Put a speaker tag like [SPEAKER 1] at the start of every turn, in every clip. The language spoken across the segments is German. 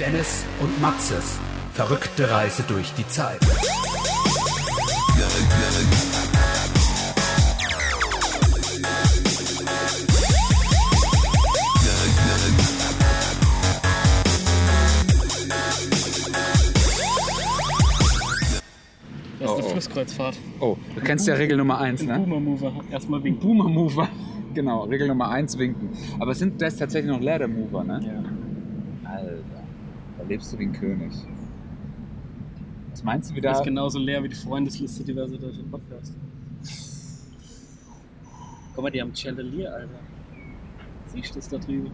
[SPEAKER 1] Dennis und Maxes verrückte Reise durch die Zeit.
[SPEAKER 2] Das ist
[SPEAKER 1] Oh,
[SPEAKER 2] eine
[SPEAKER 1] oh.
[SPEAKER 2] Flusskreuzfahrt.
[SPEAKER 1] Oh, du kennst ja Regel Nummer 1,
[SPEAKER 2] Ein
[SPEAKER 1] ne?
[SPEAKER 2] Boomer Mover. Erstmal wegen Boomer Mover.
[SPEAKER 1] Genau, Regel Nummer 1 winken. Aber es sind das tatsächlich noch Ladder Mover, ne?
[SPEAKER 2] Ja.
[SPEAKER 1] Alter, da lebst du wie ein König. Was meinst du, wie
[SPEAKER 2] Das
[SPEAKER 1] da...
[SPEAKER 2] ist genauso leer wie die Freundesliste diverser deutscher Podcasts. Guck mal, die haben Chandelier, Alter. Siehst du das da drüben?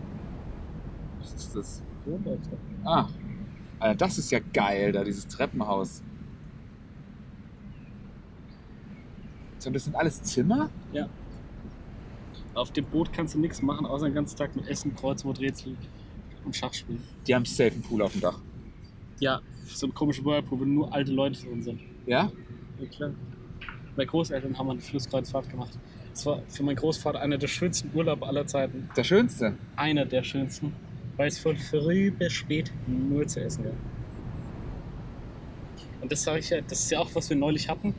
[SPEAKER 1] Was ist das?
[SPEAKER 2] Kronleuchter.
[SPEAKER 1] Ah, Alter, das ist ja geil, da dieses Treppenhaus. So, und das sind alles Zimmer?
[SPEAKER 2] Auf dem Boot kannst du nichts machen, außer den ganzen Tag mit Essen, Kreuzworträtsel und Schach spielen.
[SPEAKER 1] Die haben safe einen Pool auf dem Dach.
[SPEAKER 2] Ja, so ein komischer Whirlpool, wo nur alte Leute drin sind.
[SPEAKER 1] Ja?
[SPEAKER 2] Ja, klar. Meine Großeltern haben eine Flusskreuzfahrt gemacht. Das war für meinen Großvater einer der schönsten Urlaube aller Zeiten.
[SPEAKER 1] Der schönste.
[SPEAKER 2] Einer der schönsten, weil es von früh bis spät nur zu essen gab. Und das sage ich ja, das ist ja auch, was wir neulich hatten.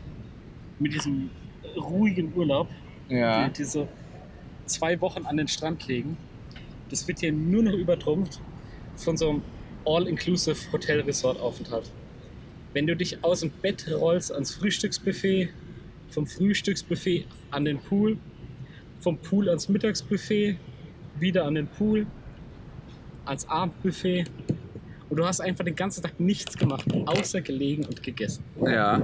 [SPEAKER 2] Mit diesem ruhigen Urlaub,
[SPEAKER 1] Ja.
[SPEAKER 2] die diese zwei Wochen an den Strand legen. Das wird hier nur noch übertrumpft von so einem All-Inclusive Hotel-Resort-Aufenthalt. Wenn du dich aus dem Bett rollst ans Frühstücksbuffet, vom Frühstücksbuffet an den Pool, vom Pool ans Mittagsbuffet, wieder an den Pool, ans Abendbuffet. Und du hast einfach den ganzen Tag nichts gemacht, außer gelegen und gegessen.
[SPEAKER 1] Ja.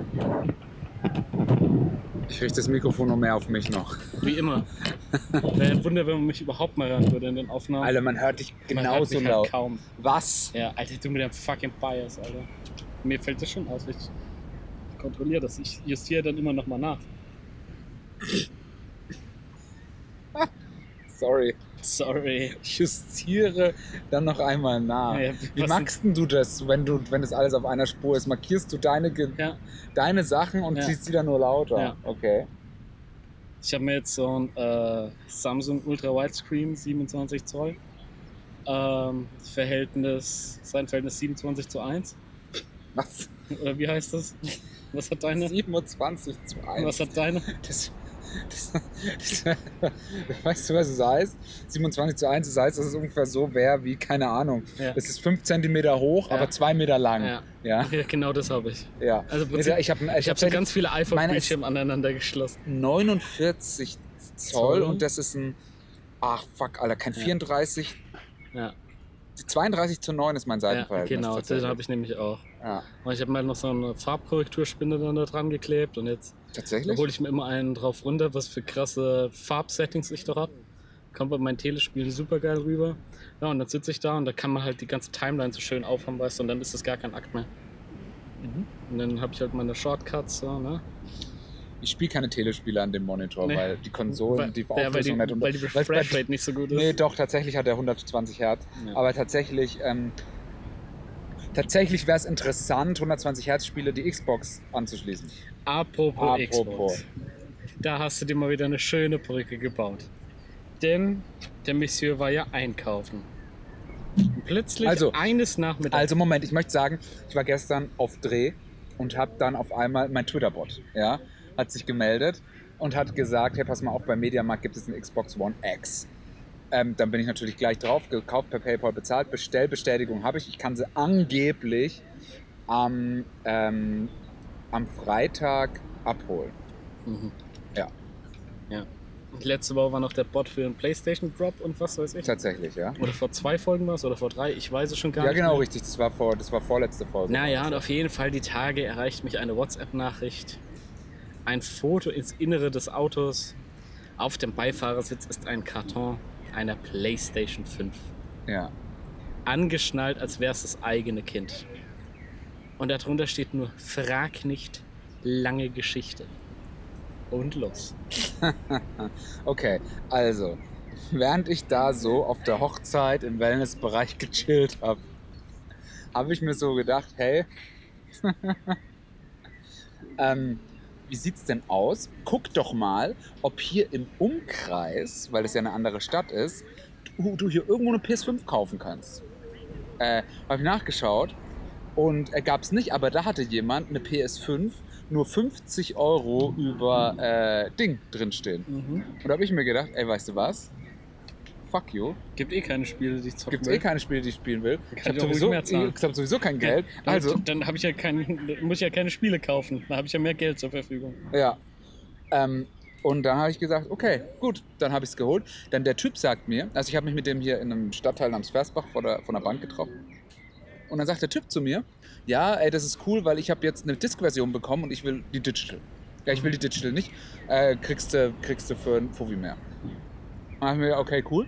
[SPEAKER 1] Ich richte das Mikrofon noch mehr auf mich noch.
[SPEAKER 2] Wie immer. Wäre ein Wunder, wenn man mich überhaupt mal hören würde in den Aufnahmen.
[SPEAKER 1] Alter, man hört dich
[SPEAKER 2] Man hört
[SPEAKER 1] genauso
[SPEAKER 2] mich
[SPEAKER 1] laut.
[SPEAKER 2] Halt kaum.
[SPEAKER 1] Was?
[SPEAKER 2] Ja, Alter, du mit deinem fucking Bias, Alter. Mir fällt das schon auf. Ich kontrolliere das. Ich justiere dann immer nochmal nach.
[SPEAKER 1] Sorry.
[SPEAKER 2] Sorry.
[SPEAKER 1] Ich justiere dann noch einmal nach.
[SPEAKER 2] Ja,
[SPEAKER 1] Ah, Wie
[SPEAKER 2] was
[SPEAKER 1] magst denn du das, wenn du, wenn das alles auf einer Spur ist? Markierst du deine, Ge-
[SPEAKER 2] Ja.
[SPEAKER 1] deine Sachen und
[SPEAKER 2] Ja.
[SPEAKER 1] ziehst sie dann nur lauter?
[SPEAKER 2] Ja.
[SPEAKER 1] Okay.
[SPEAKER 2] Ich habe mir jetzt so ein äh, Samsung Ultra Widescreen 27 Zoll. Ähm, Verhältnis, sein Verhältnis 27 zu 1.
[SPEAKER 1] Was?
[SPEAKER 2] Oder wie heißt das? Was hat deine?
[SPEAKER 1] 27 zu 1.
[SPEAKER 2] Was hat deine?
[SPEAKER 1] das, das, das, weißt du, was es heißt? 27 zu 1, das heißt, das ist ungefähr so wäre wie, keine Ahnung.
[SPEAKER 2] Ja.
[SPEAKER 1] Es ist 5 cm hoch,
[SPEAKER 2] Ja.
[SPEAKER 1] aber 2 Meter lang.
[SPEAKER 2] Ja.
[SPEAKER 1] Ja.
[SPEAKER 2] ja, genau das habe ich.
[SPEAKER 1] Ja.
[SPEAKER 2] Also im
[SPEAKER 1] Ich
[SPEAKER 2] Prinzip,
[SPEAKER 1] habe ich hab, ich
[SPEAKER 2] ich
[SPEAKER 1] hab
[SPEAKER 2] habe so ganz viele
[SPEAKER 1] Meine ist-
[SPEAKER 2] iPhone-Bildschirme aneinander geschlossen.
[SPEAKER 1] 49
[SPEAKER 2] Zoll.
[SPEAKER 1] Zoll und das ist ein. Ach, fuck, Alter, kein
[SPEAKER 2] Ja.
[SPEAKER 1] 34.
[SPEAKER 2] Ja,
[SPEAKER 1] 32 zu 9 ist mein
[SPEAKER 2] ja
[SPEAKER 1] Seitenverhältnis.
[SPEAKER 2] genau, den
[SPEAKER 1] tatsächlich.
[SPEAKER 2] habe ich nämlich auch.
[SPEAKER 1] Ja,
[SPEAKER 2] Und ich habe mir halt noch so eine Farbkorrekturspinne dann da dran geklebt und jetzt
[SPEAKER 1] tatsächlich?
[SPEAKER 2] hole ich mir immer einen drauf runter, was für krasse Farbsettings ich doch hab. Kommt bei meinen Telespielen super geil rüber. Ja, und dann sitze ich da und da kann man halt die ganze Timeline so schön aufhaben, weißt du, und dann ist das gar kein Akt mehr.
[SPEAKER 1] Mhm.
[SPEAKER 2] Und dann habe ich halt meine Shortcuts, so, ne?
[SPEAKER 1] Ich spiele keine Telespiele an dem Monitor,
[SPEAKER 2] Nee.
[SPEAKER 1] weil die Konsolen,
[SPEAKER 2] weil,
[SPEAKER 1] die
[SPEAKER 2] ja, weil die,
[SPEAKER 1] Auflösung halt nicht unter-
[SPEAKER 2] weil die
[SPEAKER 1] weil's bei-
[SPEAKER 2] Refreshrate nicht so gut ist.
[SPEAKER 1] Nee, doch, tatsächlich hat er 120 Hertz.
[SPEAKER 2] Ja.
[SPEAKER 1] Aber tatsächlich, ähm, tatsächlich wäre es interessant, 120 Hertz Spiele die Xbox anzuschließen.
[SPEAKER 2] Apropos,
[SPEAKER 1] Apropos.
[SPEAKER 2] Xbox. Da hast du dir mal wieder eine schöne Brücke gebaut. Denn der Monsieur war ja einkaufen. Und plötzlich
[SPEAKER 1] Also-
[SPEAKER 2] eines Nachmittags.
[SPEAKER 1] Also Moment, ich möchte sagen, ich war gestern auf Dreh und habe dann auf einmal mein Twitter-Bot, ja, hat sich gemeldet und hat gesagt, hey, pass mal auf, beim Mediamarkt gibt es eine Xbox One X. Ähm, dann bin ich natürlich gleich drauf, gekauft per PayPal bezahlt, Bestellbestätigung habe ich. Ich kann sie angeblich am, ähm, am Freitag abholen.
[SPEAKER 2] Mhm.
[SPEAKER 1] Ja.
[SPEAKER 2] ja. Und letzte Woche war noch der Bot für den PlayStation Drop und was weiß ich.
[SPEAKER 1] Tatsächlich, ja.
[SPEAKER 2] Oder vor zwei Folgen war es oder vor drei, ich weiß es schon gar
[SPEAKER 1] Ja,
[SPEAKER 2] nicht.
[SPEAKER 1] genau,
[SPEAKER 2] mehr.
[SPEAKER 1] richtig. Das war, vor, das war vorletzte Folge.
[SPEAKER 2] Naja, und auf jeden Fall die Tage erreicht mich eine WhatsApp-Nachricht. Ein Foto ins Innere des Autos. Auf dem Beifahrersitz ist ein Karton einer PlayStation 5.
[SPEAKER 1] Ja.
[SPEAKER 2] Angeschnallt, als wäre es das eigene Kind. Und darunter steht nur, frag nicht, lange Geschichte. Und los.
[SPEAKER 1] Okay, also, während ich da so auf der Hochzeit im Wellnessbereich gechillt habe, habe ich mir so gedacht, hey, ähm, wie sieht's denn aus? Guck doch mal, ob hier im Umkreis, weil es ja eine andere Stadt ist, du, du hier irgendwo eine PS5 kaufen kannst. äh, habe ich nachgeschaut und äh, gab es nicht, aber da hatte jemand eine PS5 nur 50 Euro über äh, Ding drinstehen.
[SPEAKER 2] Mhm.
[SPEAKER 1] Und da habe ich mir gedacht, ey, weißt du was? Fuck you.
[SPEAKER 2] Gibt eh keine Spiele, die ich zocken
[SPEAKER 1] Gibt eh keine Spiele, die ich spielen will. Ich
[SPEAKER 2] Kann
[SPEAKER 1] habe
[SPEAKER 2] ich auch ruhig
[SPEAKER 1] sowieso,
[SPEAKER 2] mehr zahlen.
[SPEAKER 1] ich hab sowieso kein Geld.
[SPEAKER 2] Dann,
[SPEAKER 1] Also,
[SPEAKER 2] dann habe ich ja keinen, muss ich ja keine Spiele kaufen. Da habe ich ja mehr Geld zur Verfügung.
[SPEAKER 1] ja. Ähm, und dann habe ich gesagt, okay, gut, dann habe ich es geholt. Dann der Typ sagt mir, also ich habe mich mit dem hier in einem Stadtteil namens Versbach vor der, von der Bank getroffen. Und dann sagt der Typ zu mir, ja, ey, das ist cool, weil ich habe jetzt eine Disk-Version bekommen und ich will die Digital. Ja, ich will die Digital nicht. Äh, kriegst du kriegst du für ein Fovi mehr. Und dann habe ich mir gedacht, okay, cool.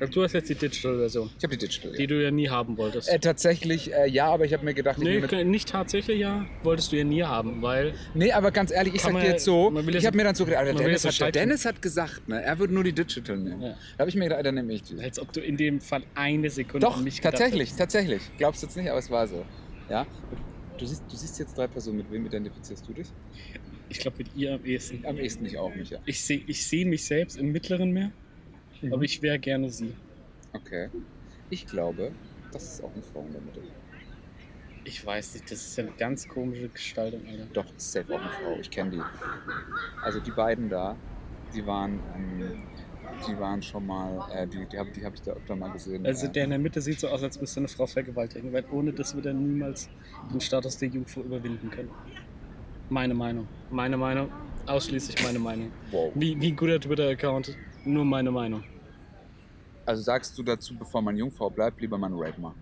[SPEAKER 2] Also du hast jetzt die Digital-Version,
[SPEAKER 1] Ich habe die Digital.
[SPEAKER 2] die
[SPEAKER 1] Ja.
[SPEAKER 2] du ja nie haben wolltest.
[SPEAKER 1] Äh, tatsächlich, äh, ja, aber ich habe mir gedacht, ich
[SPEAKER 2] nee,
[SPEAKER 1] nehme
[SPEAKER 2] nicht tatsächlich ja, wolltest du ja nie haben, weil
[SPEAKER 1] Nee, aber ganz ehrlich, ich
[SPEAKER 2] Kann
[SPEAKER 1] sag dir
[SPEAKER 2] man-
[SPEAKER 1] jetzt so,
[SPEAKER 2] man will
[SPEAKER 1] ich
[SPEAKER 2] ja
[SPEAKER 1] habe
[SPEAKER 2] so-
[SPEAKER 1] mir dann so gedacht, Alter,
[SPEAKER 2] man will ja
[SPEAKER 1] Dennis,
[SPEAKER 2] so
[SPEAKER 1] hat, der
[SPEAKER 2] Scheibchen-
[SPEAKER 1] Dennis hat gesagt, ne, er würde nur die Digital nehmen.
[SPEAKER 2] Ja.
[SPEAKER 1] Da habe ich mir gedacht, Alter, nehme ich die.
[SPEAKER 2] als ob du in dem Fall eine Sekunde
[SPEAKER 1] Doch,
[SPEAKER 2] an mich gedacht
[SPEAKER 1] tatsächlich,
[SPEAKER 2] hättest.
[SPEAKER 1] tatsächlich. Glaubst du jetzt nicht, aber es war so. Ja? Du siehst, du siehst jetzt drei Personen, mit wem identifizierst du dich?
[SPEAKER 2] Ich glaube mit ihr am ehesten.
[SPEAKER 1] Am ehesten ich auch, Micha.
[SPEAKER 2] Ich sehe ich seh mich selbst im mittleren Meer, aber ich wäre gerne sie.
[SPEAKER 1] Okay. Ich glaube, das ist auch eine Frau in der Mitte.
[SPEAKER 2] Ich weiß nicht, das ist ja eine ganz komische Gestaltung, Alter.
[SPEAKER 1] Doch, das ist safe auch eine Frau. Ich kenne die. Also die beiden da, die waren, ähm, die waren schon mal, äh, die, die habe die hab ich da öfter mal gesehen.
[SPEAKER 2] Also
[SPEAKER 1] äh,
[SPEAKER 2] der in der Mitte sieht so aus, als müsste eine Frau vergewaltigen, weil ohne das wird er niemals den Status der Jungfrau überwinden können. Meine Meinung. Meine Meinung. Ausschließlich meine Meinung.
[SPEAKER 1] wow.
[SPEAKER 2] Wie, wie ein guter Twitter-Account. Nur meine Meinung.
[SPEAKER 1] Also sagst du dazu, bevor man Jungfrau bleibt, lieber man Rape machen?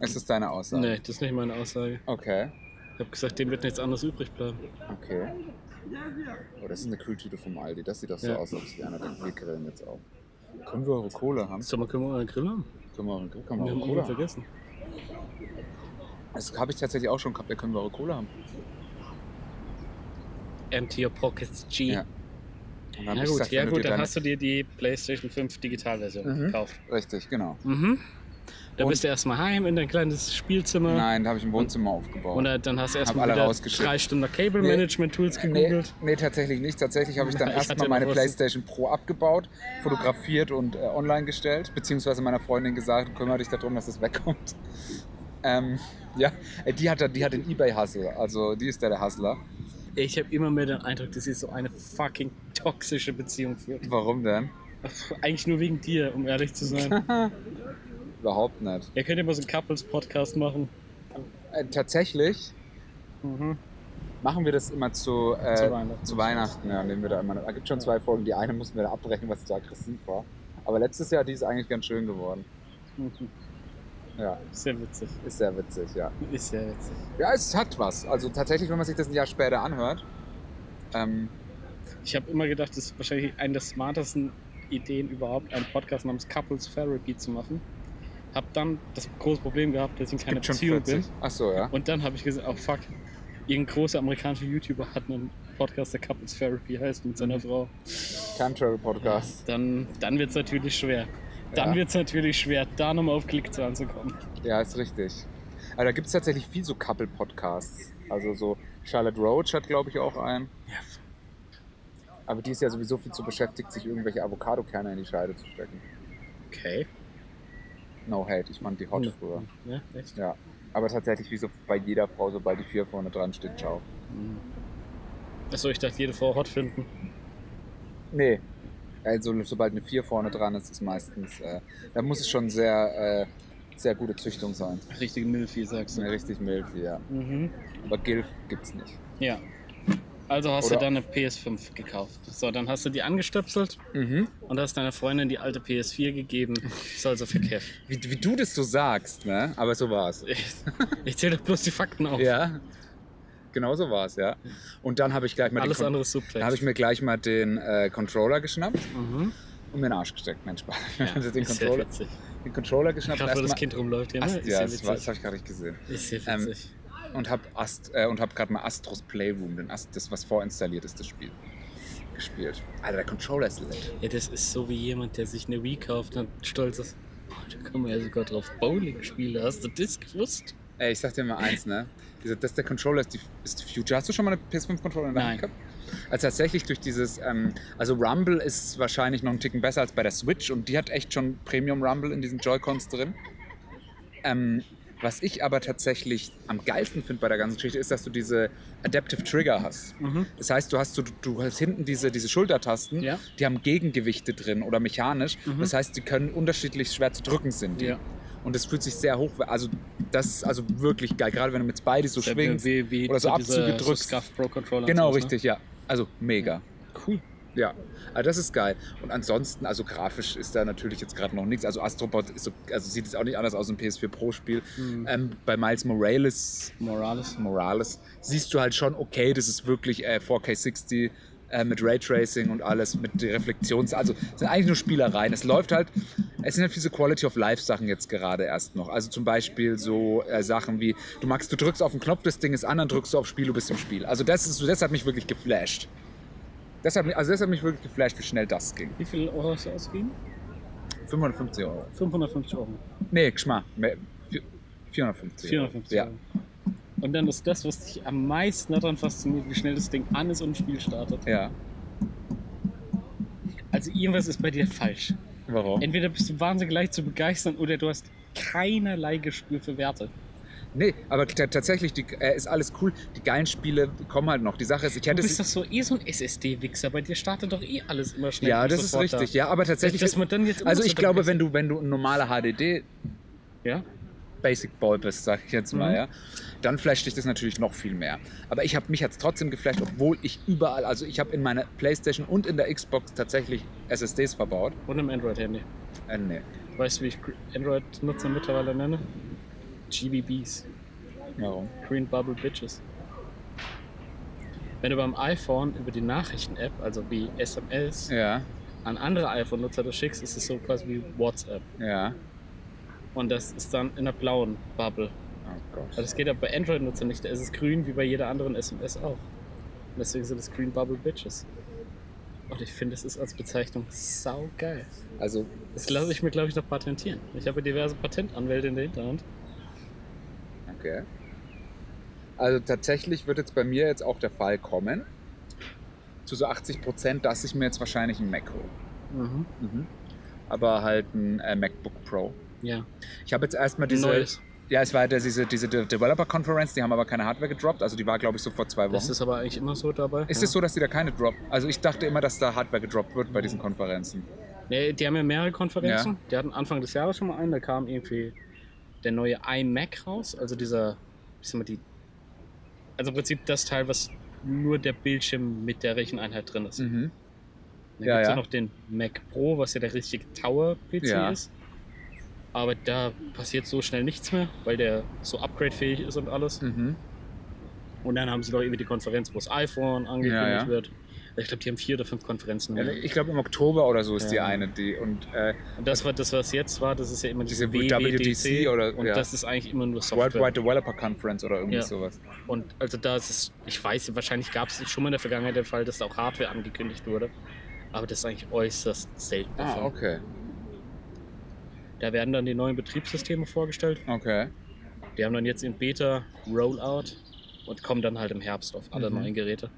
[SPEAKER 1] Ist das deine Aussage?
[SPEAKER 2] Nee, das ist nicht meine Aussage.
[SPEAKER 1] Okay,
[SPEAKER 2] Ich habe gesagt, dem wird nichts anderes übrig bleiben.
[SPEAKER 1] okay. Oh, das ist eine Kühltüte vom Aldi. Das sieht doch so
[SPEAKER 2] Ja.
[SPEAKER 1] aus, als ob sich einer denkt, wir grillen jetzt auch. Können wir eure Kohle haben?
[SPEAKER 2] Sag mal, können wir einen Grill haben?
[SPEAKER 1] Können wir eure, können wir
[SPEAKER 2] Wir
[SPEAKER 1] eure
[SPEAKER 2] haben
[SPEAKER 1] Kohle
[SPEAKER 2] ihn
[SPEAKER 1] haben?
[SPEAKER 2] vergessen.
[SPEAKER 1] Das habe ich tatsächlich auch schon gehabt. Ja, können wir eure Kohle haben?
[SPEAKER 2] Empty your pockets, G.
[SPEAKER 1] Ja. Und dann hab
[SPEAKER 2] Na
[SPEAKER 1] ich
[SPEAKER 2] gut,
[SPEAKER 1] gesagt,
[SPEAKER 2] ja
[SPEAKER 1] wenn du
[SPEAKER 2] gut,
[SPEAKER 1] dir
[SPEAKER 2] dann
[SPEAKER 1] deine-
[SPEAKER 2] hast du dir die PlayStation 5 Digitalversion
[SPEAKER 1] Mhm.
[SPEAKER 2] gekauft.
[SPEAKER 1] Richtig, genau.
[SPEAKER 2] Mhm. Da
[SPEAKER 1] Und-
[SPEAKER 2] bist du erstmal heim in dein kleines Spielzimmer.
[SPEAKER 1] Nein, da habe ich ein Wohnzimmer aufgebaut.
[SPEAKER 2] Und dann- dann hast du erstmal
[SPEAKER 1] alle
[SPEAKER 2] wieder
[SPEAKER 1] rausgeschickt.
[SPEAKER 2] drei Stunden nach Cable
[SPEAKER 1] Nee.
[SPEAKER 2] Management Tools
[SPEAKER 1] Nee,
[SPEAKER 2] gegoogelt.
[SPEAKER 1] nee, tatsächlich nicht. Tatsächlich habe ich dann
[SPEAKER 2] Ich hatte
[SPEAKER 1] erstmal
[SPEAKER 2] noch
[SPEAKER 1] meine
[SPEAKER 2] was.
[SPEAKER 1] PlayStation Pro abgebaut, fotografiert und äh, online gestellt, beziehungsweise meiner Freundin gesagt, kümmere dich darum, dass es wegkommt. Ähm, ja, Äh, die hat, da- die hat den Ebay-Hustle, also die ist da der Hustler.
[SPEAKER 2] Ich habe immer mehr den Eindruck, dass ihr so eine fucking toxische Beziehung führt.
[SPEAKER 1] Warum denn?
[SPEAKER 2] Eigentlich nur wegen dir, um ehrlich zu sein.
[SPEAKER 1] Überhaupt nicht.
[SPEAKER 2] ihr könnt ja mal so einen Couples-Podcast machen.
[SPEAKER 1] Äh, tatsächlich
[SPEAKER 2] Mhm.
[SPEAKER 1] machen wir das immer zu, äh,
[SPEAKER 2] Zu Weihnachten.
[SPEAKER 1] Zu Weihnachten, ja, nehmen wir da immer. Da gibt schon zwei Folgen. Die eine mussten wir da abbrechen, was zu aggressiv war. Aber letztes Jahr, die ist eigentlich ganz schön geworden.
[SPEAKER 2] Mhm.
[SPEAKER 1] Ja,
[SPEAKER 2] Ist ja witzig.
[SPEAKER 1] ist sehr witzig, ja.
[SPEAKER 2] Ist ja witzig.
[SPEAKER 1] Ja, es hat was. Also tatsächlich, wenn man sich das ein Jahr später anhört. Ähm,
[SPEAKER 2] Ich habe immer gedacht, das ist wahrscheinlich eine der smartesten Ideen überhaupt, einen Podcast namens Couples Therapy zu machen. Hab dann das große Problem gehabt, dass ich in keiner
[SPEAKER 1] gibt schon
[SPEAKER 2] Beziehung bin.
[SPEAKER 1] 40. Ach so, ja.
[SPEAKER 2] Und dann habe ich gesagt, oh fuck, irgendein großer amerikanischer YouTuber hat einen Podcast, der Couples Therapy heißt, mit
[SPEAKER 1] Mhm.
[SPEAKER 2] seiner Frau.
[SPEAKER 1] Time Travel Podcast.
[SPEAKER 2] Dann, dann wird es natürlich schwer. Dann
[SPEAKER 1] Ja.
[SPEAKER 2] wird es natürlich schwer, da nochmal auf Klickzahlen zu anzukommen.
[SPEAKER 1] Ja, ist richtig. Aber da gibt es tatsächlich viel so Couple-Podcasts. Also so Charlotte Roach hat, glaube ich, auch einen.
[SPEAKER 2] Ja.
[SPEAKER 1] Aber die ist ja sowieso viel zu beschäftigt, sich irgendwelche Avocadokerne in die Scheide zu stecken.
[SPEAKER 2] Okay.
[SPEAKER 1] No hate, ich fand die hot
[SPEAKER 2] Ja.
[SPEAKER 1] früher.
[SPEAKER 2] Ja, echt?
[SPEAKER 1] Ja. Aber tatsächlich, wie so bei jeder Frau, sobald die vier vorne dran steht, ciao.
[SPEAKER 2] Achso, ich dachte, jede Frau hot finden.
[SPEAKER 1] Nee. Also sobald eine 4 vorne dran ist, ist meistens, äh, da muss es schon sehr, äh, sehr gute Züchtung sein.
[SPEAKER 2] Richtige Milfi, sagst
[SPEAKER 1] So
[SPEAKER 2] du.
[SPEAKER 1] eine richtig milde, ja.
[SPEAKER 2] Mhm.
[SPEAKER 1] Aber Gilf gibt's nicht.
[SPEAKER 2] Ja. Also hast
[SPEAKER 1] Oder-
[SPEAKER 2] du dann eine PS5 gekauft. So, dann hast du die angestöpselt
[SPEAKER 1] Mhm.
[SPEAKER 2] und hast deiner Freundin die alte PS4 gegeben. Soll so verkehrt.
[SPEAKER 1] Wie, wie du das so sagst, ne? Aber so war's.
[SPEAKER 2] Ich, ich zähle doch bloß die Fakten auf.
[SPEAKER 1] Ja. Genau so war's, ja. Und dann habe ich gleich mal
[SPEAKER 2] Alles
[SPEAKER 1] den Kon-
[SPEAKER 2] andere ist Subtext.
[SPEAKER 1] dann habe ich mir gleich mal den äh, Controller geschnappt
[SPEAKER 2] Mhm.
[SPEAKER 1] und mir in den Arsch gesteckt. Mensch, Spaß.
[SPEAKER 2] Ja,
[SPEAKER 1] also den,
[SPEAKER 2] ist sehr
[SPEAKER 1] Controller,
[SPEAKER 2] witzig.
[SPEAKER 1] den Controller geschnappt.
[SPEAKER 2] Gerade wo das
[SPEAKER 1] erstmal-
[SPEAKER 2] Kind rumläuft hier, ne?
[SPEAKER 1] Ast,
[SPEAKER 2] ist
[SPEAKER 1] ja,
[SPEAKER 2] ja
[SPEAKER 1] das, war- das
[SPEAKER 2] witzig.
[SPEAKER 1] habe ich gerade nicht gesehen.
[SPEAKER 2] Ist sehr
[SPEAKER 1] Ähm,
[SPEAKER 2] witzig.
[SPEAKER 1] Und habe Ast äh, und habe gerade mal Astros Playroom, den Ast, das was vorinstalliert ist, das Spiel gespielt. Alter, der Controller ist lit.
[SPEAKER 2] ja, das ist so wie jemand, der sich eine Wii kauft und stolz ist. Oh, da kommen wir ja sogar drauf. Bowling-Spiele, hast du das gewusst?
[SPEAKER 1] Ey, ich sag dir mal eins, ne? Dieser, das der Controller ist die, ist die Future. Hast du schon mal eine PS5-Controller in der Hand
[SPEAKER 2] Nein.
[SPEAKER 1] gehabt? Also tatsächlich durch dieses, ähm, also Rumble ist wahrscheinlich noch einen Ticken besser als bei der Switch und die hat echt schon Premium Rumble in diesen Joy-Cons drin. Ähm, was ich aber tatsächlich am geilsten finde bei der ganzen Geschichte, ist, dass du diese Adaptive Trigger hast.
[SPEAKER 2] Mhm.
[SPEAKER 1] Das heißt, du hast, so, du hast hinten diese, diese Schultertasten,
[SPEAKER 2] Ja.
[SPEAKER 1] die haben Gegengewichte drin oder mechanisch.
[SPEAKER 2] Mhm.
[SPEAKER 1] Das heißt, die können unterschiedlich schwer zu drücken sind. Die.
[SPEAKER 2] Ja.
[SPEAKER 1] Und das fühlt sich sehr hoch. Also, das ist also wirklich geil, gerade wenn du mit Spidey so
[SPEAKER 2] Sehr
[SPEAKER 1] schwingst.
[SPEAKER 2] Wie, wie
[SPEAKER 1] oder so
[SPEAKER 2] diese-
[SPEAKER 1] abzugedrückt.
[SPEAKER 2] So Scuff Pro Controller. und ne?
[SPEAKER 1] Genau,
[SPEAKER 2] sowas,
[SPEAKER 1] richtig, ja. Also mega.
[SPEAKER 2] Ne? Cool.
[SPEAKER 1] Ja, also das ist geil. Und ansonsten, also grafisch ist da natürlich jetzt gerade noch nichts. Also Astrobot ist so, also sieht jetzt auch nicht anders aus als ein PS4 Pro Spiel.
[SPEAKER 2] Mhm.
[SPEAKER 1] Ähm, bei Miles Morales,
[SPEAKER 2] Morales.
[SPEAKER 1] Morales siehst du halt schon, okay, das ist wirklich äh, 4K60 äh, mit Raytracing und alles, mit der Reflexions... Also es sind eigentlich nur Spielereien. Es läuft halt, es sind halt diese Quality of Life Sachen jetzt gerade erst noch. Also zum Beispiel so äh, Sachen wie, du magst, du drückst auf den Knopf, das Ding ist an, dann drückst du auf Spiel, du bist im Spiel. Also das, ist, das hat mich wirklich geflasht. Das hat mich, also das hat mich wirklich geflasht, wie schnell das ging.
[SPEAKER 2] Wie viel Euro hast du ausgegeben?
[SPEAKER 1] 550 Euro.
[SPEAKER 2] 550 Euro.
[SPEAKER 1] Nee, Geschmack. 450. Euro.
[SPEAKER 2] 450
[SPEAKER 1] Ja.
[SPEAKER 2] Euro. Und dann ist das, was dich am meisten daran fasziniert, wie schnell das Ding an ist und ein Spiel startet.
[SPEAKER 1] Ja.
[SPEAKER 2] Also irgendwas ist bei dir falsch.
[SPEAKER 1] Warum?
[SPEAKER 2] Entweder bist du wahnsinnig leicht zu begeistern oder du hast keinerlei Gespür für Werte.
[SPEAKER 1] Nee, aber t- tatsächlich die, äh, ist alles cool. Die geilen Spiele kommen halt noch. Die Sache ist, ich
[SPEAKER 2] Du
[SPEAKER 1] hätte
[SPEAKER 2] bist
[SPEAKER 1] es.
[SPEAKER 2] doch so eh so ein SSD-Wichser. Bei dir startet doch eh alles immer schnell.
[SPEAKER 1] Ja,
[SPEAKER 2] und
[SPEAKER 1] das ist
[SPEAKER 2] sofort
[SPEAKER 1] richtig.
[SPEAKER 2] Da.
[SPEAKER 1] Ja, aber tatsächlich.
[SPEAKER 2] Dass man dann jetzt
[SPEAKER 1] also
[SPEAKER 2] immer
[SPEAKER 1] ich
[SPEAKER 2] so
[SPEAKER 1] glaube,
[SPEAKER 2] dabei
[SPEAKER 1] wenn du, wenn du ein normaler HDD
[SPEAKER 2] ist. Ja?
[SPEAKER 1] Basic Boy bist, sag ich jetzt mal,
[SPEAKER 2] Mhm.
[SPEAKER 1] ja, dann flasht dich das natürlich noch viel mehr. Aber ich habe mich jetzt trotzdem geflasht, obwohl ich überall, also ich habe in meiner PlayStation und in der Xbox tatsächlich SSDs verbaut.
[SPEAKER 2] Und im Android-Handy.
[SPEAKER 1] Äh, nee.
[SPEAKER 2] Weißt du, wie ich Android-Nutzer mittlerweile nenne? GBBs.
[SPEAKER 1] Warum?
[SPEAKER 2] Green Bubble Bitches. Wenn du beim iPhone über die Nachrichten-App, also wie SMS,
[SPEAKER 1] Ja,
[SPEAKER 2] an andere iPhone-Nutzer das schickst, ist es so quasi wie WhatsApp.
[SPEAKER 1] ja.
[SPEAKER 2] Und das ist dann in der blauen Bubble.
[SPEAKER 1] Oh
[SPEAKER 2] Aber
[SPEAKER 1] Gott.
[SPEAKER 2] das geht aber bei Android-Nutzern nicht. Da ist es grün wie bei jeder anderen SMS auch. Und deswegen sind es Green Bubble Bitches. Und ich finde, es ist als Bezeichnung saugeil.
[SPEAKER 1] Also,
[SPEAKER 2] Das lasse ich mir, glaube ich, noch patentieren. Ich habe diverse Patentanwälte in der Hinterhand.
[SPEAKER 1] Okay. Also tatsächlich wird jetzt bei mir jetzt auch der Fall kommen, zu so 80 Prozent, dass ich mir jetzt wahrscheinlich einen Mac hole. Aber halt ein äh, MacBook Pro.
[SPEAKER 2] Ja.
[SPEAKER 1] Ich habe jetzt erstmal
[SPEAKER 2] Diese,
[SPEAKER 1] diese.
[SPEAKER 2] Neues.
[SPEAKER 1] Ja, es war ja diese, diese De- Developer Conference, die haben aber keine Hardware gedroppt. Also die war, glaube ich, so vor zwei Wochen.
[SPEAKER 2] Das ist aber eigentlich immer so dabei.
[SPEAKER 1] ist es so, dass die da keine droppen? Also ich dachte immer, dass da Hardware gedroppt wird bei diesen Konferenzen.
[SPEAKER 2] Nee, die haben ja mehrere Konferenzen. Die hatten Anfang des Jahres schon mal einen, da kam irgendwie der neue iMac raus, also dieser, ich sag mal, die, also im Prinzip das Teil, was nur der Bildschirm mit der Recheneinheit drin ist.
[SPEAKER 1] Mhm.
[SPEAKER 2] Dann
[SPEAKER 1] Ja,
[SPEAKER 2] gibt es
[SPEAKER 1] ja.
[SPEAKER 2] noch den Mac Pro, was ja der richtige Tower-PC
[SPEAKER 1] Ja.
[SPEAKER 2] ist. Aber da passiert so schnell nichts mehr, weil der so upgradefähig ist und alles.
[SPEAKER 1] Mhm.
[SPEAKER 2] Und dann haben sie noch irgendwie die Konferenz, wo das iPhone angekündigt
[SPEAKER 1] Ja, ja.
[SPEAKER 2] wird. Ich glaube, die haben vier oder fünf Konferenzen.
[SPEAKER 1] Ja, ich glaube, im Oktober oder so ist die
[SPEAKER 2] Ja.
[SPEAKER 1] eine, die. Und äh,
[SPEAKER 2] Und das war das, was jetzt war, das ist ja immer diese,
[SPEAKER 1] Diese WWDC oder-
[SPEAKER 2] und
[SPEAKER 1] ja.
[SPEAKER 2] das ist eigentlich immer nur Software.
[SPEAKER 1] Worldwide Developer Conference oder irgendwie
[SPEAKER 2] Ja.
[SPEAKER 1] sowas.
[SPEAKER 2] Und also da ist es, ich weiß, wahrscheinlich gab es schon mal in der Vergangenheit den Fall, dass da auch Hardware angekündigt wurde. Aber das ist eigentlich äußerst selten der Fall.
[SPEAKER 1] Ah, okay.
[SPEAKER 2] Da werden dann die neuen Betriebssysteme vorgestellt.
[SPEAKER 1] Okay.
[SPEAKER 2] Die haben dann jetzt in Beta Rollout und kommen dann halt im Herbst auf alle
[SPEAKER 1] Mhm.
[SPEAKER 2] neuen Geräte.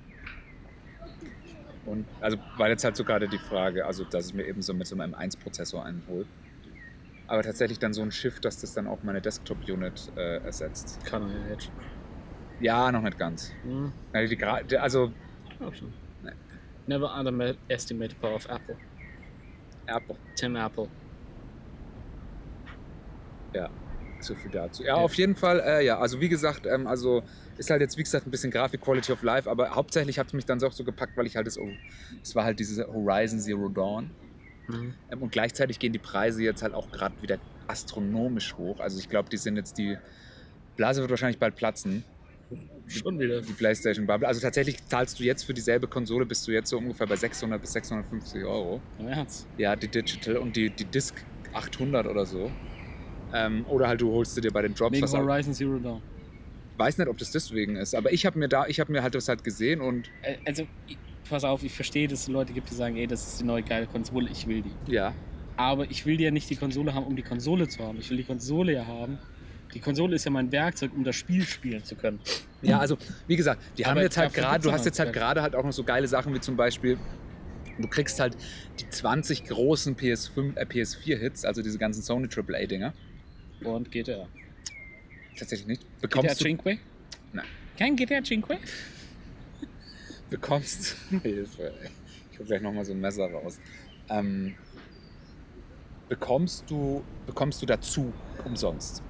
[SPEAKER 1] Und also war jetzt halt so gerade die Frage, also dass ich mir eben so mit so einem M1-Prozessor einen hole. Aber tatsächlich dann so ein Shift, dass das dann auch meine Desktop-Unit äh, ersetzt.
[SPEAKER 2] Kann er ja jetzt schon.
[SPEAKER 1] Ja, noch nicht ganz.
[SPEAKER 2] Hm,
[SPEAKER 1] Ja, die Gra- die- Also
[SPEAKER 2] glaub schon.
[SPEAKER 1] Nee.
[SPEAKER 2] Never underestimate the power of Apple.
[SPEAKER 1] Apple,
[SPEAKER 2] Tim Apple.
[SPEAKER 1] so viel dazu. Ja, auf jeden Fall, äh, ja, also wie gesagt, ähm, also ist halt jetzt, wie gesagt, ein bisschen Grafik, Quality of Life, aber hauptsächlich hat es mich dann so auch so gepackt, weil ich halt das, oh, es war halt dieses Horizon Zero Dawn.
[SPEAKER 2] Mhm.
[SPEAKER 1] Ähm, Und gleichzeitig gehen die Preise jetzt halt auch gerade wieder astronomisch hoch. Also ich glaube, die sind jetzt die Blase wird wahrscheinlich bald platzen.
[SPEAKER 2] Schon wieder.
[SPEAKER 1] die PlayStation Bubble. Also tatsächlich zahlst du jetzt für dieselbe Konsole, bist du jetzt so ungefähr bei 600 bis 650 Euro.
[SPEAKER 2] Im Ernst.
[SPEAKER 1] Ja, die Digital und die, die Disc 800 oder so. Ähm, oder halt du holst sie dir bei den Drops.
[SPEAKER 2] Wegen
[SPEAKER 1] Was auch,
[SPEAKER 2] Horizon Zero Dawn.
[SPEAKER 1] weiß nicht, ob das deswegen ist, aber ich habe mir da, ich habe mir halt das halt gesehen und
[SPEAKER 2] Äh, Also, ich- pass auf, ich verstehe, dass es Leute gibt, die sagen, ey, das ist die neue geile Konsole, ich will die.
[SPEAKER 1] ja,
[SPEAKER 2] Aber ich will ja nicht die Konsole haben, um die Konsole zu haben. Ich will die Konsole ja haben. Die Konsole ist ja mein Werkzeug, um das Spiel spielen zu können.
[SPEAKER 1] Ja, also wie gesagt, die haben
[SPEAKER 2] Aber
[SPEAKER 1] jetzt halt
[SPEAKER 2] dafür
[SPEAKER 1] gerade,
[SPEAKER 2] gibt's
[SPEAKER 1] du
[SPEAKER 2] noch
[SPEAKER 1] hast jetzt halt
[SPEAKER 2] Zeit.
[SPEAKER 1] gerade halt auch noch so geile Sachen wie zum Beispiel, du kriegst halt die 20 großen PS5, äh, PS4-Hits, also diese ganzen Sony AAA-Dinger,
[SPEAKER 2] und GTA.
[SPEAKER 1] Tatsächlich nicht.
[SPEAKER 2] GTA
[SPEAKER 1] Bekommst du,
[SPEAKER 2] Cinque?
[SPEAKER 1] Nein.
[SPEAKER 2] Kein GTA Cinque?
[SPEAKER 1] bekommst Hilfe. ey. Ich hol gleich nochmal so ein Messer raus. Ähm, bekommst du bekommst du dazu umsonst?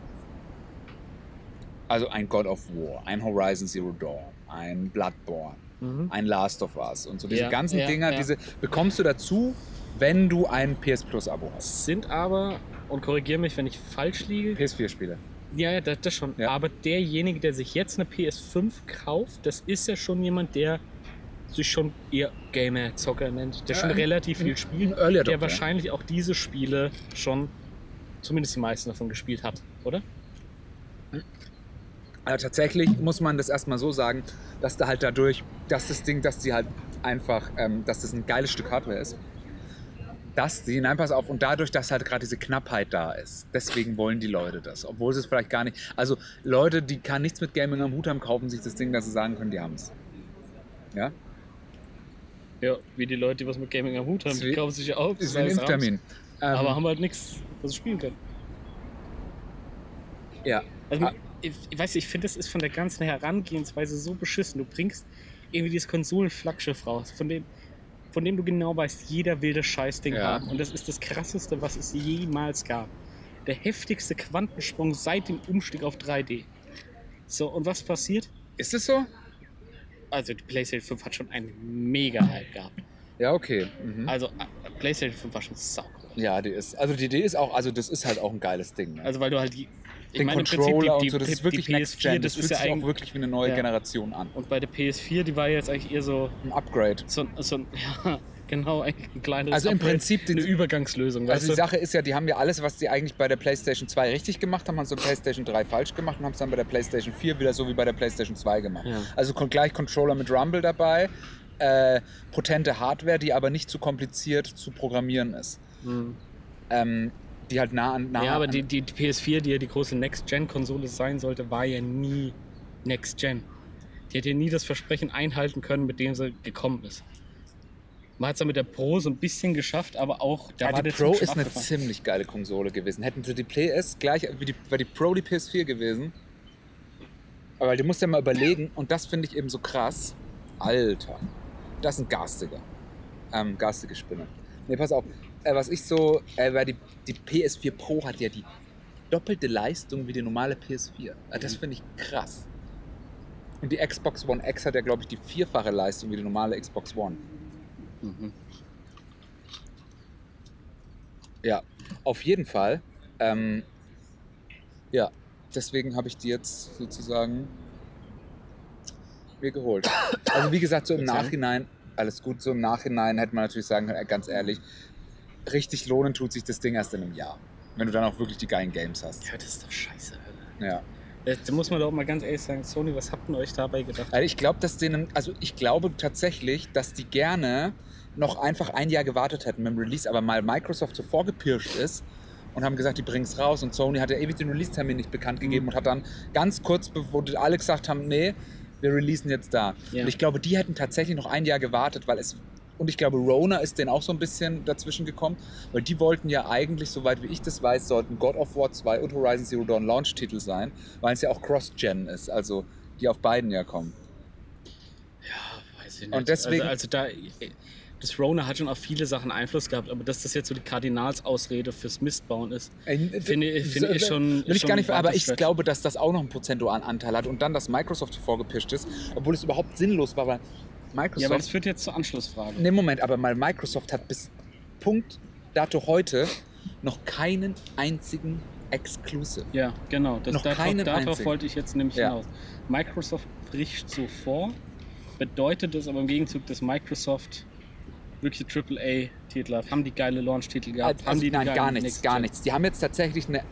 [SPEAKER 1] Also ein God of War, ein Horizon Zero Dawn, ein Bloodborne,
[SPEAKER 2] Mhm.
[SPEAKER 1] ein Last of Us und so diese
[SPEAKER 2] Ja,
[SPEAKER 1] ganzen
[SPEAKER 2] ja,
[SPEAKER 1] Dinger,
[SPEAKER 2] ja.
[SPEAKER 1] diese bekommst du dazu, wenn du ein PS Plus Abo hast.
[SPEAKER 2] Sind aber, und korrigiere mich, wenn ich falsch liege,
[SPEAKER 1] PS4 Spiele.
[SPEAKER 2] Ja, ja, das, das schon.
[SPEAKER 1] Ja.
[SPEAKER 2] Aber derjenige, der sich jetzt eine PS5 kauft, das ist ja schon jemand, der sich schon eher Gamer, Zocker nennt, der
[SPEAKER 1] Ja,
[SPEAKER 2] schon
[SPEAKER 1] ein-
[SPEAKER 2] relativ viel
[SPEAKER 1] Ein
[SPEAKER 2] spielt,
[SPEAKER 1] Early Adopter.
[SPEAKER 2] der wahrscheinlich auch diese Spiele schon, zumindest die meisten davon gespielt hat, oder?
[SPEAKER 1] Aber tatsächlich muss man das erstmal so sagen, dass da halt dadurch, dass das Ding, dass die halt einfach, ähm, dass das ein geiles Stück Hardware ist, dass die, nein, pass auf, und dadurch, dass halt gerade diese Knappheit da ist, deswegen wollen die Leute das, obwohl sie es vielleicht gar nicht, also Leute, die kann nichts mit Gaming am Hut haben, kaufen sich das Ding, dass sie sagen können, die haben es. Ja,
[SPEAKER 2] Ja, wie die Leute, die was mit Gaming am Hut haben,
[SPEAKER 1] Ist
[SPEAKER 2] die
[SPEAKER 1] wie-
[SPEAKER 2] kaufen sich auch.
[SPEAKER 1] ist wie ein
[SPEAKER 2] sei es
[SPEAKER 1] Impftermin.
[SPEAKER 2] abends,
[SPEAKER 1] Ähm,
[SPEAKER 2] Aber haben halt nichts, was sie spielen können.
[SPEAKER 1] ja,
[SPEAKER 2] Also,
[SPEAKER 1] Ah.
[SPEAKER 2] ich, ich weiß nicht, ich finde, das ist von der ganzen Herangehensweise so beschissen. Du bringst irgendwie dieses Konsolenflaggschiff raus, von dem, von dem du genau weißt, jeder will das Scheißding
[SPEAKER 1] Ja.
[SPEAKER 2] haben. Und das ist das krasseste, was es jemals gab. Der heftigste Quantensprung seit dem Umstieg auf 3D. So, und was passiert?
[SPEAKER 1] ist es so?
[SPEAKER 2] Also, die PlayStation 5 hat schon einen mega Hype gehabt.
[SPEAKER 1] Ja, okay. Mhm.
[SPEAKER 2] Also, äh, PlayStation 5 war schon saugroß.
[SPEAKER 1] ja, die ist, also die Idee ist auch, also das ist halt auch ein geiles Ding. Ne?
[SPEAKER 2] Also, weil du halt die. Ich
[SPEAKER 1] den
[SPEAKER 2] meine, im Prinzip
[SPEAKER 1] Controller
[SPEAKER 2] die, die,
[SPEAKER 1] und so, das
[SPEAKER 2] die,
[SPEAKER 1] ist wirklich
[SPEAKER 2] die
[SPEAKER 1] Next
[SPEAKER 2] PS4,
[SPEAKER 1] Gen.
[SPEAKER 2] das, ist ja
[SPEAKER 1] fühlt sich
[SPEAKER 2] eigentlich.
[SPEAKER 1] auch wirklich wie eine neue
[SPEAKER 2] Ja.
[SPEAKER 1] Generation an.
[SPEAKER 2] Und bei der PS4, die war ja jetzt eigentlich eher so.
[SPEAKER 1] Ein Upgrade.
[SPEAKER 2] So, ein- so ein, ja, genau, ein kleineres.
[SPEAKER 1] Also im
[SPEAKER 2] Upgrade,
[SPEAKER 1] Prinzip den-
[SPEAKER 2] eine Übergangslösung,
[SPEAKER 1] Also
[SPEAKER 2] weißt
[SPEAKER 1] die
[SPEAKER 2] du?
[SPEAKER 1] Sache ist ja, die haben ja alles, was die eigentlich bei der PlayStation 2 richtig gemacht haben, haben sie bei PlayStation 3 falsch gemacht und haben es dann bei der PlayStation 4 wieder so wie bei der PlayStation 2 gemacht.
[SPEAKER 2] Ja.
[SPEAKER 1] Also kon- gleich Controller mit Rumble dabei, äh, potente Hardware, die aber nicht zu kompliziert zu programmieren ist. Ähm, die halt nah an nah
[SPEAKER 2] ja, aber
[SPEAKER 1] an,
[SPEAKER 2] die, die, die PS4, die ja die große Next-Gen-Konsole sein sollte, war ja nie Next-Gen. Die hat ja nie das Versprechen einhalten können, mit dem sie gekommen ist. Man hat es ja mit der Pro so ein bisschen geschafft, aber auch da
[SPEAKER 1] ja,
[SPEAKER 2] war
[SPEAKER 1] die
[SPEAKER 2] der
[SPEAKER 1] Pro
[SPEAKER 2] Zug schon
[SPEAKER 1] ist eine
[SPEAKER 2] abgefahren.
[SPEAKER 1] ziemlich geile Konsole gewesen. Hätten sie die PS gleich wie die, wäre die Pro die PS4 gewesen. Aber du musst ja mal überlegen, und das finde ich eben so krass. Alter, das sind garstige. Ähm, garstige Spinne. Nee, pass auf. Äh, was ich so, äh, weil die, die PS4 Pro hat ja die doppelte Leistung wie die normale PS4. Äh, das
[SPEAKER 2] Mhm.
[SPEAKER 1] finde ich krass. Und die Xbox One X hat ja, glaube ich, die vierfache Leistung wie die normale Xbox One.
[SPEAKER 2] Mhm.
[SPEAKER 1] Ja, auf jeden Fall. Ähm, ja, deswegen habe ich die jetzt sozusagen mir geholt. Also wie gesagt, so im
[SPEAKER 2] Verzeihung.
[SPEAKER 1] Nachhinein, alles gut, so im Nachhinein hätte man natürlich sagen können, äh, ganz ehrlich, richtig lohnen tut sich das Ding erst in einem Jahr. Wenn du dann auch wirklich die geilen Games hast.
[SPEAKER 2] Ja, das ist doch scheiße. Alter.
[SPEAKER 1] Ja.
[SPEAKER 2] Äh, Da muss man doch mal ganz ehrlich sagen, Sony, was habt ihr euch dabei gedacht?
[SPEAKER 1] Also ich glaube, dass denen, also ich glaube tatsächlich, dass die gerne noch einfach ein Jahr gewartet hätten mit dem Release, aber mal Microsoft so vorgepirscht ist und haben gesagt, die bringen's raus und Sony hat ja ewig den Release-Termin nicht bekannt gegeben
[SPEAKER 2] Mhm.
[SPEAKER 1] und hat dann ganz kurz, be- wo die alle gesagt haben, nee, wir releasen jetzt da.
[SPEAKER 2] Ja.
[SPEAKER 1] Und ich glaube, die hätten tatsächlich noch ein Jahr gewartet, weil es und ich glaube, Rona ist denen auch so ein bisschen dazwischen gekommen, weil die wollten ja eigentlich, soweit wie ich das weiß, sollten God of War 2 und Horizon Zero Dawn Launch-Titel sein, weil es ja auch Cross-Gen ist, also die auf beiden ja kommen.
[SPEAKER 2] Ja, weiß ich nicht.
[SPEAKER 1] Und deswegen-
[SPEAKER 2] Also, also da, das Rona hat schon auf viele Sachen Einfluss gehabt, aber dass das jetzt so die Kardinalsausrede fürs Mistbauen ist,
[SPEAKER 1] Äh,
[SPEAKER 2] finde ich-
[SPEAKER 1] so,
[SPEAKER 2] finde ich
[SPEAKER 1] äh,
[SPEAKER 2] schon.
[SPEAKER 1] Will ich
[SPEAKER 2] schon
[SPEAKER 1] gar nicht,
[SPEAKER 2] ein
[SPEAKER 1] aber
[SPEAKER 2] weites
[SPEAKER 1] ich
[SPEAKER 2] Stretch.
[SPEAKER 1] glaube, dass das auch noch einen prozentualen Anteil hat und dann, dass Microsoft vorgepischt ist, obwohl es überhaupt sinnlos war, weil
[SPEAKER 2] Ja, aber das
[SPEAKER 1] Microsoft.
[SPEAKER 2] führt jetzt zur Anschlussfrage.
[SPEAKER 1] ne, Moment, aber mal Microsoft hat bis Punkt dato heute noch keinen einzigen Exclusive.
[SPEAKER 2] Ja, genau. Das,
[SPEAKER 1] Noch
[SPEAKER 2] darauf
[SPEAKER 1] keinen
[SPEAKER 2] darauf
[SPEAKER 1] einzigen.
[SPEAKER 2] wollte ich jetzt nämlich
[SPEAKER 1] Ja.
[SPEAKER 2] hinaus. Microsoft bricht so vor, bedeutet das aber im Gegenzug, dass Microsoft wirklich AAA-Titel hat. Haben die geile Launch-Titel gehabt?
[SPEAKER 1] Also,
[SPEAKER 2] haben
[SPEAKER 1] also,
[SPEAKER 2] die die
[SPEAKER 1] nein,
[SPEAKER 2] geilen
[SPEAKER 1] gar nichts,
[SPEAKER 2] Next
[SPEAKER 1] gar
[SPEAKER 2] Gen?
[SPEAKER 1] nichts. Die haben jetzt tatsächlich eine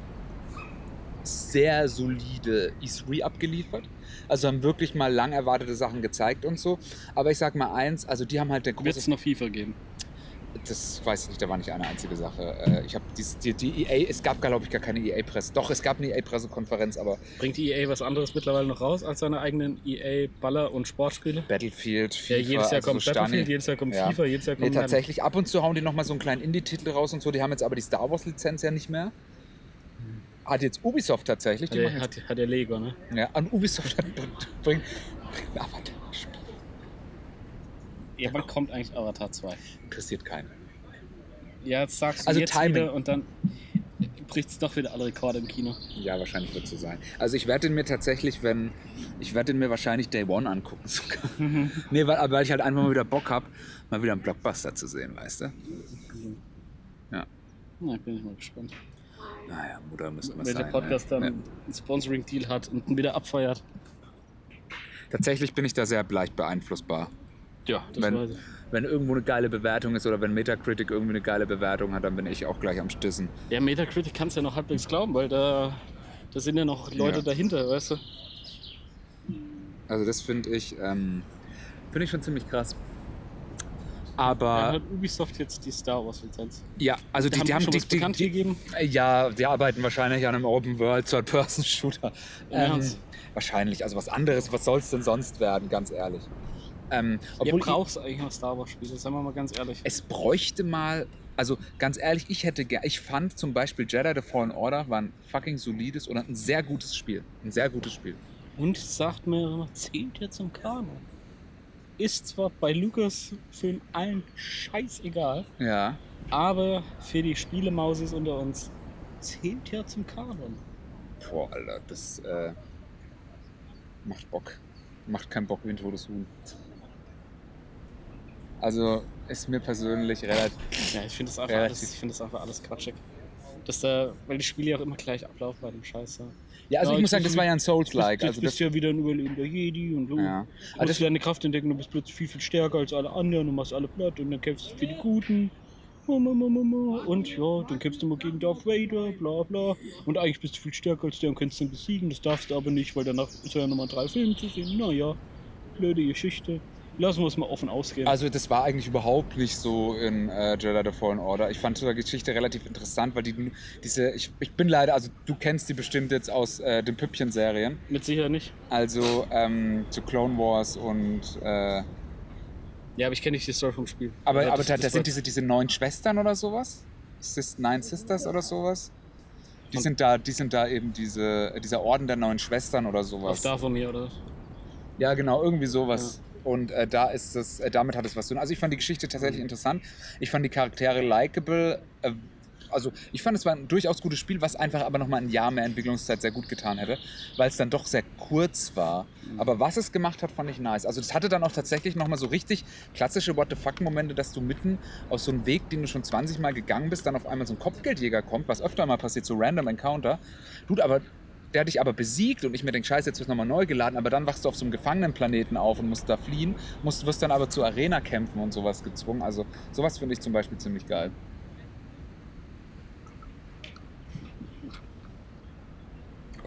[SPEAKER 1] sehr solide E3 abgeliefert. Also haben wirklich mal lang erwartete Sachen gezeigt und so. Aber ich sag mal eins, also die haben halt der
[SPEAKER 2] Wird
[SPEAKER 1] große
[SPEAKER 2] es noch FIFA geben?
[SPEAKER 1] Das weiß ich nicht, da war nicht eine einzige Sache. Äh, Ich habe die, die EA, es gab glaube ich gar keine EA-Presse. Doch, es gab eine EA-Pressekonferenz, aber
[SPEAKER 2] Bringt EA was anderes mittlerweile noch raus als seine eigenen EA-Baller- und Sportspiele?
[SPEAKER 1] Battlefield, FIFA,
[SPEAKER 2] Ja, jedes Jahr
[SPEAKER 1] also
[SPEAKER 2] kommt
[SPEAKER 1] so
[SPEAKER 2] Battlefield,
[SPEAKER 1] Stani.
[SPEAKER 2] jedes Jahr kommt
[SPEAKER 1] Ja.
[SPEAKER 2] FIFA, jedes Jahr
[SPEAKER 1] Nee,
[SPEAKER 2] kommt
[SPEAKER 1] tatsächlich,
[SPEAKER 2] Hm.
[SPEAKER 1] ab und zu hauen die nochmal so einen kleinen Indie-Titel raus und so. Die haben jetzt aber die Star Wars-Lizenz ja nicht mehr. hat jetzt Ubisoft tatsächlich. Die
[SPEAKER 2] Hat,
[SPEAKER 1] machen
[SPEAKER 2] er-
[SPEAKER 1] jetzt,
[SPEAKER 2] hat, hat der Lego, ne?
[SPEAKER 1] ja, an Ubisoft hat, bringt, bringt ein Avatar-Spiel.
[SPEAKER 2] Ja, wann kommt eigentlich Avatar 2?
[SPEAKER 1] Interessiert keinen.
[SPEAKER 2] Ja, jetzt sagst du
[SPEAKER 1] Also
[SPEAKER 2] jetzt
[SPEAKER 1] Timing.
[SPEAKER 2] wieder und dann bricht es doch wieder alle Rekorde im Kino.
[SPEAKER 1] Ja, wahrscheinlich wird so sein. Also ich werde den mir tatsächlich, wenn. Ich werde den mir wahrscheinlich Day One angucken sogar. nee, weil, aber weil ich halt einfach mal wieder Bock habe, mal wieder einen Blockbuster zu sehen, weißt du? Ja.
[SPEAKER 2] Na, bin ich mal gespannt.
[SPEAKER 1] Naja, Mutter müssen wir
[SPEAKER 2] Wenn der
[SPEAKER 1] sein.
[SPEAKER 2] Podcast
[SPEAKER 1] ne?
[SPEAKER 2] dann einen Sponsoring-Deal hat und ihn wieder abfeiert.
[SPEAKER 1] Ja. Tatsächlich bin ich da sehr leicht beeinflussbar.
[SPEAKER 2] Ja, das
[SPEAKER 1] Wenn-
[SPEAKER 2] weiß ich.
[SPEAKER 1] Wenn irgendwo eine geile Bewertung ist oder wenn Metacritic irgendwie eine geile Bewertung hat, dann bin ich auch gleich am Stissen.
[SPEAKER 2] Ja, Metacritic kannst du ja noch halbwegs glauben, weil da, da sind ja noch Leute
[SPEAKER 1] Ja.
[SPEAKER 2] dahinter, weißt du?
[SPEAKER 1] Also das finde ich, ähm, finde ich schon ziemlich krass.
[SPEAKER 2] Dann
[SPEAKER 1] Aber
[SPEAKER 2] hat halt Ubisoft jetzt die Star Wars-Lizenz.
[SPEAKER 1] ja, also die, die haben
[SPEAKER 2] schon
[SPEAKER 1] die,
[SPEAKER 2] was
[SPEAKER 1] die,
[SPEAKER 2] bekannt
[SPEAKER 1] die,
[SPEAKER 2] gegeben.
[SPEAKER 1] Ja, die arbeiten wahrscheinlich an einem Open World Third-Person-Shooter. Ähm,
[SPEAKER 2] Im Ernst?
[SPEAKER 1] wahrscheinlich. Also was anderes, was soll es denn sonst werden, ganz ehrlich. Ähm,
[SPEAKER 2] Obwohl
[SPEAKER 1] obwohl
[SPEAKER 2] Ihr braucht eigentlich noch Star Wars-Spiele, sagen wir mal ganz ehrlich.
[SPEAKER 1] ich, es bräuchte mal, also ganz ehrlich, ich hätte ger- ich fand zum Beispiel Jedi The Fallen Order war ein fucking solides oder ein sehr gutes Spiel. Ein sehr gutes Spiel.
[SPEAKER 2] Und sagt mir, zählt jetzt im Kanon. Ist zwar bei Lucasfilm allen scheißegal,
[SPEAKER 1] Ja.
[SPEAKER 2] aber für die Spielemausis unter uns zählt ja zum Kanon.
[SPEAKER 1] Boah, Alter, das äh, macht Bock. Macht keinen Bock wie ein totes Huhn. Also ist mir persönlich relativ.
[SPEAKER 2] Ja, ich finde das, einfach
[SPEAKER 1] Ja,
[SPEAKER 2] alles-
[SPEAKER 1] ich-
[SPEAKER 2] ich find das einfach alles quatschig. Dass da, weil die Spiele ja auch immer gleich ablaufen bei dem Scheiß. Ja.
[SPEAKER 1] Ja, also
[SPEAKER 2] Ja,
[SPEAKER 1] ich
[SPEAKER 2] jetzt
[SPEAKER 1] muss sagen, das
[SPEAKER 2] bist du-
[SPEAKER 1] war ja ein Souls-like.
[SPEAKER 2] Jetzt
[SPEAKER 1] Also das,
[SPEAKER 2] bist du ja wieder ein überlebender Jedi und du
[SPEAKER 1] ja.
[SPEAKER 2] musst
[SPEAKER 1] Aber das,
[SPEAKER 2] deine Kraft entdecken, du bist plötzlich viel, viel stärker als alle anderen und machst alle platt und dann kämpfst du für die Guten. Ma, ma, ma, ma, ma. Und ja, dann kämpfst du mal gegen Darth Vader, bla bla. Und eigentlich bist du viel stärker als der und kannst ihn besiegen. Das darfst du aber nicht, weil danach ist ja nochmal drei Filme zu sehen. Naja, blöde Geschichte. Lassen wir es mal offen ausgehen.
[SPEAKER 1] also das war eigentlich überhaupt nicht so in äh, Jedi The Fallen Order. Ich fand die Geschichte relativ interessant, weil die diese, ich, ich bin leider, also du kennst die bestimmt jetzt aus äh, den Püppchen-Serien.
[SPEAKER 2] Mit Sicherheit nicht.
[SPEAKER 1] Also ähm, zu Clone Wars und äh,
[SPEAKER 2] Ja, aber ich kenne nicht die Story vom Spiel.
[SPEAKER 1] aber,
[SPEAKER 2] Ja,
[SPEAKER 1] aber da,
[SPEAKER 2] das
[SPEAKER 1] da
[SPEAKER 2] war-
[SPEAKER 1] sind diese, diese neun Schwestern oder sowas. Sis, Nine Sisters oder sowas. Die
[SPEAKER 2] Und-
[SPEAKER 1] sind da, die sind da eben diese, dieser Orden der neuen Schwestern oder
[SPEAKER 2] Auf
[SPEAKER 1] sowas.
[SPEAKER 2] da von mir, oder?
[SPEAKER 1] Ja, genau, irgendwie sowas. Und äh, da ist das, äh, damit hat es was zu tun. Also ich fand die Geschichte tatsächlich interessant. Ich fand die Charaktere likable. Äh, also ich fand es war ein durchaus gutes Spiel, was einfach aber nochmal ein Jahr mehr Entwicklungszeit sehr gut getan hätte, weil es dann doch sehr kurz war. Aber was es gemacht hat, fand ich nice. Also das hatte dann auch tatsächlich nochmal so richtig klassische What the fuck-Momente, dass du mitten auf so einen Weg, den du schon 20 Mal gegangen bist, dann auf einmal so ein Kopfgeldjäger kommt, was öfter mal passiert, so random Encounter. Dude, aber der dich aber besiegt und ich mir denke, scheiße, jetzt wird nochmal neu geladen, aber dann wachst du auf so einem Gefangenenplaneten auf und musst da fliehen, musst, wirst dann aber zur Arena kämpfen und sowas gezwungen. Also sowas finde ich zum Beispiel ziemlich geil.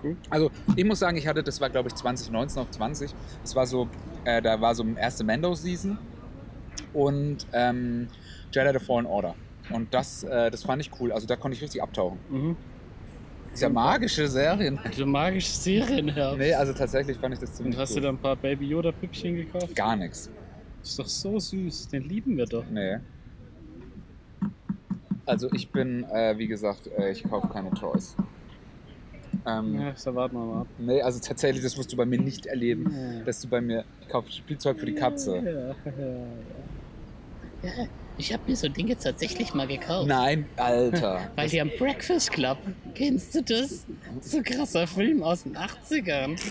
[SPEAKER 2] Cool.
[SPEAKER 1] Also ich muss sagen, ich hatte, das war glaube ich 2019 auf 20, das war so, äh, da war so erste Mando-Season und ähm, Jedi The Fallen Order. Und das, äh, das fand ich cool. Also da konnte ich richtig abtauchen.
[SPEAKER 2] Mhm.
[SPEAKER 1] Das ist ja magische Serien.
[SPEAKER 2] Diese magische Serienherbst.
[SPEAKER 1] Nee, also tatsächlich fand ich das
[SPEAKER 2] Und
[SPEAKER 1] ziemlich
[SPEAKER 2] hast du
[SPEAKER 1] cool.
[SPEAKER 2] da ein paar Baby Yoda Püppchen gekauft?
[SPEAKER 1] Gar nichts.
[SPEAKER 2] Ist doch so süß, den lieben wir doch.
[SPEAKER 1] Nee. Also ich bin, äh, wie gesagt, äh, ich kaufe keine Toys. Ähm,
[SPEAKER 2] Ja, das erwarten wir mal ab.
[SPEAKER 1] Nee, also tatsächlich, das wirst du bei mir nicht erleben. Dass du bei mir ich kaufe Spielzeug für die Katze.
[SPEAKER 2] Ja, ja, ja.
[SPEAKER 3] Ja, ich habe mir so ein Ding jetzt tatsächlich mal gekauft.
[SPEAKER 1] Nein, Alter.
[SPEAKER 3] Weil die am Breakfast Club, kennst du das? So krasser Film aus den 80ern.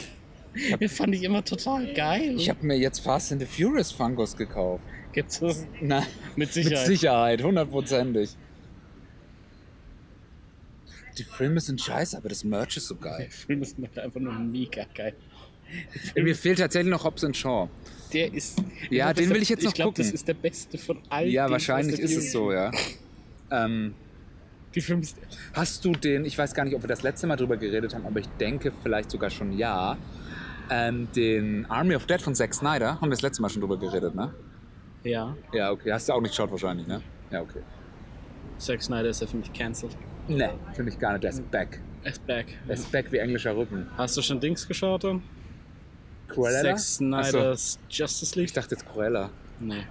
[SPEAKER 3] Den fand ich immer total geil.
[SPEAKER 1] Ich habe mir jetzt Fast and the Furious Fungos gekauft.
[SPEAKER 2] Gibt's das?
[SPEAKER 1] Nein,
[SPEAKER 2] Mit
[SPEAKER 1] mit
[SPEAKER 2] Sicherheit.
[SPEAKER 1] Sicherheit, hundertprozentig. Die Filme sind scheiße, aber das Merch ist so geil.
[SPEAKER 2] Der Film ist halt einfach nur mega geil.
[SPEAKER 1] Mir fehlt tatsächlich noch Hobbs and Shaw.
[SPEAKER 2] Der ist.
[SPEAKER 1] Ja,
[SPEAKER 2] glaub,
[SPEAKER 1] den
[SPEAKER 2] das-
[SPEAKER 1] will ich jetzt noch
[SPEAKER 2] ich glaub,
[SPEAKER 1] gucken.
[SPEAKER 2] Das ist der beste von allen.
[SPEAKER 1] Ja,
[SPEAKER 2] Dings,
[SPEAKER 1] wahrscheinlich
[SPEAKER 2] was der
[SPEAKER 1] ist es
[SPEAKER 2] Film-
[SPEAKER 1] so, ja. Ähm,
[SPEAKER 2] Die Film ist.
[SPEAKER 1] hast du den, ich weiß gar nicht, ob wir das letzte Mal drüber geredet haben, aber ich denke vielleicht sogar schon ja, ähm, den Army of Dead von Zack Snyder, haben wir das letzte Mal schon drüber geredet, ne?
[SPEAKER 2] Ja,
[SPEAKER 1] Ja, okay. Hast du auch nicht geschaut wahrscheinlich, ne? Ja, okay.
[SPEAKER 2] Zack Snyder ist ja für mich cancelled.
[SPEAKER 1] Ne, finde ich gar nicht. Der ist back.
[SPEAKER 2] Er ist back.
[SPEAKER 1] Der ist back wie englischer Rücken.
[SPEAKER 2] Hast du schon Dings geschaut? Tom?
[SPEAKER 1] Cruella?
[SPEAKER 2] Zack
[SPEAKER 1] Ach so,
[SPEAKER 2] Snyder's Justice League?
[SPEAKER 1] ich dachte jetzt Cruella,
[SPEAKER 2] Nee.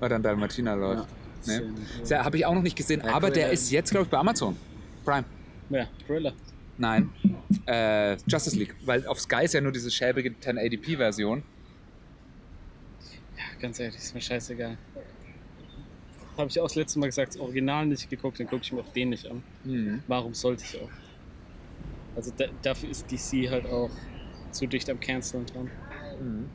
[SPEAKER 1] weil dann Dalmatina läuft.
[SPEAKER 2] Ja.
[SPEAKER 1] Nee. Ja, Habe ich auch noch nicht gesehen,
[SPEAKER 2] Ja,
[SPEAKER 1] aber der
[SPEAKER 2] Cruella.
[SPEAKER 1] ist jetzt, glaube ich, bei Amazon Prime.
[SPEAKER 2] Ja, Thriller.
[SPEAKER 1] Nein. Äh, Justice League. Weil auf Sky ist ja nur diese schäbige 1080p-Version.
[SPEAKER 2] Ja, ganz ehrlich, ist mir scheißegal. Habe ich auch das letzte Mal gesagt, das Original nicht geguckt, dann gucke ich mir auch den nicht an.
[SPEAKER 1] Mhm.
[SPEAKER 2] Warum sollte ich auch? Also da, dafür ist DC halt auch zu dicht am Canceln dran.
[SPEAKER 1] Mhm.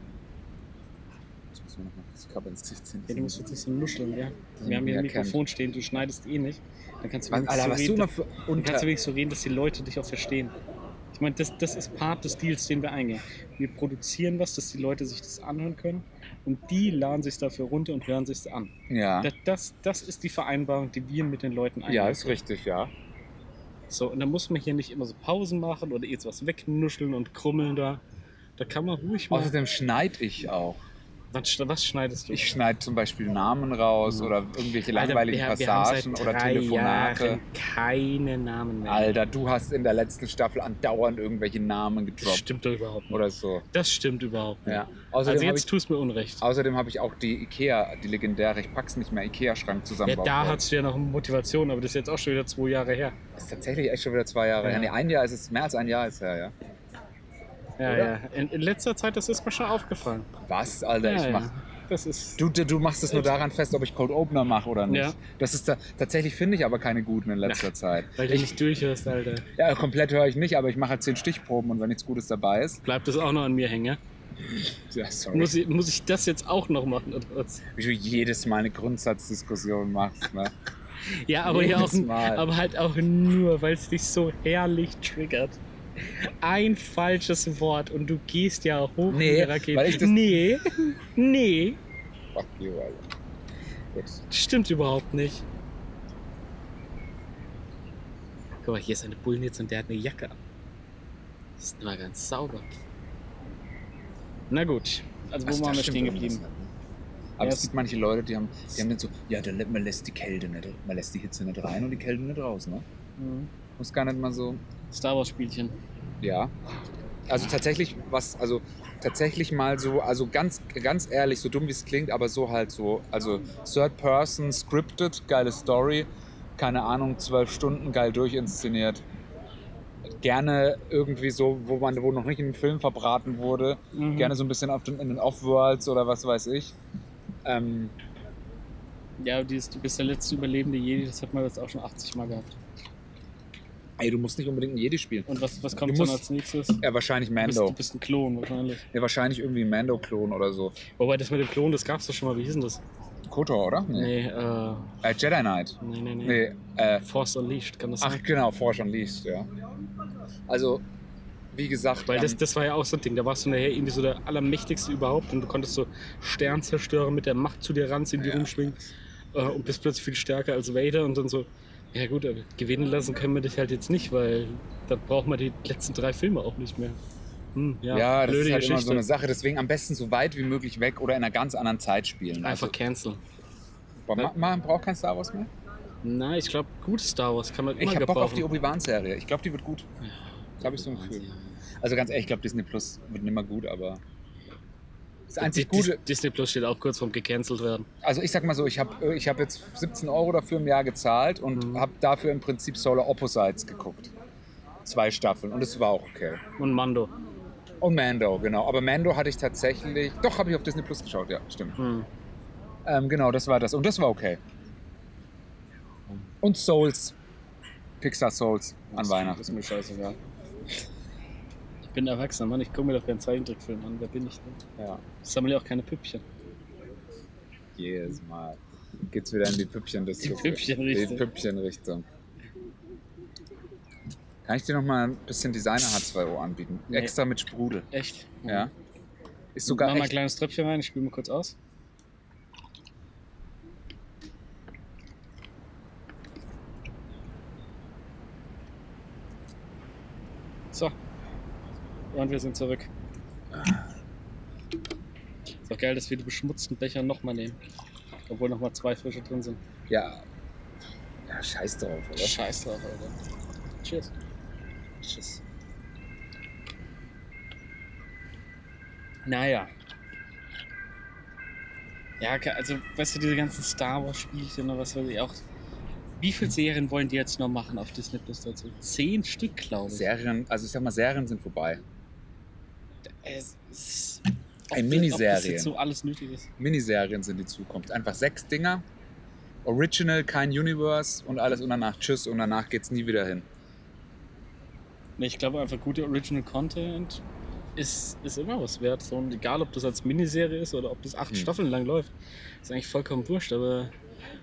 [SPEAKER 1] Jetzt müssen wir nochmal das Cover ins Gesicht ziehen.
[SPEAKER 2] Ja, du musst jetzt nicht so nuscheln, ja.
[SPEAKER 1] Das
[SPEAKER 2] Wir haben hier ein
[SPEAKER 1] erkennt.
[SPEAKER 2] Mikrofon stehen, du schneidest eh nicht. Dann kannst du
[SPEAKER 1] Was,
[SPEAKER 2] wenigstens
[SPEAKER 1] Alter, was
[SPEAKER 2] so
[SPEAKER 1] du
[SPEAKER 2] reden,
[SPEAKER 1] noch für
[SPEAKER 2] dann kannst du
[SPEAKER 1] unter...
[SPEAKER 2] wenigstens so reden, dass die Leute dich auch verstehen. Ich meine, das, das ist Part des Deals, den wir eingehen. Wir produzieren was, dass die Leute sich das anhören können und die laden sich dafür runter und hören sich es an.
[SPEAKER 1] Ja.
[SPEAKER 2] Das, das, das ist die Vereinbarung, die wir mit den Leuten eingehen.
[SPEAKER 1] ja, ist richtig, ja.
[SPEAKER 2] So, und dann muss man hier nicht immer so Pausen machen oder jetzt was wegnuscheln und krummeln da. Da kann man ruhig mal.
[SPEAKER 1] Außerdem schneide ich auch.
[SPEAKER 2] was, sch- was schneidest du?
[SPEAKER 1] Ich schneide zum Beispiel Namen raus
[SPEAKER 2] Mhm.
[SPEAKER 1] oder irgendwelche
[SPEAKER 2] Alter,
[SPEAKER 1] langweiligen
[SPEAKER 2] wir- wir haben seit
[SPEAKER 1] Passagen oder
[SPEAKER 2] drei
[SPEAKER 1] Telefonate.
[SPEAKER 2] Jahren Keine Namen mehr.
[SPEAKER 1] Alter, du hast in der letzten Staffel andauernd irgendwelche Namen
[SPEAKER 2] Das
[SPEAKER 1] gedroppt
[SPEAKER 2] stimmt doch überhaupt nicht.
[SPEAKER 1] oder so.
[SPEAKER 2] Das stimmt überhaupt nicht.
[SPEAKER 1] Ja.
[SPEAKER 2] Also
[SPEAKER 1] Außerdem habe
[SPEAKER 2] jetzt
[SPEAKER 1] ich,
[SPEAKER 2] tust du mir Unrecht.
[SPEAKER 1] außerdem hab ich auch die Ikea, die legendäre, ich pack's nicht mehr, Ikea-Schrank
[SPEAKER 2] Ja,
[SPEAKER 1] zusammenbauen.
[SPEAKER 2] da
[SPEAKER 1] wollen.
[SPEAKER 2] hattest du ja noch Motivation, aber das ist jetzt auch schon wieder zwei Jahre her.
[SPEAKER 1] Das ist tatsächlich echt schon wieder zwei Jahre
[SPEAKER 2] Ja.
[SPEAKER 1] her. Nee, ein Jahr ist es, mehr als ein Jahr ist her, ja.
[SPEAKER 2] Ja,
[SPEAKER 1] Oder?
[SPEAKER 2] ja. In, in letzter Zeit, das ist mir schon aufgefallen.
[SPEAKER 1] Was, Alter,
[SPEAKER 2] ja,
[SPEAKER 1] ich mach.
[SPEAKER 2] ja. Das ist.
[SPEAKER 1] Du, du du machst es nur daran fest, ob ich Cold Opener mache oder nicht.
[SPEAKER 2] Ja.
[SPEAKER 1] Das ist da, tatsächlich finde ich aber keine guten in letzter Zeit.
[SPEAKER 2] Weil du nicht durchhörst, Alter.
[SPEAKER 1] Ja, komplett höre ich nicht, aber ich mache halt zehn Stichproben und wenn nichts Gutes dabei ist,
[SPEAKER 2] Bleibt das auch noch an mir hängen?
[SPEAKER 1] ja, sorry.
[SPEAKER 2] Muss ich, muss ich das jetzt auch noch machen oder was?
[SPEAKER 1] wie du jedes Mal eine Grundsatzdiskussion machst. Ne?
[SPEAKER 2] Ja, aber, ja auch,
[SPEAKER 1] Jedes Mal.
[SPEAKER 2] aber halt auch nur, weil es dich so herrlich triggert. Ein falsches Wort und du gehst ja hoch in
[SPEAKER 1] Nee,
[SPEAKER 2] die Rakete.
[SPEAKER 1] weil ich das-
[SPEAKER 2] nee, nee,
[SPEAKER 1] Fuck you, Alter. Gut.
[SPEAKER 2] stimmt überhaupt nicht. Guck mal, hier ist eine Bullnitz und der hat eine Jacke an. Ist immer ganz sauber. Na gut, also wo
[SPEAKER 1] Also, da
[SPEAKER 2] waren wir
[SPEAKER 1] stimmt
[SPEAKER 2] stehen
[SPEAKER 1] irgendwas
[SPEAKER 2] geblieben?
[SPEAKER 1] nicht, ne? Aber
[SPEAKER 2] Ja,
[SPEAKER 1] es
[SPEAKER 2] es-
[SPEAKER 1] gibt manche Leute, die haben, die haben dann so, ja, dann, man lässt die Kälte nicht, man lässt die Hitze nicht rein und die Kälte nicht raus, ne?
[SPEAKER 2] Mhm.
[SPEAKER 1] Muss gar nicht mal so.
[SPEAKER 2] Star Wars Spielchen.
[SPEAKER 1] Ja. Also tatsächlich, was, also tatsächlich mal so, also ganz, ganz ehrlich, so dumm wie es klingt, aber so halt so, also Third Person, scripted, geile Story, keine Ahnung, zwölf Stunden geil durchinszeniert. Gerne irgendwie so, wo man, wo noch nicht in den Film verbraten wurde,
[SPEAKER 2] Mhm.
[SPEAKER 1] gerne so ein bisschen auf den, in den Off-Worlds oder was weiß ich. Ähm,
[SPEAKER 2] Ja, dieses, du bist der letzte Überlebende Jedi, das hat man jetzt auch schon 80 Mal gehabt.
[SPEAKER 1] ey, du musst nicht unbedingt ein Jedi spielen.
[SPEAKER 2] Und was, was
[SPEAKER 1] Du
[SPEAKER 2] kommt dann
[SPEAKER 1] musst-
[SPEAKER 2] als nächstes? Du
[SPEAKER 1] Ja, wahrscheinlich
[SPEAKER 2] bist, du
[SPEAKER 1] Mando.
[SPEAKER 2] bist ein Klon wahrscheinlich.
[SPEAKER 1] Ja, wahrscheinlich irgendwie ein Mando-Klon oder so.
[SPEAKER 2] Wobei das mit dem Klon, das gab's doch schon mal, wie hieß denn das?
[SPEAKER 1] Kotor, oder? Nee.
[SPEAKER 2] Nee, äh,
[SPEAKER 1] Äh, Jedi Knight.
[SPEAKER 2] nee, nee, nee.
[SPEAKER 1] Nee, äh,
[SPEAKER 2] Force Unleashed, kann das
[SPEAKER 1] ach
[SPEAKER 2] sein?
[SPEAKER 1] genau, Forscher liest, ja. Also, wie gesagt,
[SPEAKER 2] Weil das,
[SPEAKER 1] ähm,
[SPEAKER 2] das war ja auch so ein Ding, da warst du nachher irgendwie so der Allermächtigste überhaupt und du konntest so Sternzerstörer mit der Macht zu dir ranziehen, die
[SPEAKER 1] Ja.
[SPEAKER 2] rumschwingen äh, und bist plötzlich viel stärker als Vader und dann so, ja gut, aber gewinnen lassen können wir dich halt jetzt nicht, weil dann brauchen wir die letzten drei Filme auch nicht mehr. Hm, ja,
[SPEAKER 1] ja, das ist
[SPEAKER 2] blöde
[SPEAKER 1] halt
[SPEAKER 2] Geschichte.
[SPEAKER 1] immer so eine Sache. Deswegen am besten so weit wie möglich weg oder in einer ganz anderen Zeit spielen.
[SPEAKER 2] Einfach
[SPEAKER 1] Also,
[SPEAKER 2] canceln.
[SPEAKER 1] boah, ma- man braucht kein Star Wars mehr.
[SPEAKER 2] Nein, ich glaube, gutes Star Wars kann man
[SPEAKER 1] Ich
[SPEAKER 2] immer
[SPEAKER 1] hab Bock
[SPEAKER 2] gebrauchen.
[SPEAKER 1] auf die Obi-Wan-Serie. Ich glaube, die wird gut. Da hab ich so ein Gefühl. Also ganz ehrlich, ich glaube, Disney Plus wird nimmer gut, aber. Das einzig
[SPEAKER 2] Dis-
[SPEAKER 1] Gute,
[SPEAKER 2] Disney Plus steht auch kurz vorm gecancelt werden.
[SPEAKER 1] also ich sag mal so, ich habe ich hab jetzt 17 Euro dafür im Jahr gezahlt und
[SPEAKER 2] Mhm.
[SPEAKER 1] habe dafür im Prinzip Solar Opposites geguckt. Zwei Staffeln und es war auch okay.
[SPEAKER 2] Und Mando.
[SPEAKER 1] Und Mando, genau. Aber Mando hatte ich tatsächlich. Doch, habe ich auf Disney Plus geschaut, ja, stimmt.
[SPEAKER 2] Hm.
[SPEAKER 1] Ähm, genau, das war das. Und das war okay. Und Souls. Pixar Souls an Weihnachten.
[SPEAKER 2] Ist mir scheißegal. Ich bin erwachsen, Mann. Ich gucke mir doch keinen Zeichentrickfilm an. Wer bin ich denn?
[SPEAKER 1] Ja,
[SPEAKER 2] Ich sammle ja auch keine Püppchen.
[SPEAKER 1] jedes Mal. Geht's wieder in die Püppchen-Richtung.
[SPEAKER 2] Die Püppchenrichtung.
[SPEAKER 1] Die Püppchen-Richtung. Kann ich dir nochmal ein bisschen Designer H2O anbieten?
[SPEAKER 2] Nee.
[SPEAKER 1] Extra mit Sprudel.
[SPEAKER 2] Echt?
[SPEAKER 1] Ja. Ist sogar
[SPEAKER 2] Mach mal ein
[SPEAKER 1] echt,
[SPEAKER 2] kleines Tröpfchen rein. Ich spiele mal kurz aus. So. Und wir sind zurück. Ist doch geil, dass wir die beschmutzten Becher nochmal nehmen. Obwohl nochmal zwei frische drin sind.
[SPEAKER 1] ja. Ja, scheiß drauf, oder?
[SPEAKER 2] Scheiß drauf, Alter. Cheers.
[SPEAKER 1] Tschüss.
[SPEAKER 2] Naja. Ja, ke- also, weißt du, diese ganzen Star Wars-Spielchen und was weiß ich auch.
[SPEAKER 3] Wie viele Serien wollen die jetzt noch machen auf Disney Plus dazu? Zehn Stück, glaube ich.
[SPEAKER 1] Serien, also ich sag mal, Serien sind vorbei.
[SPEAKER 3] Es ist-
[SPEAKER 1] Ein
[SPEAKER 3] ob-
[SPEAKER 1] Miniserien.
[SPEAKER 3] Ob das jetzt so alles nötig ist.
[SPEAKER 1] Miniserien sind die Zukunft. Einfach sechs Dinger. Original, kein Universe und alles und danach tschüss und danach geht's nie wieder hin.
[SPEAKER 3] Nee, ich glaube einfach, guter Original Content
[SPEAKER 2] Ist, ist immer was wert. So, und egal, ob das als Miniserie ist oder ob das acht
[SPEAKER 1] Hm.
[SPEAKER 2] Staffeln lang läuft. Ist eigentlich vollkommen wurscht, aber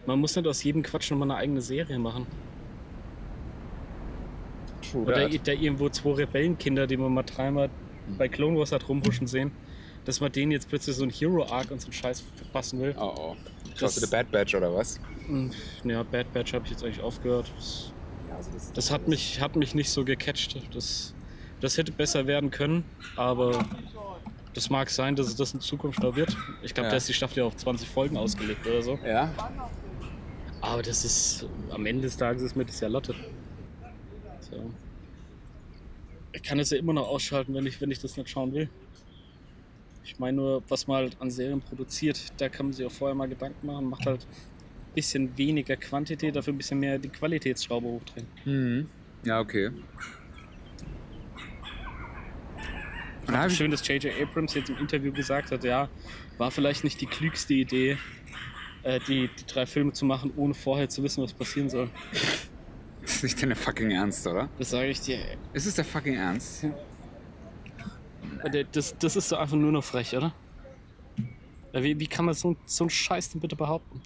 [SPEAKER 2] man muss nicht aus jedem Quatsch nochmal eine eigene Serie machen.
[SPEAKER 1] True
[SPEAKER 2] Oder
[SPEAKER 1] that.
[SPEAKER 2] da irgendwo zwei Rebellenkinder, die man mal dreimal
[SPEAKER 1] halt Hm.
[SPEAKER 2] bei Clone Wars hat rumhuschen sehen, dass man denen jetzt plötzlich so ein Hero-Arc und so einen Scheiß verpassen will.
[SPEAKER 1] Oh oh. Schaust du The
[SPEAKER 2] Das-
[SPEAKER 1] Bad Batch oder was?
[SPEAKER 2] Hm, Ja, Bad Batch habe ich jetzt eigentlich aufgehört. Das,
[SPEAKER 1] Ja, also das,
[SPEAKER 2] das hat, mich, hat mich nicht so gecatcht. Das, das hätte besser werden können, aber das mag sein, dass es das in Zukunft noch wird. Ich glaube,
[SPEAKER 1] Ja.
[SPEAKER 2] da ist die Staffel ja auf 20 Folgen ausgelegt oder so.
[SPEAKER 1] Ja?
[SPEAKER 2] Aber das ist, am Ende des Tages ist mir das ja Latte. So. Ich kann das ja immer noch ausschalten, wenn ich, wenn ich das nicht schauen will. Ich meine nur, was man halt an Serien produziert, da kann man sich auch vorher mal Gedanken machen, macht halt ein bisschen weniger Quantität, dafür ein bisschen mehr die Qualitätsschraube hochdrehen.
[SPEAKER 1] Mhm. Ja, okay. Und da hab Also ich,
[SPEAKER 2] Schön, dass J.J. Abrams jetzt im Interview gesagt hat, ja, war vielleicht nicht die klügste Idee, äh, die, die drei Filme zu machen, ohne vorher zu wissen, was passieren soll.
[SPEAKER 1] das ist nicht deine fucking Ernst, oder?
[SPEAKER 3] Das sage ich dir. ey.
[SPEAKER 1] Ist es der fucking Ernst?
[SPEAKER 2] Äh, Das, das ist doch einfach nur noch frech, oder? Äh, Wie, wie kann man so, so einen Scheiß denn bitte behaupten?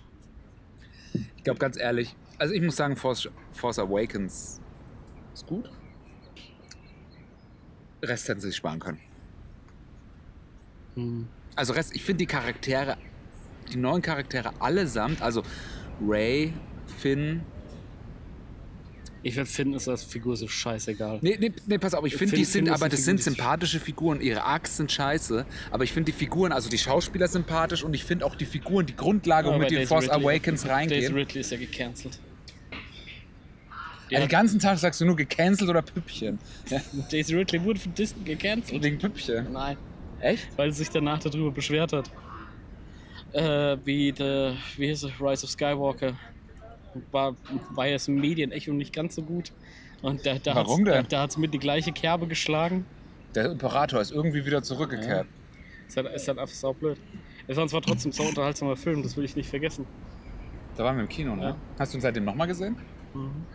[SPEAKER 1] Ich glaube, ganz ehrlich, also ich muss sagen, Force, Force Awakens
[SPEAKER 2] Ist gut.
[SPEAKER 1] Rest hätten sie sich sparen können.
[SPEAKER 2] Hm.
[SPEAKER 1] Also Rest, ich finde die Charaktere, die neuen Charaktere allesamt, also Ray, Finn.
[SPEAKER 2] Ich werde finden, ist als Figur so scheißegal.
[SPEAKER 1] Nee, nee, nee pass auf, ich
[SPEAKER 2] Ich
[SPEAKER 1] finde,
[SPEAKER 2] find-
[SPEAKER 1] die sind,
[SPEAKER 2] find, das
[SPEAKER 1] aber
[SPEAKER 2] sind
[SPEAKER 1] das
[SPEAKER 2] Figuren,
[SPEAKER 1] sind
[SPEAKER 2] die-
[SPEAKER 1] sympathische Figuren. Ihre Arcs sind scheiße, aber ich finde die Figuren, also die Schauspieler sympathisch und ich finde auch die Figuren, die Grundlage,
[SPEAKER 2] Aber
[SPEAKER 1] womit die
[SPEAKER 2] Oh,
[SPEAKER 1] in
[SPEAKER 2] Daisy
[SPEAKER 1] Force
[SPEAKER 2] Ridley-
[SPEAKER 1] Awakens
[SPEAKER 2] Daisy
[SPEAKER 1] reingehen.
[SPEAKER 2] Ridley ist ja gecancelt.
[SPEAKER 1] Ja. Also Den ganzen Tag sagst du nur gecancelt oder Püppchen.
[SPEAKER 3] Daisy Ridley wurde von Disney gecancelt.
[SPEAKER 1] Wegen Püppchen.
[SPEAKER 3] Nein.
[SPEAKER 1] Echt?
[SPEAKER 2] Weil sie sich danach darüber beschwert hat. Äh, wie der, wie hieß es, Rise of Skywalker. War, war ja das Medienecho nicht ganz so gut. Und da, da
[SPEAKER 1] Warum
[SPEAKER 2] hat's-
[SPEAKER 1] denn?
[SPEAKER 2] Da, da hat es mit die gleiche Kerbe geschlagen.
[SPEAKER 1] Der Imperator ist irgendwie wieder zurückgekehrt.
[SPEAKER 2] Ist halt, ist halt einfach saublöd. Es war zwar trotzdem so unterhaltsamer Film, das will ich nicht vergessen.
[SPEAKER 1] Da waren wir im Kino, ne?
[SPEAKER 2] Ja.
[SPEAKER 1] Hast du ihn seitdem nochmal gesehen? Mhm.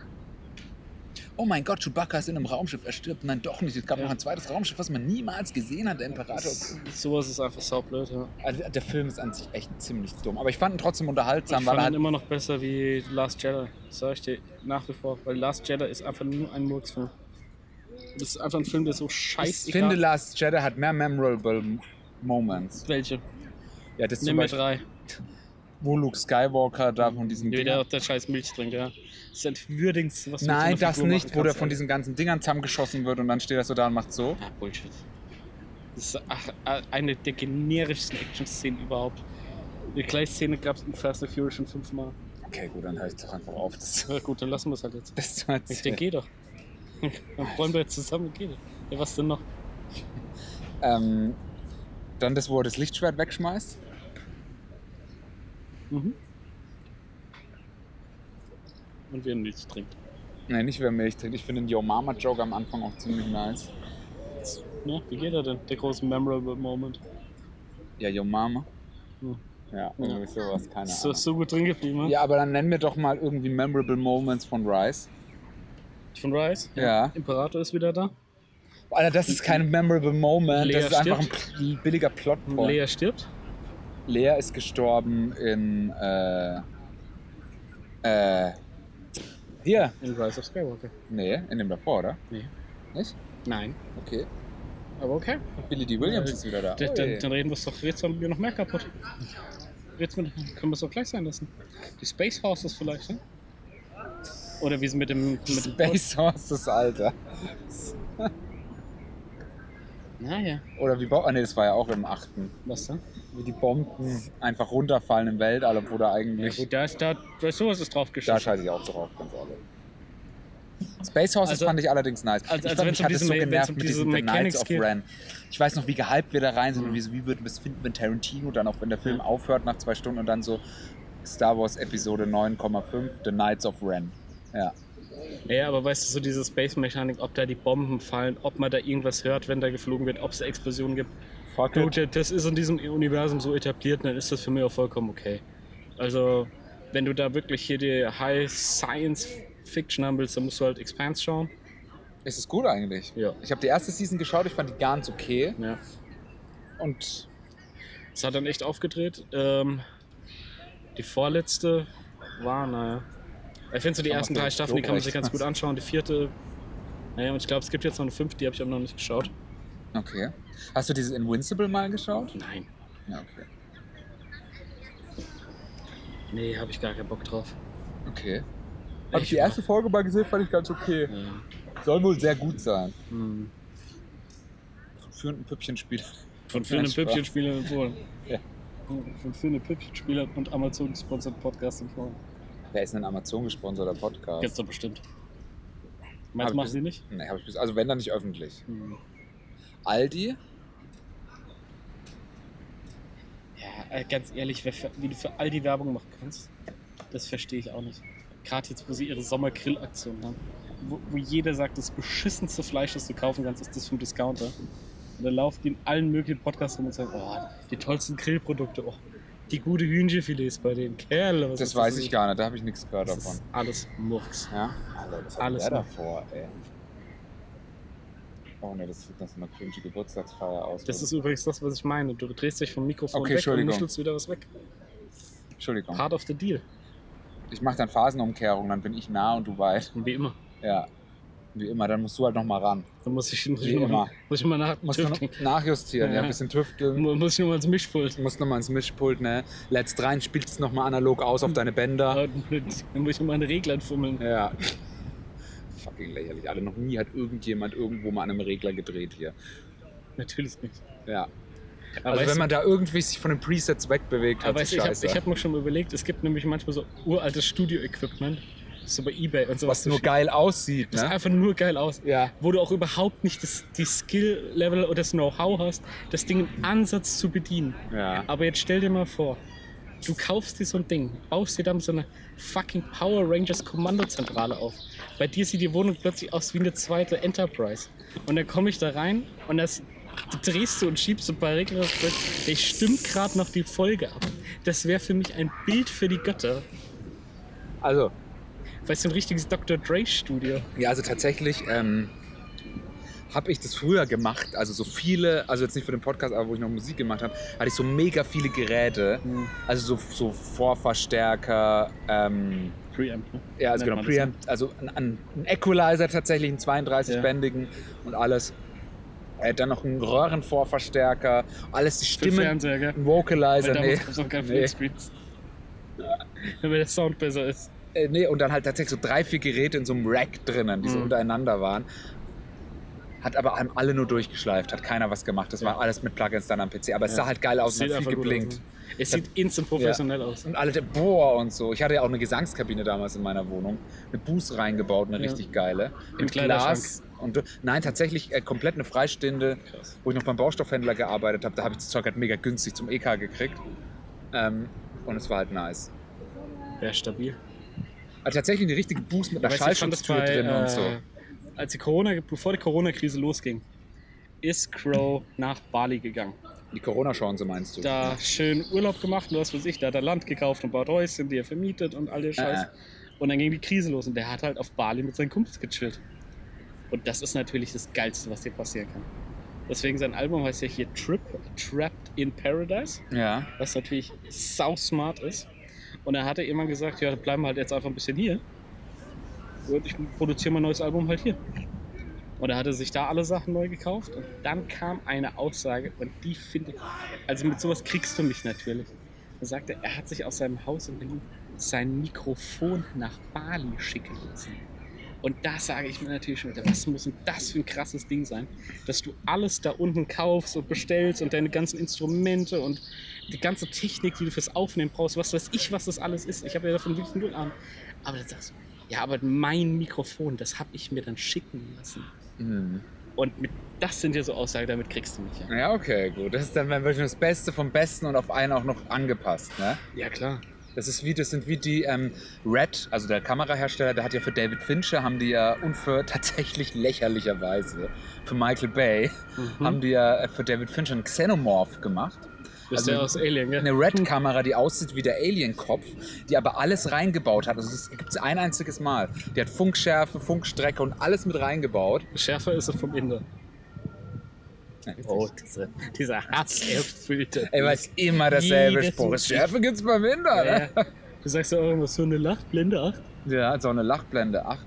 [SPEAKER 1] Oh mein Gott, Chewbacca ist in einem Raumschiff, er stirbt. Nein, doch nicht. Es gab
[SPEAKER 2] Ja.
[SPEAKER 1] noch ein zweites Raumschiff, was man niemals gesehen hat, der Imperator.
[SPEAKER 2] Das, sowas ist einfach saublöd, ja.
[SPEAKER 1] Also, der Film ist an sich echt ziemlich dumm. Aber ich fand ihn trotzdem unterhaltsam,
[SPEAKER 2] Ich
[SPEAKER 1] weil
[SPEAKER 2] fand
[SPEAKER 1] er
[SPEAKER 2] ihn
[SPEAKER 1] halt.
[SPEAKER 2] immer noch besser wie Last Jedi. Das sag ich dir nach wie vor. Weil Last Jedi ist einfach nur ein Murksfilm. Das ist einfach ein Film, der so
[SPEAKER 1] Ich
[SPEAKER 2] scheiße
[SPEAKER 1] finde, Last Jedi hat mehr memorable M- Moments.
[SPEAKER 2] Welche?
[SPEAKER 1] Ja, das zum
[SPEAKER 2] Nimm mir
[SPEAKER 1] Beispiel,
[SPEAKER 2] drei.
[SPEAKER 1] wo Luke Skywalker da von diesen
[SPEAKER 2] Wie der,
[SPEAKER 1] Dingern.
[SPEAKER 2] der scheiß Milch trinkt, ja. Das ist das Würdigste, was du mit so
[SPEAKER 1] Nein,
[SPEAKER 2] einer
[SPEAKER 1] das
[SPEAKER 2] Figur
[SPEAKER 1] nicht,
[SPEAKER 2] machen
[SPEAKER 1] wo der
[SPEAKER 2] kannst,
[SPEAKER 1] von
[SPEAKER 2] Alter.
[SPEAKER 1] diesen ganzen Dingern zusammengeschossen wird und dann steht er so da und macht so.
[SPEAKER 2] Ah, Bullshit. Das ist ach, ah, eine der generischsten Action-Szenen überhaupt. Die gleiche Szene gab es in Fast and Furious schon fünfmal.
[SPEAKER 1] Okay, gut, dann höre ich doch einfach auf, das,
[SPEAKER 2] Ja, gut, dann lassen wir es halt jetzt.
[SPEAKER 1] das zu
[SPEAKER 2] Ich denke,
[SPEAKER 1] erzählen.
[SPEAKER 2] geh doch. Dann räumen wir jetzt zusammen und geh doch. Ja, was denn noch?
[SPEAKER 1] Ähm, dann das, wo er das Lichtschwert wegschmeißt.
[SPEAKER 2] Mhm. Und wir nichts trinkt.
[SPEAKER 1] Nein, nicht wer Milch trinkt. Ich finde den Yo Mama Joke am Anfang auch ziemlich nice.
[SPEAKER 2] Ne? Wie geht er denn? Der große Memorable Moment.
[SPEAKER 1] Ja, Yo Mama.
[SPEAKER 2] Hm.
[SPEAKER 1] Ja, irgendwie sowas, keine
[SPEAKER 2] Ist so,
[SPEAKER 1] Ahnung.
[SPEAKER 2] so gut drin geblieben, ne?
[SPEAKER 1] Ja, aber dann nennen wir doch mal irgendwie Memorable Moments von Rice.
[SPEAKER 2] Von Rice?
[SPEAKER 1] Ja.
[SPEAKER 2] Imperator ist wieder da.
[SPEAKER 1] Alter, das ist kein Memorable Moment.
[SPEAKER 2] Lea
[SPEAKER 1] das ist einfach ein
[SPEAKER 2] stirbt.
[SPEAKER 1] pl- billiger Plotpoint. Lea.
[SPEAKER 2] Leia stirbt.
[SPEAKER 1] ist gestorben in. Äh, äh, hier.
[SPEAKER 2] In Rise of Skywalker.
[SPEAKER 1] Nee, in dem davor, oder?
[SPEAKER 2] Nee.
[SPEAKER 1] Nicht?
[SPEAKER 2] Nein.
[SPEAKER 1] Okay.
[SPEAKER 2] Aber okay.
[SPEAKER 1] Billy D. Williams
[SPEAKER 2] Äh,
[SPEAKER 1] ist wieder da.
[SPEAKER 2] Dann,
[SPEAKER 1] Ui.
[SPEAKER 2] dann, dann reden wir es doch. Jetzt haben wir noch mehr kaputt. Jetzt mit, können wir es doch gleich sein lassen. Die Space Horses vielleicht, ne? Oder wie sie mit dem. Mit dem
[SPEAKER 1] Space Horses, Alter.
[SPEAKER 3] Naja.
[SPEAKER 1] Oder wie. Bo ah, nee, das war ja auch im achten.
[SPEAKER 2] Was denn?
[SPEAKER 1] wie die Bomben einfach runterfallen im Weltall, obwohl da
[SPEAKER 2] Ja,
[SPEAKER 1] eigentlich.
[SPEAKER 2] gut, da ist da. da ist sowas ist drauf
[SPEAKER 1] da
[SPEAKER 2] geschossen.
[SPEAKER 1] scheiße ich auch drauf, ganz ehrlich. Space Horses
[SPEAKER 2] Also-
[SPEAKER 1] fand ich allerdings nice.
[SPEAKER 2] also-
[SPEAKER 1] ich
[SPEAKER 2] also
[SPEAKER 1] fand,
[SPEAKER 2] wenn's
[SPEAKER 1] mich
[SPEAKER 2] um
[SPEAKER 1] hat es
[SPEAKER 2] diese
[SPEAKER 1] so
[SPEAKER 2] Me- wenn's
[SPEAKER 1] genervt
[SPEAKER 2] um
[SPEAKER 1] mit
[SPEAKER 2] diese
[SPEAKER 1] diesen The Knights
[SPEAKER 2] Mechanics
[SPEAKER 1] of
[SPEAKER 2] geht.
[SPEAKER 1] Ren. Ich weiß noch, wie gehypt wir da rein sind und
[SPEAKER 2] Mhm.
[SPEAKER 1] wie, so- wie würden wir es finden, wenn Tarantino dann auch, wenn der Film
[SPEAKER 2] Ja.
[SPEAKER 1] aufhört nach zwei Stunden und dann so Star Wars Episode 9,5, The Knights of Ren. Ja.
[SPEAKER 2] Ja, aber weißt du, so diese Space-Mechanik, ob da die Bomben fallen, ob man da irgendwas hört, wenn da geflogen wird, ob es Explosionen gibt.
[SPEAKER 1] Fuck
[SPEAKER 2] Gut, ja, das ist in diesem Universum so etabliert, dann ist das für mich auch vollkommen okay. Also, wenn du da wirklich hier die High Science Fiction haben willst, dann musst du halt Expanse schauen.
[SPEAKER 1] Es ist gut eigentlich.
[SPEAKER 2] Ja.
[SPEAKER 1] Ich habe die erste Season geschaut, ich fand die ganz okay.
[SPEAKER 2] ja.
[SPEAKER 1] Und
[SPEAKER 2] Es hat dann echt aufgedreht. Ähm, die vorletzte war, naja. Ich finde so die
[SPEAKER 1] Kann man
[SPEAKER 2] ersten drei
[SPEAKER 1] vielleicht
[SPEAKER 2] Staffeln, die kann man sich
[SPEAKER 1] Lobrecht.
[SPEAKER 2] ganz gut anschauen. Die vierte, naja, und ich glaube, es gibt jetzt noch eine fünfte, die habe ich aber noch nicht geschaut.
[SPEAKER 1] okay. Hast du dieses Invincible mal geschaut?
[SPEAKER 2] Nein.
[SPEAKER 1] Ja, okay.
[SPEAKER 2] Nee, habe ich gar keinen Bock drauf.
[SPEAKER 1] Okay. Habe ich
[SPEAKER 2] Ich
[SPEAKER 1] die erste Folge mal gesehen, fand ich ganz okay.
[SPEAKER 2] Ja.
[SPEAKER 1] Soll wohl sehr gut sein.
[SPEAKER 2] Hm.
[SPEAKER 1] Für einen Püppchenspieler.
[SPEAKER 2] Von
[SPEAKER 1] Ja,
[SPEAKER 2] Fürne
[SPEAKER 1] Spaß.
[SPEAKER 2] Püppchenspieler empfohlen.
[SPEAKER 1] Ja.
[SPEAKER 2] Von Fürne Püppchenspieler und Amazon gesponsert Podcast empfohlen.
[SPEAKER 1] Wer ist denn ein Amazon gesponserter Podcast?
[SPEAKER 2] Gibt's doch bestimmt. Meinst
[SPEAKER 1] Aber
[SPEAKER 2] du, machen
[SPEAKER 1] das-
[SPEAKER 2] sie nicht?
[SPEAKER 1] Nee, hab ich bis, also wenn dann nicht öffentlich.
[SPEAKER 2] Hm.
[SPEAKER 1] Aldi?
[SPEAKER 2] Ja, äh, ganz ehrlich, wer für, wie du für all die Werbung machen kannst, das verstehe ich auch nicht. Gerade jetzt, wo sie ihre Sommergrillaktion haben, wo, wo jeder sagt, das beschissenste Fleisch, das du kaufen kannst, ist das vom Discounter. Und dann laufen die in allen möglichen Podcasts rum und sagen, oh, die tollsten Grillprodukte, oh, die gute Hühnchenfilets bei den Kerl.
[SPEAKER 1] Das weiß ich gar nicht, da habe ich nichts gehört
[SPEAKER 2] Das
[SPEAKER 1] davon.
[SPEAKER 2] ist alles Murks.
[SPEAKER 1] Ja? Alter, das
[SPEAKER 2] Alles
[SPEAKER 1] der
[SPEAKER 2] noch.
[SPEAKER 1] davor, ey. Oh ne, das sieht nach so einer cringy Geburtstagsfeier aus.
[SPEAKER 2] Das ist übrigens das, was ich meine. Du drehst dich vom Mikrofon weg
[SPEAKER 1] Okay,
[SPEAKER 2] und
[SPEAKER 1] Entschuldigung.
[SPEAKER 2] nuschelst wieder was weg.
[SPEAKER 1] Entschuldigung.
[SPEAKER 2] Part of the deal.
[SPEAKER 1] Ich mache dann Phasenumkehrung, dann bin ich nah und du weit.
[SPEAKER 2] Und wie immer.
[SPEAKER 1] Ja. Wie immer, dann musst du halt nochmal ran.
[SPEAKER 2] Dann muss ich, muss ich,
[SPEAKER 1] Wie
[SPEAKER 2] immer.
[SPEAKER 1] immer.
[SPEAKER 2] Muss ich mal nach
[SPEAKER 1] Musst du noch
[SPEAKER 2] tüfteln.
[SPEAKER 1] nachjustieren, ja,
[SPEAKER 2] Ja.
[SPEAKER 1] ein bisschen tüfteln.
[SPEAKER 2] Mu- Muss ich nur mal ins Mischpult.
[SPEAKER 1] Musst nochmal ins Mischpult, ne? Letzt rein, spielst es nochmal analog aus auf deine Bänder.
[SPEAKER 2] Dann muss ich immer an Reglern fummeln.
[SPEAKER 1] Ja. Fucking lächerlich. Alter, noch nie hat irgendjemand irgendwo mal an einem Regler gedreht hier.
[SPEAKER 2] Natürlich nicht.
[SPEAKER 1] Ja.
[SPEAKER 2] Aber
[SPEAKER 1] also
[SPEAKER 2] weißt
[SPEAKER 1] wenn
[SPEAKER 2] du-
[SPEAKER 1] man da irgendwie sich von den Presets wegbewegt hat,
[SPEAKER 2] aber weißt
[SPEAKER 1] ist
[SPEAKER 2] du, ich habe
[SPEAKER 1] scheiße.
[SPEAKER 2] hab mir schon mal überlegt, es gibt nämlich manchmal so uraltes Studio-Equipment, so bei Ebay und sowas.
[SPEAKER 1] was nur geil aussieht,
[SPEAKER 2] das sieht
[SPEAKER 1] ne?
[SPEAKER 2] einfach nur geil aus.
[SPEAKER 1] Ja.
[SPEAKER 2] Wo du auch überhaupt nicht das, die Skill-Level oder das Know-how hast, das Ding im Ansatz zu bedienen.
[SPEAKER 1] Ja.
[SPEAKER 2] Aber jetzt stell dir mal vor, du kaufst dir so ein Ding, baust dir dann so eine fucking Power Rangers Kommandozentrale auf. Bei dir sieht die Wohnung plötzlich aus wie eine zweite Enterprise. Und dann komme ich da rein und das drehst du und schiebst so ein paar Regler auf. Ich stimme gerade noch die Folge ab. Das wäre für mich ein Bild für die Götter.
[SPEAKER 1] Also,
[SPEAKER 2] Weißt du, ein richtiges Dr. Dre Studio.
[SPEAKER 1] Ja, also tatsächlich ähm, habe ich das früher gemacht. Also so viele, also jetzt nicht für den Podcast, aber wo ich noch Musik gemacht habe, hatte ich so mega viele Geräte.
[SPEAKER 2] Mhm.
[SPEAKER 1] Also so, so Vorverstärker, ähm,
[SPEAKER 2] Preamp, ne?
[SPEAKER 1] ja, also
[SPEAKER 2] Nennt
[SPEAKER 1] genau,
[SPEAKER 2] man das,
[SPEAKER 1] Preamp, also ein- ein, ein Equalizer tatsächlich, einen 32-bändigen und alles. Äh, dann noch ein Röhrenvorverstärker, alles die
[SPEAKER 2] Für
[SPEAKER 1] Stimmen,
[SPEAKER 2] Fernseher, gell?
[SPEAKER 1] ein Vocalizer,
[SPEAKER 2] Weil
[SPEAKER 1] Also nee.
[SPEAKER 2] damals gab es noch keine
[SPEAKER 1] Nee.
[SPEAKER 2] Screens. Wenn der Sound besser ist.
[SPEAKER 1] Äh, nee, und dann halt tatsächlich so drei, vier Geräte in so einem Rack drinnen, die so
[SPEAKER 2] Mhm.
[SPEAKER 1] untereinander waren. Hat aber einem alle nur durchgeschleift, hat keiner was gemacht. Das
[SPEAKER 2] Ja.
[SPEAKER 1] war alles mit Plugins dann am PC. Aber es
[SPEAKER 2] Ja.
[SPEAKER 1] sah halt geil aus und hat viel
[SPEAKER 2] einfach gut
[SPEAKER 1] geblinkt.
[SPEAKER 2] aus. Es sieht instant professionell aus.
[SPEAKER 1] Und alle, boah und so. Ich hatte ja auch eine Gesangskabine damals in meiner Wohnung. Eine Boost reingebaut, eine
[SPEAKER 2] Ja.
[SPEAKER 1] richtig geile. Mit
[SPEAKER 2] Kleiderschrank.
[SPEAKER 1] Glas. Und, nein, tatsächlich äh, komplett eine freistehende,
[SPEAKER 2] Krass.
[SPEAKER 1] wo ich noch beim Baustoffhändler gearbeitet habe. Da habe ich das Zeug halt mega günstig zum EK gekriegt. Ähm, und es war halt nice.
[SPEAKER 2] Ja, stabil.
[SPEAKER 1] Also tatsächlich eine richtige Boost mit einer
[SPEAKER 2] Weißt du, ich fand das bei,
[SPEAKER 1] Schallschutztür drin
[SPEAKER 2] äh,
[SPEAKER 1] und so.
[SPEAKER 2] Als die Corona, bevor die Corona-Krise losging, ist Crow nach Bali gegangen.
[SPEAKER 1] Die Corona-Chance meinst du?
[SPEAKER 2] Da schön Urlaub gemacht und was weiß ich, da hat er Land gekauft und baut Häuschen, die er vermietet und all der Scheiß.
[SPEAKER 1] Äh,
[SPEAKER 2] Und dann ging die Krise los und der hat halt auf Bali mit seinen Kumpels gechillt. Und das ist natürlich das Geilste, was dir passieren kann. Deswegen sein Album heißt ja hier Trip, Trapped in Paradise.
[SPEAKER 1] ja.
[SPEAKER 2] was natürlich sau smart ist. Und er hatte immer gesagt, ja, dann bleiben wir halt jetzt einfach ein bisschen hier. Und ich produziere mein neues Album halt hier. Und er hatte sich da alle Sachen neu gekauft. Und dann kam eine Aussage und die finde also mit sowas kriegst du mich natürlich. Er sagte, er hat sich aus seinem Haus in Berlin sein Mikrofon nach Bali schicken lassen. Und da sage ich mir natürlich schon wieder, was muss denn das für ein krasses Ding sein, dass du alles da unten kaufst und bestellst und deine ganzen Instrumente und die ganze Technik, die du fürs Aufnehmen brauchst, was weiß ich, was das alles ist. Ich habe ja davon wirklich null Ahnung. Aber dann sagst du, ja, aber mein Mikrofon, das habe ich mir dann schicken lassen.
[SPEAKER 1] Hm.
[SPEAKER 2] Und mit, das sind ja so Aussagen, damit kriegst du mich ja.
[SPEAKER 1] Ja, okay, gut. Das ist dann wirklich das Beste vom Besten und auf einen auch noch angepasst, ne?
[SPEAKER 2] Ja, klar.
[SPEAKER 1] Das Das ist wie, das sind wie die ähm, Red, also der Kamerahersteller, der hat ja für David Fincher, haben die ja und für tatsächlich lächerlicherweise für Michael Bay haben die ja äh, für David Fincher einen Xenomorph gemacht.
[SPEAKER 2] Das ist
[SPEAKER 1] also-
[SPEAKER 2] der aus Alien, gell?
[SPEAKER 1] Eine Red-Kamera, die aussieht wie der Alien-Kopf, die aber alles reingebaut hat. Also das gibt es ein einziges Mal. Die hat Funkschärfe, Funkstrecke und alles mit reingebaut.
[SPEAKER 2] Schärfer ist er vom Inder.
[SPEAKER 3] Oh, diese, dieser Hass erfüllte.
[SPEAKER 1] Ey, weiß immer dasselbe
[SPEAKER 3] Jedes
[SPEAKER 1] Spruch.
[SPEAKER 3] Mal.
[SPEAKER 1] Ist Schärfe gibt's beim Winter,
[SPEAKER 2] Ja,
[SPEAKER 1] ne?
[SPEAKER 2] ja. Du sagst ja auch immer so eine Lachblende, ach.
[SPEAKER 1] Ja, so eine Lachblende. Acht.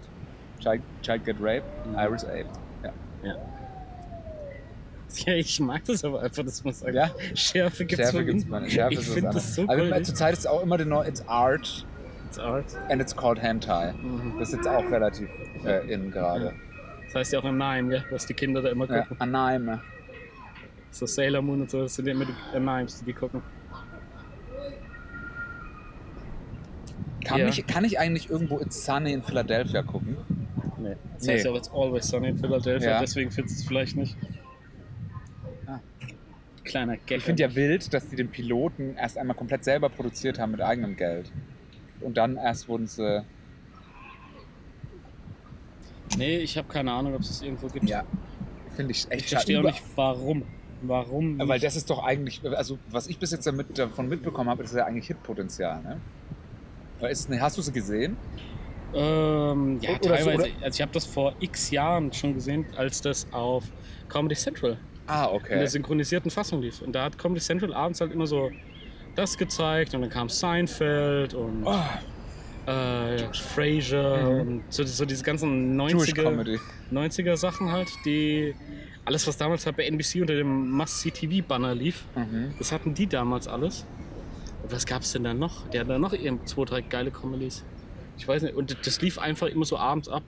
[SPEAKER 1] Child, Child get raped,
[SPEAKER 2] Mhm.
[SPEAKER 1] Iris ape. Ja.
[SPEAKER 2] Ja, ich mag das aber einfach, dass man sagt,
[SPEAKER 1] Ja.
[SPEAKER 2] Schärfe gibt's
[SPEAKER 1] Schärfe
[SPEAKER 2] vom
[SPEAKER 1] gibt's
[SPEAKER 2] Inder.
[SPEAKER 1] mal. Schärfe
[SPEAKER 2] Ich
[SPEAKER 1] ist Also, was
[SPEAKER 2] finde
[SPEAKER 1] anderes.
[SPEAKER 2] das so
[SPEAKER 1] Aber
[SPEAKER 2] cool.
[SPEAKER 1] zurzeit ist auch immer der neue, it's art
[SPEAKER 2] It's art.
[SPEAKER 1] and it's called hentai.
[SPEAKER 2] Mhm.
[SPEAKER 1] Das ist jetzt auch relativ äh, in gerade.
[SPEAKER 2] Das heißt ja auch Anime, gell? Was die Kinder da immer
[SPEAKER 1] Ja.
[SPEAKER 2] gucken.
[SPEAKER 1] Anime.
[SPEAKER 2] So Sailor Moon und so, das sind ja immer die Animes, die die gucken.
[SPEAKER 1] Kann,
[SPEAKER 2] Ja.
[SPEAKER 1] ich, kann ich eigentlich irgendwo It's Sunny in Philadelphia gucken?
[SPEAKER 2] Nee. Das
[SPEAKER 1] Nee.
[SPEAKER 2] heißt ja auch, it's always sunny in Philadelphia,
[SPEAKER 1] Ja.
[SPEAKER 2] deswegen findest du es vielleicht nicht.
[SPEAKER 1] Ah.
[SPEAKER 2] Kleiner Gag.
[SPEAKER 1] Ich finde ja wild, dass die den Piloten erst einmal komplett selber produziert haben mit eigenem Geld. Und dann erst wurden sie.
[SPEAKER 2] Nee, ich habe keine Ahnung, ob es das irgendwo gibt.
[SPEAKER 1] Ja. Finde ich echt
[SPEAKER 2] Ich verstehe auch
[SPEAKER 1] über-
[SPEAKER 2] nicht, warum. Warum?
[SPEAKER 1] Weil
[SPEAKER 2] nicht?
[SPEAKER 1] das ist doch eigentlich, also was ich bis jetzt damit, davon mitbekommen habe, ist ja eigentlich Hitpotenzial, ne? Weil Ist, es eine- hast du sie gesehen?
[SPEAKER 2] Ähm, ja,
[SPEAKER 1] Oder so,
[SPEAKER 2] teilweise. Also ich habe das vor x Jahren schon gesehen, als das auf Comedy Central
[SPEAKER 1] Ah,
[SPEAKER 2] in
[SPEAKER 1] okay.
[SPEAKER 2] der synchronisierten Fassung lief. Und da hat Comedy Central abends halt immer so das gezeigt und dann kam Seinfeld und
[SPEAKER 1] Oh,
[SPEAKER 2] äh, Frasier
[SPEAKER 1] Mhm.
[SPEAKER 2] und so, so diese ganzen
[SPEAKER 1] Jewish
[SPEAKER 2] 90er,
[SPEAKER 1] Comedy.
[SPEAKER 2] 90er Sachen halt, die alles, was damals halt bei NBC unter dem Must-See-TV-Banner lief,
[SPEAKER 1] Mhm.
[SPEAKER 2] das hatten die damals alles. Und was gab's denn da noch? Der hat da noch eben zwei, drei geile Comedies. Ich weiß nicht. Und das lief einfach immer so abends ab.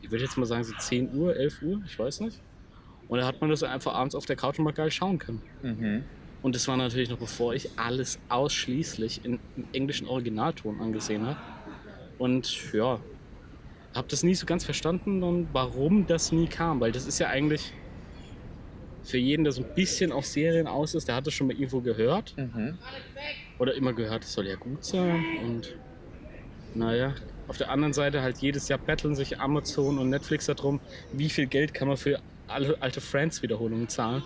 [SPEAKER 2] Ich würde jetzt mal sagen, so 10 Uhr, 11 Uhr, ich weiß nicht. Und da hat man das einfach abends auf der Couch mal geil schauen können.
[SPEAKER 1] Mhm.
[SPEAKER 2] Und das war natürlich noch bevor ich alles ausschließlich in, im englischen Originalton angesehen habe. Und ja, habe das nie so ganz verstanden, dann, warum das nie kam. Weil das ist ja eigentlich für jeden, der so ein bisschen auf Serien aus ist, der hat das schon mal irgendwo gehört.
[SPEAKER 1] Mhm.
[SPEAKER 2] Oder immer gehört, es soll ja gut sein. Und naja, auf der anderen Seite halt jedes Jahr battlen sich Amazon und Netflix darum, wie viel Geld kann man für alle alte Friends-Wiederholungen zahlen.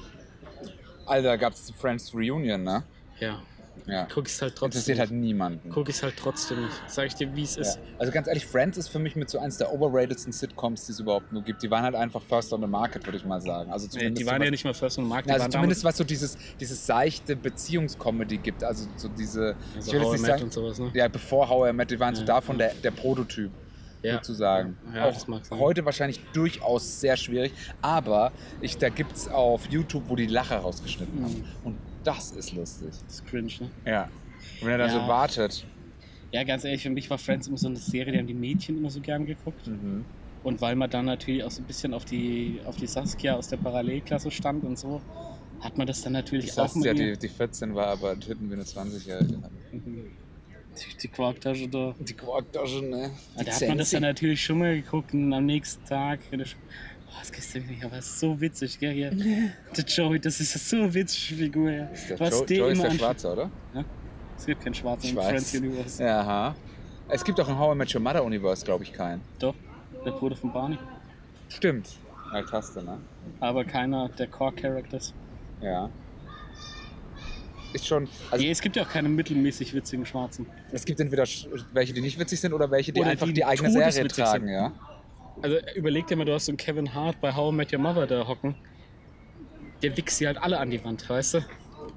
[SPEAKER 1] Alter, gab es die Friends Reunion, ne?
[SPEAKER 2] Ja,
[SPEAKER 1] Ja.
[SPEAKER 2] guck ich es halt trotzdem.
[SPEAKER 1] Interessiert halt niemanden.
[SPEAKER 2] gucke ich es halt trotzdem nicht. Sag ich dir, wie es
[SPEAKER 1] Ja.
[SPEAKER 2] ist.
[SPEAKER 1] Also ganz ehrlich, Friends ist für mich mit so eins der overratedsten Sitcoms, die es überhaupt nur gibt. Die waren halt einfach first on the market, würde ich mal sagen. Also
[SPEAKER 2] Nee,
[SPEAKER 1] zumindest
[SPEAKER 2] die waren
[SPEAKER 1] was-
[SPEAKER 2] ja nicht mal First und Mark, die
[SPEAKER 1] also
[SPEAKER 2] waren
[SPEAKER 1] zumindest was so dieses, dieses seichte Beziehungscomedy gibt. Also so diese,
[SPEAKER 2] damals,
[SPEAKER 1] ich
[SPEAKER 2] also
[SPEAKER 1] will
[SPEAKER 2] How
[SPEAKER 1] jetzt
[SPEAKER 2] I
[SPEAKER 1] nicht
[SPEAKER 2] Met
[SPEAKER 1] sagen,
[SPEAKER 2] und sowas, ne?
[SPEAKER 1] ja, bevor How I Met, die waren so
[SPEAKER 2] Ja.
[SPEAKER 1] davon der, der Prototyp. sozusagen.
[SPEAKER 2] Ja,
[SPEAKER 1] auch
[SPEAKER 2] das mag sein.
[SPEAKER 1] heute wahrscheinlich durchaus sehr schwierig, aber ich, da gibt es auf YouTube, wo die Lacher rausgeschnitten
[SPEAKER 2] Mhm.
[SPEAKER 1] haben. Und das ist lustig.
[SPEAKER 2] Das ist cringe, ne?
[SPEAKER 1] Ja. Wenn er da
[SPEAKER 2] Ja.
[SPEAKER 1] so wartet.
[SPEAKER 2] Ja, ganz ehrlich, für mich war Friends immer so eine Serie, die haben die Mädchen immer so gern geguckt.
[SPEAKER 1] Mhm.
[SPEAKER 2] Und weil man dann natürlich auch so ein bisschen auf die, auf die Saskia aus der Parallelklasse stand und so, hat man das dann natürlich
[SPEAKER 1] Ich
[SPEAKER 2] auch
[SPEAKER 1] saß
[SPEAKER 2] mit
[SPEAKER 1] ja,
[SPEAKER 2] ihr-
[SPEAKER 1] die, die 14 war, aber hinten wir eine 20-Jährige. hatten.
[SPEAKER 2] Mhm. die, die Quarktasche da.
[SPEAKER 1] Die Quarktasche, ne? Die
[SPEAKER 2] da hat man das
[SPEAKER 1] Sensi.
[SPEAKER 2] dann natürlich schon mal geguckt und am nächsten Tag. in der Schu- Boah, das gibt's doch nicht, aber es ist so witzig, gell? Hier. Der Joey, das ist so eine witzige Figur, ja.
[SPEAKER 1] Ist der
[SPEAKER 2] was
[SPEAKER 1] Joe,
[SPEAKER 2] die
[SPEAKER 1] Joe ist
[SPEAKER 2] immer
[SPEAKER 1] der
[SPEAKER 2] an-
[SPEAKER 1] Schwarze, oder?
[SPEAKER 2] Es gibt keinen Schwarzen
[SPEAKER 1] Ich
[SPEAKER 2] im
[SPEAKER 1] weiß.
[SPEAKER 2] Friends Universe.
[SPEAKER 1] Ja, aha. Es gibt auch in How I Met Your Mother Universe, glaube ich, keinen.
[SPEAKER 2] Doch, der Bruder von Barney.
[SPEAKER 1] Stimmt. Altaste, ne?
[SPEAKER 2] Aber keiner der Core-Characters.
[SPEAKER 1] Ja. Ist schon. Also
[SPEAKER 2] nee, es gibt ja auch keine mittelmäßig witzigen Schwarzen.
[SPEAKER 1] es gibt entweder sch- welche, die nicht witzig sind oder welche, die
[SPEAKER 2] Oder
[SPEAKER 1] einfach
[SPEAKER 2] die
[SPEAKER 1] die, eigene Serie
[SPEAKER 2] todeswitzig
[SPEAKER 1] tragen,
[SPEAKER 2] sind.
[SPEAKER 1] ja.
[SPEAKER 2] Also überleg dir mal, du hast so einen Kevin Hart bei How I Met Your Mother da hocken. Der wichst sie halt alle an die Wand, weißt du?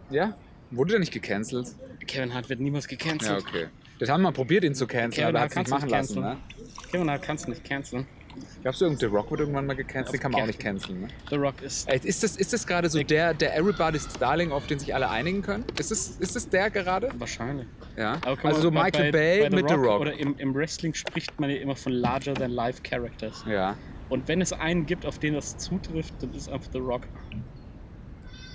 [SPEAKER 1] Ja? Wurde der nicht gecancelt?
[SPEAKER 2] Kevin Hart wird niemals gecancelt.
[SPEAKER 1] Ja, okay. Das haben wir mal probiert, ihn zu canceln,
[SPEAKER 2] Kevin
[SPEAKER 1] aber er
[SPEAKER 2] Hart
[SPEAKER 1] hat es nicht
[SPEAKER 2] kannst
[SPEAKER 1] machen
[SPEAKER 2] du
[SPEAKER 1] lassen,
[SPEAKER 2] nicht
[SPEAKER 1] ne?
[SPEAKER 2] Kevin Hart kannst du nicht canceln.
[SPEAKER 1] Glaubst du, irgendein The Rock wird irgendwann mal gecancelt? Den kann man auch
[SPEAKER 2] Auf-
[SPEAKER 1] nicht canceln, ne?
[SPEAKER 2] The Rock ist.
[SPEAKER 1] Ey, Ist das, ist das gerade so der, der Everybody's Darling, auf den sich alle einigen können? Ist das, ist das der gerade?
[SPEAKER 2] Wahrscheinlich.
[SPEAKER 1] Ja.
[SPEAKER 2] Aber guck mal,
[SPEAKER 1] Also so
[SPEAKER 2] bei-
[SPEAKER 1] Michael
[SPEAKER 2] bei-
[SPEAKER 1] Bay
[SPEAKER 2] bei
[SPEAKER 1] mit The Rock.
[SPEAKER 2] Oder im, im Wrestling spricht man ja immer von larger-than-life-Characters.
[SPEAKER 1] Ja.
[SPEAKER 2] Und wenn es einen gibt, auf den das zutrifft, dann ist es einfach The Rock.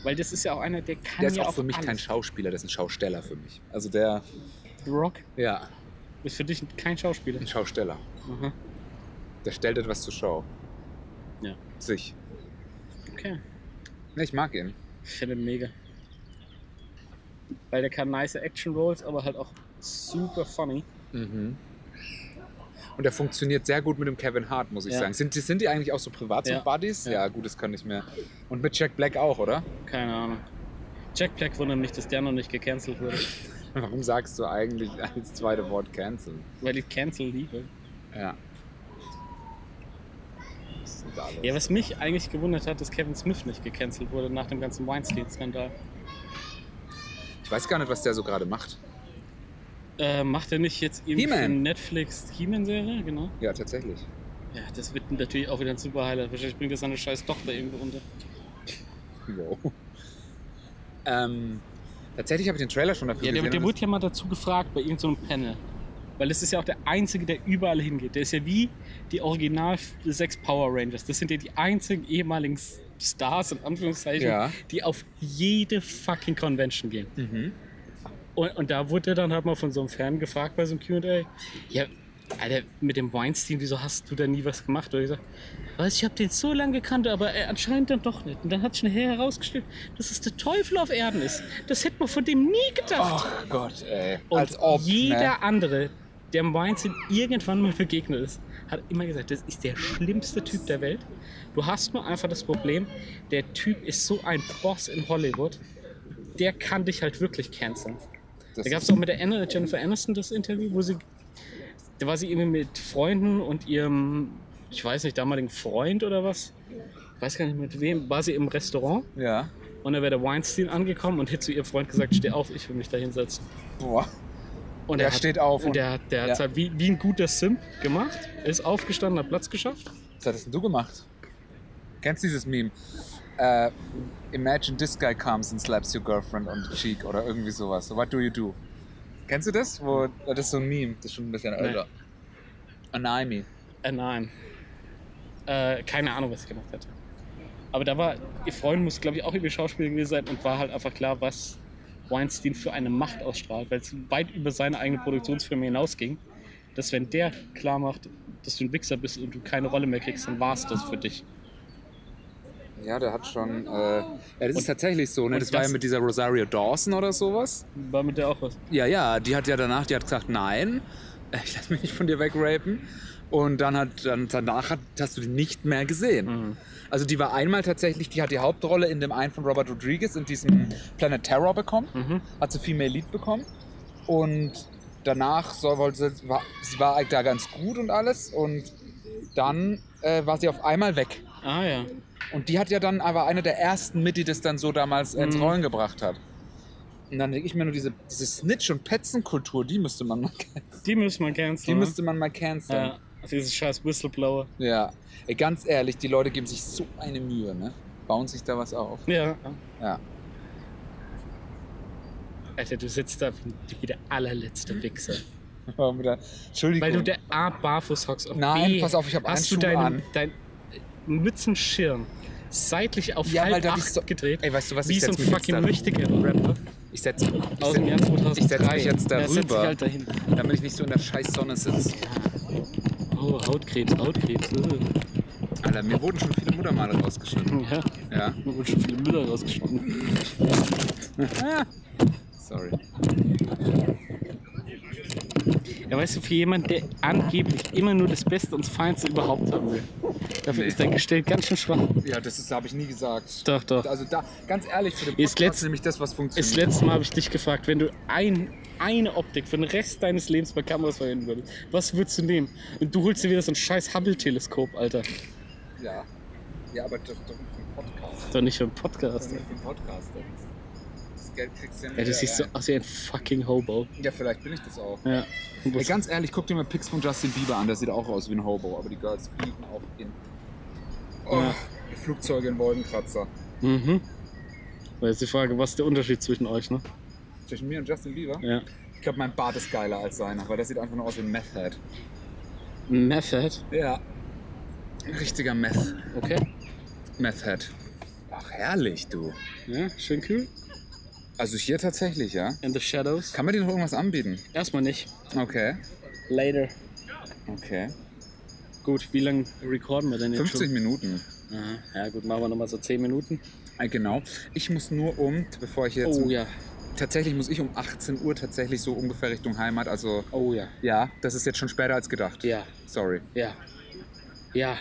[SPEAKER 2] Weil das ist ja auch einer, der kann
[SPEAKER 1] Der ist
[SPEAKER 2] ja
[SPEAKER 1] auch für mich
[SPEAKER 2] alles.
[SPEAKER 1] kein Schauspieler, der ist ein Schausteller für mich. Also der,
[SPEAKER 2] The Rock
[SPEAKER 1] ja,
[SPEAKER 2] ist für dich kein Schauspieler.
[SPEAKER 1] ein Schausteller.
[SPEAKER 2] Aha.
[SPEAKER 1] Der stellt etwas zur Schau.
[SPEAKER 2] Ja.
[SPEAKER 1] Sich.
[SPEAKER 2] Okay.
[SPEAKER 1] Ne, ich mag ihn.
[SPEAKER 2] Ich finde ihn mega. Weil der kann nice Action Rolls, aber halt auch super funny.
[SPEAKER 1] Mhm. Und der funktioniert sehr gut mit dem Kevin Hart, muss ich
[SPEAKER 2] Ja.
[SPEAKER 1] sagen. Sind die, sind die eigentlich auch so privat
[SPEAKER 2] Ja.
[SPEAKER 1] so Buddies?
[SPEAKER 2] Ja.
[SPEAKER 1] Ja. gut, das kann ich mir. Und mit Jack Black auch, oder?
[SPEAKER 2] Keine Ahnung. Jack Black wundert mich, dass der noch nicht gecancelt wurde,
[SPEAKER 1] Warum sagst du eigentlich als zweite Wort cancel?
[SPEAKER 2] weil ich Cancel liebe.
[SPEAKER 1] Ja. Was ist denn da los?
[SPEAKER 2] Ja, was mich eigentlich gewundert hat, dass Kevin Smith nicht gecancelt wurde nach dem ganzen Weinstein-Skandal.
[SPEAKER 1] Ich weiß gar nicht, was der so gerade macht.
[SPEAKER 2] Äh, macht er nicht jetzt eben
[SPEAKER 1] He-Man.
[SPEAKER 2] für Netflix He-Man-Serie? Genau.
[SPEAKER 1] Ja, tatsächlich.
[SPEAKER 2] Ja, das wird natürlich auch wieder ein super Highlight. Wahrscheinlich bringt das seine scheiß Tochter irgendwo unter.
[SPEAKER 1] Wow. Ähm, tatsächlich habe ich den Trailer schon dafür
[SPEAKER 2] Ja, der,
[SPEAKER 1] gesehen.
[SPEAKER 2] der
[SPEAKER 1] und
[SPEAKER 2] wurde ja mal dazu gefragt bei irgendeinem Panel. Weil das ist ja auch der einzige, der überall hingeht. Der ist ja wie die Original sechs Power Rangers. Das sind ja die einzigen ehemaligen Stars, in
[SPEAKER 1] das-
[SPEAKER 2] Anführungszeichen,
[SPEAKER 1] ja.
[SPEAKER 2] die auf jede fucking Convention gehen.
[SPEAKER 1] Mhm.
[SPEAKER 2] Und, und da wurde dann halt mal von so einem Fan gefragt bei so einem QA: Ja, Alter, mit dem Weinstein, wieso hast du da nie was gemacht? Und ich gesagt: Weiß ich, habe den so lange gekannt, aber äh, anscheinend dann doch nicht. Und dann hat sich nachher herausgestellt, dass es der Teufel auf Erden ist. Das hätte man von dem nie gedacht.
[SPEAKER 1] Ach Gott, ey.
[SPEAKER 2] und
[SPEAKER 1] Oh, Als ob.
[SPEAKER 2] jeder
[SPEAKER 1] Ne?
[SPEAKER 2] andere, der dem Weinstein irgendwann mal begegnet ist, hat immer gesagt: Das ist der schlimmste Typ der Welt. Du hast nur einfach das Problem, der Typ ist so ein Boss in Hollywood, der kann dich halt wirklich canceln.
[SPEAKER 1] Das
[SPEAKER 2] Da gab es
[SPEAKER 1] ist-
[SPEAKER 2] auch mit der Anna, Jennifer Aniston das Interview, wo sie, da war sie irgendwie mit Freunden und ihrem, ich weiß nicht, damaligen Freund oder was, ich weiß gar nicht mit wem, war sie im Restaurant
[SPEAKER 1] ja.
[SPEAKER 2] und da wäre der Weinstein angekommen und hätte zu ihrem Freund gesagt, steh auf, ich will mich da hinsetzen.
[SPEAKER 1] Boah.
[SPEAKER 2] Und
[SPEAKER 1] Der
[SPEAKER 2] er hat-
[SPEAKER 1] steht auf und-
[SPEAKER 2] der der hat
[SPEAKER 1] ja.
[SPEAKER 2] es halt wie, wie ein guter Simp gemacht, ist aufgestanden, hat Platz geschafft.
[SPEAKER 1] Was hattest denn du gemacht? Kennst du dieses Meme? Äh, imagine this guy comes and slaps your girlfriend on the cheek oder irgendwie sowas. What do you do? Kennst du das? Wo, das ist so ein Meme, das ist schon ein bisschen älter. Anime.
[SPEAKER 2] Äh, nein. Äh, keine Ahnung, was ich gemacht hätte. Aber da war, ihr Freund muss, glaube ich, auch irgendwie Schauspieler gewesen sein und war halt einfach klar, was Weinstein für eine Macht ausstrahlt, weil es weit über seine eigene Produktionsfirma hinausging, dass wenn der klar macht, dass du ein Wichser bist und du keine Rolle mehr kriegst, dann war es das für dich.
[SPEAKER 1] Ja, der hat schon. Äh, ja, das
[SPEAKER 2] Und-
[SPEAKER 1] ist tatsächlich so, ne?
[SPEAKER 2] und
[SPEAKER 1] Das, war
[SPEAKER 2] das-
[SPEAKER 1] ja mit dieser Rosario Dawson oder sowas.
[SPEAKER 2] War mit der auch was.
[SPEAKER 1] Ja, ja, die hat ja danach, die hat gesagt, nein, ich lass mich nicht von dir wegrapen. Und dann hat, dann danach hat, hast du die nicht mehr gesehen. Also die war einmal tatsächlich, die hat die Hauptrolle in dem einen von Robert Rodriguez in diesem Planet Terror bekommen,
[SPEAKER 2] Mhm.
[SPEAKER 1] hat sie Female Lead bekommen und danach soll, wollte sie, war, sie war da ganz gut und alles und dann äh, war sie auf einmal weg.
[SPEAKER 2] Ah ja.
[SPEAKER 1] Und die hat ja dann aber eine der ersten mit, die das dann so damals ins
[SPEAKER 2] Mhm.
[SPEAKER 1] Rollen gebracht hat. Und dann denke ich mir nur, diese, diese Snitch- und Petzenkultur, die müsste man mal,
[SPEAKER 2] Die müssen wir canceln. ne?
[SPEAKER 1] die müsste man mal canceln.
[SPEAKER 2] ja, dieses scheiß Whistleblower.
[SPEAKER 1] Ja. Ey, ganz ehrlich, die Leute geben sich so eine Mühe, ne? Bauen sich da was auf.
[SPEAKER 2] Ja.
[SPEAKER 1] Ja.
[SPEAKER 2] Alter, du sitzt da wie der allerletzte Wichser.
[SPEAKER 1] Warum wieder- Entschuldigung.
[SPEAKER 2] Weil du der A barfuß hockst. Und
[SPEAKER 1] Nein,
[SPEAKER 2] B,
[SPEAKER 1] pass auf, ich hab einen
[SPEAKER 2] Hast du
[SPEAKER 1] Schuh
[SPEAKER 2] deinen
[SPEAKER 1] an.
[SPEAKER 2] dein Mützenschirm seitlich auf
[SPEAKER 1] Ja, weil
[SPEAKER 2] halb
[SPEAKER 1] da
[SPEAKER 2] acht
[SPEAKER 1] dich so-
[SPEAKER 2] gedreht?
[SPEAKER 1] Ey, weißt du was?
[SPEAKER 2] wie
[SPEAKER 1] ich
[SPEAKER 2] so ein
[SPEAKER 1] setz mich jetzt
[SPEAKER 2] fucking
[SPEAKER 1] da,
[SPEAKER 2] Möchtegern-Rapper
[SPEAKER 1] Ich setz, ich
[SPEAKER 2] aus dem Jahr
[SPEAKER 1] setz,
[SPEAKER 2] 2003.
[SPEAKER 1] ich setz mich jetzt
[SPEAKER 2] Da setzt sich
[SPEAKER 1] darüber.
[SPEAKER 2] halt dahin.
[SPEAKER 1] damit ich nicht so in der scheiß Sonne sitze.
[SPEAKER 2] Oh, Hautkrebs, Hautkrebs. äh.
[SPEAKER 1] Alter, mir wurden schon viele Muttermale rausgeschnitten.
[SPEAKER 2] Hm, Ja,
[SPEAKER 1] Ja,
[SPEAKER 2] mir wurde schon viel Müller rausgeschnitten.
[SPEAKER 1] sorry.
[SPEAKER 2] Ja, weißt du, für jemanden, der angeblich immer nur das Beste und das Feinste überhaupt haben will, dafür
[SPEAKER 1] Nee.
[SPEAKER 2] ist dein Gestell ganz schön schwach.
[SPEAKER 1] Ja, das habe ich nie gesagt.
[SPEAKER 2] Doch, doch.
[SPEAKER 1] Also da, ganz ehrlich, für den
[SPEAKER 2] Ist
[SPEAKER 1] Podcast
[SPEAKER 2] letzt-
[SPEAKER 1] nämlich das, was
[SPEAKER 2] Das
[SPEAKER 1] funktioniert.
[SPEAKER 2] letzte Mal habe ich dich gefragt, wenn du ein, eine Optik für den Rest deines Lebens bei Kameras verwenden würdest, was würdest du nehmen? Und du holst dir wieder so ein scheiß Hubble-Teleskop, Alter.
[SPEAKER 1] ja. ja, aber doch, doch nicht für den Podcast.
[SPEAKER 2] Doch nicht für einen
[SPEAKER 1] Doch
[SPEAKER 2] Podcast.
[SPEAKER 1] nicht
[SPEAKER 2] Ey.
[SPEAKER 1] für den Podcast. Das Geld kriegst du ja nicht.
[SPEAKER 2] Ja, du siehst so
[SPEAKER 1] rein.
[SPEAKER 2] aus wie ein fucking Hobo.
[SPEAKER 1] ja, vielleicht bin ich das auch.
[SPEAKER 2] Ja. Und
[SPEAKER 1] Ey,
[SPEAKER 2] was-
[SPEAKER 1] ganz ehrlich, guck dir mal Pics von Justin Bieber an. Der sieht auch aus wie ein Hobo, aber die Girls fliegen auf ihn. Oh,
[SPEAKER 2] Ja.
[SPEAKER 1] die Flugzeuge in Wolkenkratzer.
[SPEAKER 2] Mhm. Da ist die Frage, was ist der Unterschied zwischen euch, ne?
[SPEAKER 1] Zwischen mir und Justin Bieber?
[SPEAKER 2] Ja.
[SPEAKER 1] Ich glaube, mein Bart ist geiler als seiner, weil der sieht einfach nur aus wie ein Meth Head.
[SPEAKER 2] Method.
[SPEAKER 1] Ja. Ein richtiger Meth.
[SPEAKER 2] Okay.
[SPEAKER 1] Meth Head. Ach, herrlich, du.
[SPEAKER 2] Ja, schön kühl.
[SPEAKER 1] Also hier tatsächlich, ja?
[SPEAKER 2] And the Shadows.
[SPEAKER 1] Kann man dir noch irgendwas anbieten?
[SPEAKER 2] Erstmal nicht.
[SPEAKER 1] Okay.
[SPEAKER 2] Later.
[SPEAKER 1] Okay.
[SPEAKER 2] Gut, wie lange recorden wir denn jetzt
[SPEAKER 1] 50 Minuten. Äh,
[SPEAKER 2] schon? Aha. Ja, gut, machen wir nochmal so 10 Minuten.
[SPEAKER 1] Ah, genau. Ich muss nur um, bevor ich jetzt.
[SPEAKER 2] Oh ja.
[SPEAKER 1] tatsächlich muss ich um 18 Uhr tatsächlich so ungefähr Richtung Heimat. Also
[SPEAKER 2] Oh ja.
[SPEAKER 1] ja, das ist jetzt schon später als gedacht.
[SPEAKER 2] Ja,
[SPEAKER 1] Sorry.
[SPEAKER 2] ja. Ja.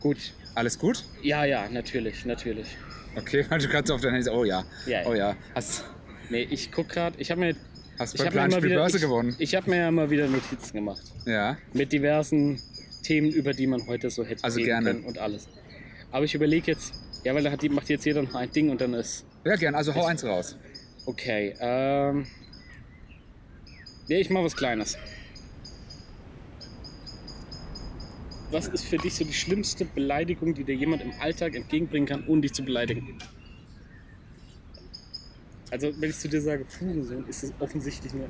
[SPEAKER 2] Gut.
[SPEAKER 1] Alles gut?
[SPEAKER 2] Ja, ja, natürlich, natürlich.
[SPEAKER 1] Okay, weil du gerade so auf dein Handy sagst, oh ja,
[SPEAKER 2] Ja,
[SPEAKER 1] oh ja. Hast,
[SPEAKER 2] Nee, ich guck gerade, ich habe mir,
[SPEAKER 1] hast
[SPEAKER 2] ich
[SPEAKER 1] bei
[SPEAKER 2] hab mir mal
[SPEAKER 1] Planspiel
[SPEAKER 2] wieder,
[SPEAKER 1] Börse
[SPEAKER 2] ich,
[SPEAKER 1] gewonnen.
[SPEAKER 2] Ich habe mir ja mal wieder Notizen gemacht.
[SPEAKER 1] Ja.
[SPEAKER 2] Mit diversen Themen, über die man heute so hätte
[SPEAKER 1] Also
[SPEAKER 2] reden
[SPEAKER 1] gerne.
[SPEAKER 2] können und alles. Aber ich überlege jetzt, ja, weil da hat, die- macht jetzt jeder noch ein Ding und dann ist
[SPEAKER 1] Ja, gern. Also hau eins raus.
[SPEAKER 2] okay. Ähm, nee, ich mache was Kleines. Was ist für dich so die schlimmste Beleidigung, die dir jemand im Alltag entgegenbringen kann, ohne dich zu beleidigen? Also, wenn ich zu dir sage, Fugensohn, ist das offensichtlich eine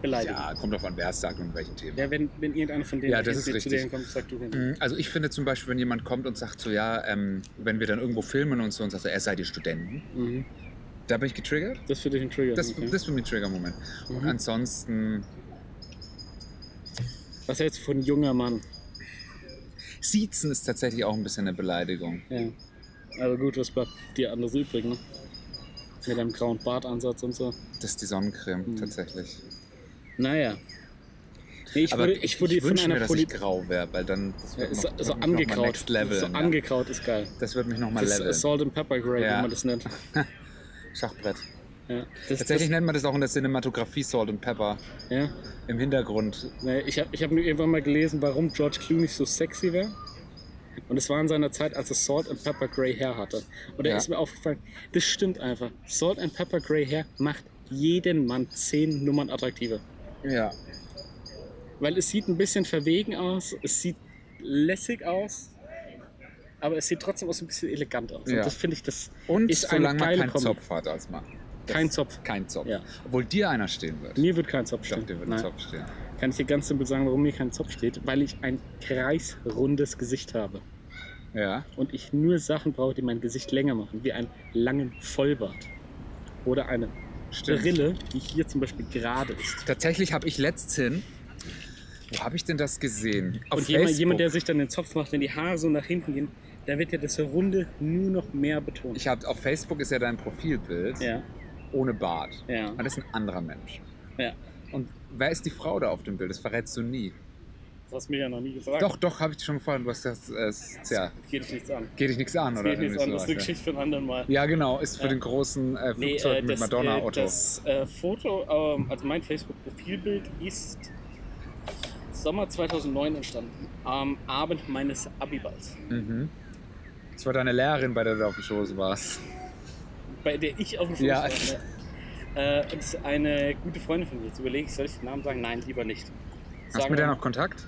[SPEAKER 2] Beleidigung.
[SPEAKER 1] Ja, kommt drauf an, wer es sagt und welchen Themen.
[SPEAKER 2] Also- Ja, wenn, wenn irgendeiner von denen
[SPEAKER 1] Ja, das
[SPEAKER 2] jetzt
[SPEAKER 1] ist
[SPEAKER 2] zu
[SPEAKER 1] richtig.
[SPEAKER 2] denen kommt, sagt du hin.
[SPEAKER 1] Mhm, Also ich finde zum Beispiel, wenn jemand kommt und sagt so, ja, ähm, wenn wir dann irgendwo filmen und so und sagt, so, er seid ihr Studenten,
[SPEAKER 2] Mhm.
[SPEAKER 1] da bin ich getriggert.
[SPEAKER 2] Das ist für dich ein Trigger.
[SPEAKER 1] Das,
[SPEAKER 2] okay.
[SPEAKER 1] das ist für mich ein Trigger-Moment. Und
[SPEAKER 2] Mhm.
[SPEAKER 1] ansonsten,
[SPEAKER 2] Was hältst du von junger Mann?
[SPEAKER 1] Siezen ist tatsächlich auch ein bisschen eine Beleidigung.
[SPEAKER 2] Ja. Aber gut, was bleibt dir anderes übrig, ne? Mit deinem grauen Bartansatz und so.
[SPEAKER 1] Das ist die Sonnencreme,
[SPEAKER 2] Mhm.
[SPEAKER 1] tatsächlich.
[SPEAKER 2] Naja. Nee, ich
[SPEAKER 1] Aber
[SPEAKER 2] wurde, ich wurde von
[SPEAKER 1] wünsche mir,
[SPEAKER 2] einer
[SPEAKER 1] dass
[SPEAKER 2] Poli.
[SPEAKER 1] ich grau wäre, weil dann das
[SPEAKER 2] Ja,
[SPEAKER 1] wird
[SPEAKER 2] ist
[SPEAKER 1] noch,
[SPEAKER 2] so
[SPEAKER 1] wird mich noch mal
[SPEAKER 2] angekraut.
[SPEAKER 1] next leveln,
[SPEAKER 2] so
[SPEAKER 1] ja.
[SPEAKER 2] angekraut ist geil.
[SPEAKER 1] Das wird mich nochmal
[SPEAKER 2] Das äh,
[SPEAKER 1] leveln.
[SPEAKER 2] ist Salt and Pepper Grey,
[SPEAKER 1] Ja.
[SPEAKER 2] wenn man das nennt.
[SPEAKER 1] Schachbrett.
[SPEAKER 2] Ja. Das,
[SPEAKER 1] Tatsächlich
[SPEAKER 2] das,
[SPEAKER 1] nennt man das auch in der Cinematografie Salt and Pepper.
[SPEAKER 2] ja.
[SPEAKER 1] Im Hintergrund.
[SPEAKER 2] Nee, ich habe ich hab nur irgendwann mal gelesen, warum George Clooney so sexy wäre. Und es war in seiner Zeit, als er Salt and Pepper Grey Hair hatte. Und da
[SPEAKER 1] Ja.
[SPEAKER 2] ist mir aufgefallen, das stimmt einfach. Salt and Pepper Grey Hair macht jeden Mann zehn Nummern attraktiver.
[SPEAKER 1] Ja.
[SPEAKER 2] Weil es sieht ein bisschen verwegen aus, es sieht lässig aus, aber es sieht trotzdem auch so ein bisschen elegant aus.
[SPEAKER 1] Ja.
[SPEAKER 2] Und das finde ich, das
[SPEAKER 1] Und
[SPEAKER 2] Ist eine
[SPEAKER 1] solange man
[SPEAKER 2] geile
[SPEAKER 1] keinen
[SPEAKER 2] Kombi.
[SPEAKER 1] Zopf hat als Mann. Das-
[SPEAKER 2] kein Zopf.
[SPEAKER 1] Kein Zopf.
[SPEAKER 2] Ja.
[SPEAKER 1] Obwohl dir einer stehen wird.
[SPEAKER 2] Mir wird kein Zopf
[SPEAKER 1] Ich dachte,
[SPEAKER 2] stehen.
[SPEAKER 1] dir wird ein
[SPEAKER 2] Nein.
[SPEAKER 1] Zopf stehen.
[SPEAKER 2] Kann ich dir ganz simpel sagen, warum mir kein Zopf steht? Weil ich ein kreisrundes Gesicht habe.
[SPEAKER 1] Ja.
[SPEAKER 2] und ich nur Sachen brauche, die mein Gesicht länger machen, wie einen langen Vollbart oder eine
[SPEAKER 1] Stimmt.
[SPEAKER 2] Brille, die hier zum Beispiel gerade ist.
[SPEAKER 1] Tatsächlich habe ich letzthin. Wo habe ich denn das gesehen? Auf
[SPEAKER 2] und jemand,
[SPEAKER 1] Facebook.
[SPEAKER 2] jemand, der sich dann den Zopf macht, wenn die Haare so nach hinten gehen, da wird ja das Runde nur noch mehr betont.
[SPEAKER 1] ich habe auf Facebook ist ja dein Profilbild
[SPEAKER 2] ja,
[SPEAKER 1] ohne Bart.
[SPEAKER 2] ja.
[SPEAKER 1] Und das ist ein anderer Mensch.
[SPEAKER 2] Ja.
[SPEAKER 1] Und wer ist die Frau da auf dem Bild? Das verrätst du nie.
[SPEAKER 2] Das hast du mir ja noch nie gesagt.
[SPEAKER 1] Doch, doch, habe ich dich schon gefallen. Du hast das. äh, es- tja,
[SPEAKER 2] Geht dich nichts an.
[SPEAKER 1] geht dich nichts an,
[SPEAKER 2] Das
[SPEAKER 1] oder?
[SPEAKER 2] geht nichts an. Das ist
[SPEAKER 1] irgendwie
[SPEAKER 2] eine
[SPEAKER 1] sowas, ja.
[SPEAKER 2] Geschichte für einen anderen Mal.
[SPEAKER 1] Ja, genau, ist für
[SPEAKER 2] Ja.
[SPEAKER 1] den großen äh,
[SPEAKER 2] Nee,
[SPEAKER 1] Flugzeug
[SPEAKER 2] äh,
[SPEAKER 1] mit
[SPEAKER 2] das,
[SPEAKER 1] Madonna
[SPEAKER 2] äh,
[SPEAKER 1] Otto.
[SPEAKER 2] Das äh, Foto, ähm, also mein Facebook-Profilbild ist Sommer 2009 entstanden, am Abend meines Abiballs.
[SPEAKER 1] Mhm. Das war deine Lehrerin, bei der du auf dem Schoß warst.
[SPEAKER 2] bei der ich auf dem Schoß
[SPEAKER 1] Ja.
[SPEAKER 2] war. ne? Äh, und es ist eine gute Freundin von mir. Jetzt überlege ich, soll ich den Namen sagen? Nein, lieber nicht.
[SPEAKER 1] Hast du
[SPEAKER 2] Sagen
[SPEAKER 1] mit der
[SPEAKER 2] wir-
[SPEAKER 1] noch Kontakt?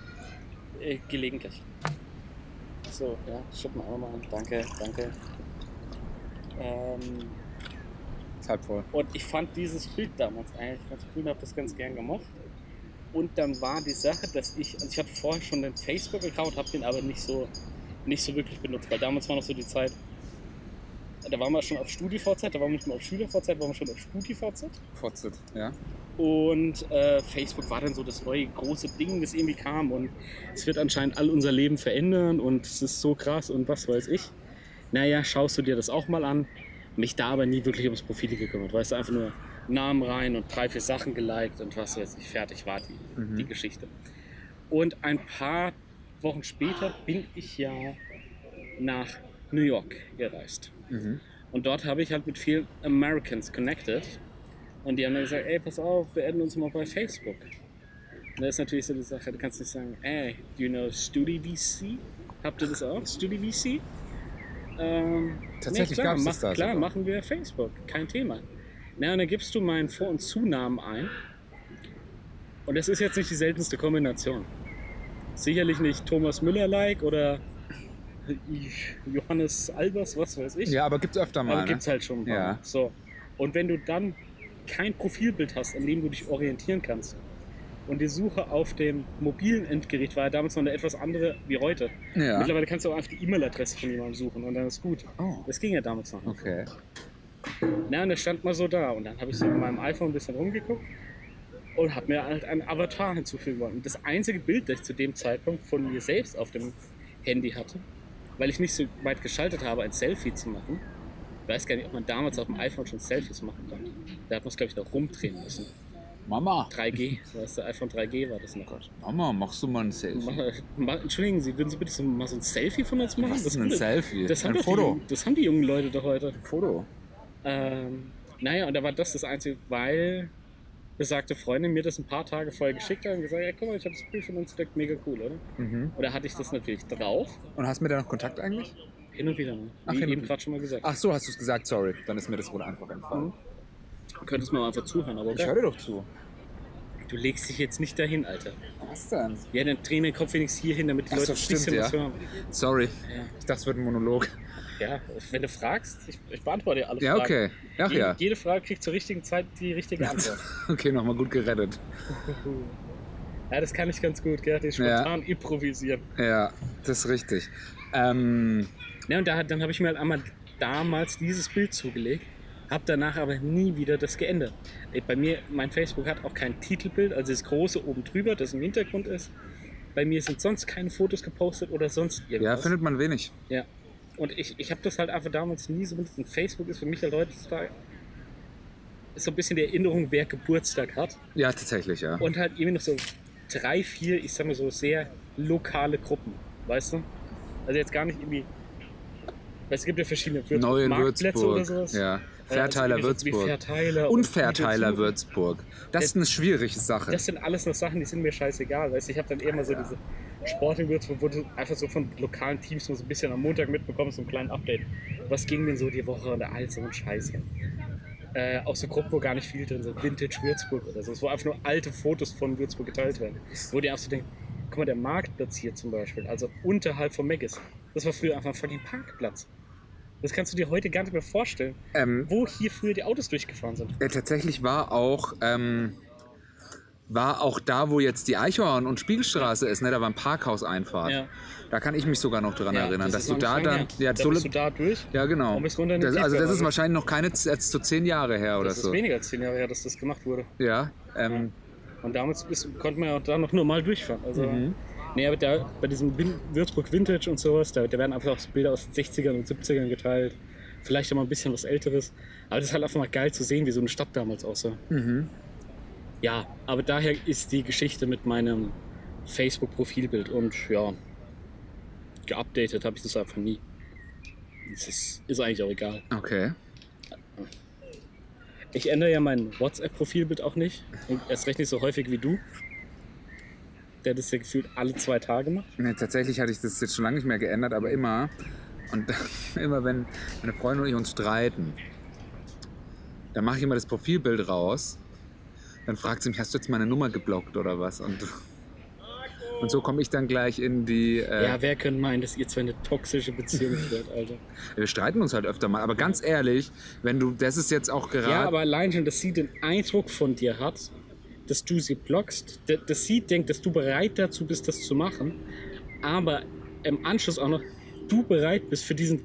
[SPEAKER 2] Äh, gelegentlich. So, ja, schuppen wir auch mal an. Danke, danke. Ähm,
[SPEAKER 1] Ist halb voll.
[SPEAKER 2] und ich fand dieses Bild damals eigentlich ganz cool und habe das ganz gern gemacht. Und dann war die Sache, dass ich, also ich hatte vorher schon den Facebook-Account, habe den aber nicht so, nicht so wirklich benutzt, weil damals war noch so die Zeit, da waren wir schon auf StudiVZ, da waren wir nicht mehr auf SchülerVZ, waren wir schon auf StudiVZ.
[SPEAKER 1] Fotzit, ja.
[SPEAKER 2] Und äh, Facebook war dann so das neue große Ding, das irgendwie kam. Und es wird anscheinend all unser Leben verändern und es ist so krass und was weiß ich. Naja, schaust du dir das auch mal an. Mich da aber nie wirklich ums Profile gekümmert. Weißt du, einfach nur Namen rein und drei, vier Sachen geliked und was weiß ich. Fertig war die,
[SPEAKER 1] Mhm.
[SPEAKER 2] die Geschichte. Und ein paar Wochen später bin ich ja nach New York gereist.
[SPEAKER 1] Mhm.
[SPEAKER 2] Und dort habe ich halt mit vielen Americans connected. Und die haben dann gesagt, ey, pass auf, wir adden uns mal bei Facebook. Und da ist natürlich so die Sache, du kannst nicht sagen, ey, do you know StudiVC? Habt ihr das auch, StudiVC? Ähm,
[SPEAKER 1] Tatsächlich
[SPEAKER 2] klar,
[SPEAKER 1] gab's
[SPEAKER 2] mach,
[SPEAKER 1] das da
[SPEAKER 2] Klar,
[SPEAKER 1] sogar.
[SPEAKER 2] machen wir Facebook, kein Thema. Na, und dann gibst du meinen Vor- und Zunamen ein. Und das ist jetzt nicht die seltenste Kombination. Sicherlich nicht Thomas Müller-like oder Johannes Albers, was weiß ich.
[SPEAKER 1] Ja, aber gibt's öfter mal.
[SPEAKER 2] Aber
[SPEAKER 1] ne?
[SPEAKER 2] gibt's halt schon ein paar.
[SPEAKER 1] Ja.
[SPEAKER 2] So. Und wenn du dann kein Profilbild hast, an dem du dich orientieren kannst und die Suche auf dem mobilen Endgerät war ja damals noch eine etwas andere wie heute.
[SPEAKER 1] Ja.
[SPEAKER 2] Mittlerweile kannst du auch einfach die E-Mail-Adresse von jemandem suchen und dann ist gut.
[SPEAKER 1] Oh,
[SPEAKER 2] Das ging ja damals noch. nicht.
[SPEAKER 1] okay.
[SPEAKER 2] Na, und der stand mal so da und dann habe ich so mit meinem iPhone ein bisschen rumgeguckt und habe mir halt einen Avatar hinzufügen wollen. Und das einzige Bild, das ich zu dem Zeitpunkt von mir selbst auf dem Handy hatte, weil ich nicht so weit geschaltet habe, ein Selfie zu machen, Ich weiß gar nicht, ob man damals auf dem iPhone schon Selfies machen konnte. Da hat man es, glaube ich, noch rumdrehen müssen.
[SPEAKER 1] Mama,
[SPEAKER 2] 3G, weißt du, iPhone 3G war
[SPEAKER 1] Oh
[SPEAKER 2] das noch.
[SPEAKER 1] Mama, machst du mal ein Selfie?
[SPEAKER 2] Mal, mal, Entschuldigen Sie, würden Sie bitte so, mal so ein Selfie von uns machen?
[SPEAKER 1] Was ist denn ein
[SPEAKER 2] das,
[SPEAKER 1] Selfie?
[SPEAKER 2] das, haben
[SPEAKER 1] ein
[SPEAKER 2] doch
[SPEAKER 1] Foto.
[SPEAKER 2] Die, das haben die jungen Leute doch heute.
[SPEAKER 1] Foto.
[SPEAKER 2] Ähm, naja, und da war das das Einzige, weil besagte Freundin mir das ein paar Tage vorher geschickt hat und gesagt hat, ja, guck mal, ich habe das Bild von uns direkt mega cool, oder?
[SPEAKER 1] Mhm.
[SPEAKER 2] Oder hatte ich das natürlich drauf?
[SPEAKER 1] Und hast du mit der noch Kontakt eigentlich?
[SPEAKER 2] Hin und wieder mal.
[SPEAKER 1] Ach,
[SPEAKER 2] Wie
[SPEAKER 1] hin und
[SPEAKER 2] eben
[SPEAKER 1] wieder.
[SPEAKER 2] gerade schon mal gesagt.
[SPEAKER 1] Ach so, hast du es gesagt, sorry. Dann ist mir das wohl einfach entfallen.
[SPEAKER 2] Mhm. Könntest du mir mal einfach zuhören, aber
[SPEAKER 1] Ich höre
[SPEAKER 2] okay.
[SPEAKER 1] dir doch zu.
[SPEAKER 2] du legst dich jetzt nicht dahin, Alter.
[SPEAKER 1] Was denn?
[SPEAKER 2] Ja, dann dreh den Kopf wenigstens hier hin, damit die
[SPEAKER 1] Ach
[SPEAKER 2] Leute
[SPEAKER 1] so,
[SPEAKER 2] ein
[SPEAKER 1] stimmt,
[SPEAKER 2] bisschen
[SPEAKER 1] ja.
[SPEAKER 2] was hören.
[SPEAKER 1] Sorry,
[SPEAKER 2] Ja.
[SPEAKER 1] ich dachte, es wird ein Monolog.
[SPEAKER 2] Ja, wenn du fragst, ich, ich beantworte dir alle
[SPEAKER 1] Ja,
[SPEAKER 2] Fragen.
[SPEAKER 1] okay. Ach
[SPEAKER 2] Jede-
[SPEAKER 1] ja.
[SPEAKER 2] Jede Frage kriegt zur richtigen Zeit die richtige Antwort.
[SPEAKER 1] Okay, nochmal gut gerettet.
[SPEAKER 2] ja, das kann ich ganz gut, gell? Die spontan improvisieren.
[SPEAKER 1] Ja, das ist richtig. Ähm,
[SPEAKER 2] Ja, und da, dann habe ich mir halt einmal damals dieses Bild zugelegt, habe danach aber nie wieder das geändert. Ey, Bei mir, mein Facebook hat auch kein Titelbild, also das große oben drüber, das im Hintergrund ist. Bei mir sind sonst keine Fotos gepostet oder sonst
[SPEAKER 1] ja,
[SPEAKER 2] irgendwas.
[SPEAKER 1] findet man wenig.
[SPEAKER 2] Und ich, ich habe das halt einfach damals nie so benutzt. Und Facebook ist für mich halt heutzutage so ein bisschen die Erinnerung, wer Geburtstag hat.
[SPEAKER 1] Ja, tatsächlich, ja.
[SPEAKER 2] Und halt irgendwie noch so drei, vier, ich sag mal so, sehr lokale Gruppen, weißt du? Also jetzt gar nicht irgendwie. Weil es gibt ja verschiedene Würz-
[SPEAKER 1] Neu in
[SPEAKER 2] Marktplätze
[SPEAKER 1] Würzburg.
[SPEAKER 2] oder sowas.
[SPEAKER 1] Ja.
[SPEAKER 2] Äh, also
[SPEAKER 1] Verteiler
[SPEAKER 2] irgendwie so wie
[SPEAKER 1] Würzburg.
[SPEAKER 2] Verteiler
[SPEAKER 1] Und
[SPEAKER 2] oder
[SPEAKER 1] Verteiler
[SPEAKER 2] Güterzug.
[SPEAKER 1] Würzburg. Das ist eine schwierige Sache.
[SPEAKER 2] Das sind alles noch Sachen, die sind mir scheißegal. Weißt du, ich habe dann eher mal so diese Sport in Würzburg, wo du einfach so von lokalen Teams nur so ein bisschen am Montag mitbekommst, so einen kleinen Update. Was ging denn so die Woche und all so ein Scheiß hier? Äh, auch so Gruppen, wo gar nicht viel drin sind. Vintage Würzburg oder so. Wo einfach nur alte Fotos von Würzburg geteilt werden. Wo dir auch so denkst, guck mal, der Marktplatz hier zum Beispiel, also unterhalb von Megas, das war früher einfach ein fucking Parkplatz. Das kannst du dir heute gar nicht mehr vorstellen,
[SPEAKER 1] Ähm,
[SPEAKER 2] wo hier früher die Autos durchgefahren sind.
[SPEAKER 1] äh, tatsächlich war auch, ähm, war auch da, wo jetzt die Eichhorn- und Spiegelstraße ist, ne? da war ein Parkhauseinfahrt. Da kann ich mich sogar noch dran erinnern, dass du
[SPEAKER 2] noch
[SPEAKER 1] da
[SPEAKER 2] nicht lange
[SPEAKER 1] dann.
[SPEAKER 2] her.
[SPEAKER 1] Ja,
[SPEAKER 2] da
[SPEAKER 1] so,
[SPEAKER 2] bist du da durch.
[SPEAKER 1] ja genau.
[SPEAKER 2] und bist runter in die
[SPEAKER 1] Das, also, das
[SPEAKER 2] Tiefgarage.
[SPEAKER 1] ist wahrscheinlich noch keine, jetzt so zehn Jahre her oder
[SPEAKER 2] Das ist
[SPEAKER 1] so.
[SPEAKER 2] weniger als zehn Jahre her, dass das gemacht wurde.
[SPEAKER 1] Ja, ähm,
[SPEAKER 2] Und damals ist, konnte man ja auch da noch normal durchfahren. Also,
[SPEAKER 1] Mhm.
[SPEAKER 2] Nee, aber da, bei diesem Win Würzburg Vintage und sowas, da, da werden einfach auch so Bilder aus den 60ern und 70ern geteilt. Vielleicht auch mal ein bisschen was Älteres. Aber das ist halt einfach mal geil zu sehen, wie so eine Stadt damals aussah.
[SPEAKER 1] mhm.
[SPEAKER 2] Ja, aber daher ist die Geschichte mit meinem Facebook-Profilbild und ja, geupdatet habe ich das einfach nie. Das ist, ist eigentlich auch egal.
[SPEAKER 1] okay.
[SPEAKER 2] Ich ändere ja mein WhatsApp-Profilbild auch nicht. Und erst recht nicht so häufig wie du. Der das ja gefühlt alle zwei Tage macht.
[SPEAKER 1] Nee, tatsächlich hatte ich das jetzt schon lange nicht mehr geändert, aber immer. Und immer wenn meine Freundin und ich uns streiten, dann mache ich immer das Profilbild raus. Dann fragt sie mich, hast du jetzt meine Nummer geblockt oder was? Und, und so komme ich dann gleich in die. Äh,
[SPEAKER 2] Ja, wer könnte meinen, dass ihr zwei eine toxische Beziehung führt, Alter.
[SPEAKER 1] Wir streiten uns halt öfter mal. Aber ganz ehrlich, wenn du. Das ist jetzt auch gerade.
[SPEAKER 2] Ja, aber allein schon, dass sie den Eindruck von dir hat, dass du sie blockst, d- dass sie denkt, dass du bereit dazu bist, das zu machen, aber im Anschluss auch noch, du bereit bist für diesen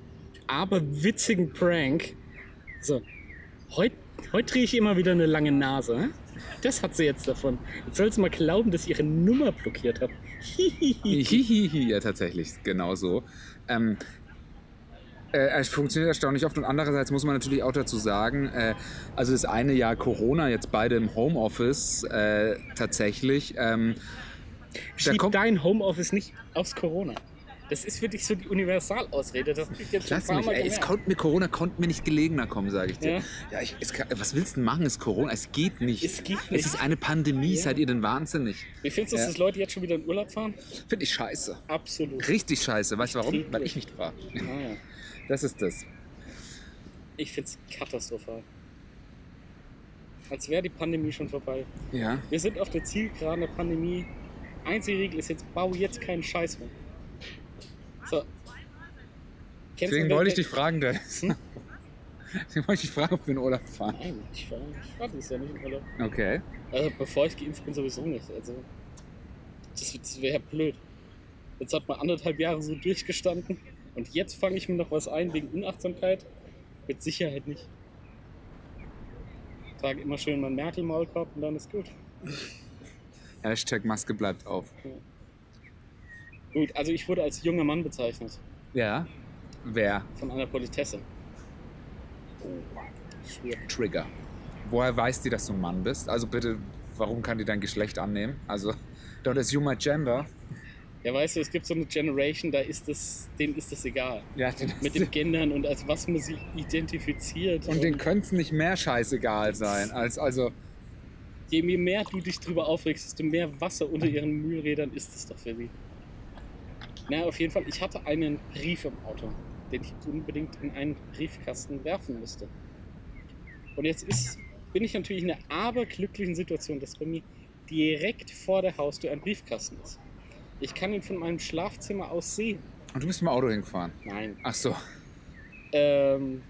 [SPEAKER 2] aberwitzigen Prank. So, heute heut drehe ich immer wieder eine lange Nase. hä? Das hat sie jetzt davon. Jetzt soll sie mal glauben, dass ich ihre Nummer blockiert habe.
[SPEAKER 1] Hihihi, ja, tatsächlich, genau so. Ähm, äh, es funktioniert erstaunlich oft und andererseits muss man natürlich auch dazu sagen, äh, also das eine Jahr Corona, jetzt beide im Homeoffice, äh, tatsächlich. Ähm,
[SPEAKER 2] Schieb
[SPEAKER 1] kommt-
[SPEAKER 2] dein Homeoffice nicht aufs Corona. Das ist für dich so die Universalausrede. Das hab ich jetzt schon ein
[SPEAKER 1] lass
[SPEAKER 2] paar
[SPEAKER 1] mich,
[SPEAKER 2] Mal
[SPEAKER 1] ey, es
[SPEAKER 2] gemerkt.
[SPEAKER 1] konnte mir Corona konnte mir nicht gelegener kommen, sage ich dir.
[SPEAKER 2] Ja.
[SPEAKER 1] Ja, ich, es, kann- was willst du denn machen, ist Corona, es geht nicht.
[SPEAKER 2] Es geht nicht.
[SPEAKER 1] Es ist eine Pandemie,
[SPEAKER 2] Ja.
[SPEAKER 1] seid ihr denn wahnsinnig?
[SPEAKER 2] Wie findest du es,
[SPEAKER 1] Ja.
[SPEAKER 2] dass Leute jetzt schon wieder in Urlaub fahren?
[SPEAKER 1] Finde ich scheiße.
[SPEAKER 2] Absolut.
[SPEAKER 1] Richtig scheiße. Weißt du warum?
[SPEAKER 2] trinke.
[SPEAKER 1] Weil ich nicht war.
[SPEAKER 2] Ah, ja.
[SPEAKER 1] Das ist das.
[SPEAKER 2] Ich find's katastrophal. Als wäre die Pandemie schon vorbei.
[SPEAKER 1] Ja.
[SPEAKER 2] Wir sind auf der Zielgeraden der Pandemie. Einzige Regel ist jetzt, bau jetzt keinen Scheiß mehr. So. Kennst
[SPEAKER 1] Deswegen
[SPEAKER 2] du-
[SPEAKER 1] wollte ich dich fragen, Dennis.
[SPEAKER 2] Hm?
[SPEAKER 1] Deswegen wollte ich dich fragen, ob wir in Urlaub fahren.
[SPEAKER 2] Nein, ich fahre ich fahr dieses Jahr nicht in Urlaub.
[SPEAKER 1] Okay.
[SPEAKER 2] Also bevor ich geimpft bin, sowieso nicht. Also das, das wäre blöd. Jetzt hat man anderthalb Jahre so durchgestanden und jetzt fange ich mir noch was ein wegen Unachtsamkeit. Mit Sicherheit nicht. Trage immer schön meinen Merkel-Maulkorb und dann ist gut.
[SPEAKER 1] Hashtag Maske bleibt auf.
[SPEAKER 2] Gut, also ich wurde als junger Mann bezeichnet
[SPEAKER 1] Ja. Wer?
[SPEAKER 2] von einer Politesse. Oh,
[SPEAKER 1] Trigger. Woher weiß die, dass du ein Mann bist? Also bitte, warum kann die dein Geschlecht annehmen? Also, don't assume my gender.
[SPEAKER 2] Ja, weißt du, es gibt so eine Generation, da ist das, denen ist das egal.
[SPEAKER 1] Ja,
[SPEAKER 2] Mit dem Gendern und als was man sich identifiziert.
[SPEAKER 1] und denen könnte es nicht mehr scheißegal sein. Als, also,
[SPEAKER 2] je je mehr du dich drüber aufregst, desto mehr Wasser unter ihren Mühlrädern ist es doch für sie. Na, auf jeden Fall, ich hatte einen Brief im Auto, den ich unbedingt in einen Briefkasten werfen musste. Und jetzt ist, bin ich natürlich in der aberglücklichen Situation, dass bei mir direkt vor der Haustür ein Briefkasten ist. Ich kann ihn von meinem Schlafzimmer aus sehen.
[SPEAKER 1] und du bist mit dem Auto hingefahren.
[SPEAKER 2] Nein,
[SPEAKER 1] Ach so.
[SPEAKER 2] Ähm,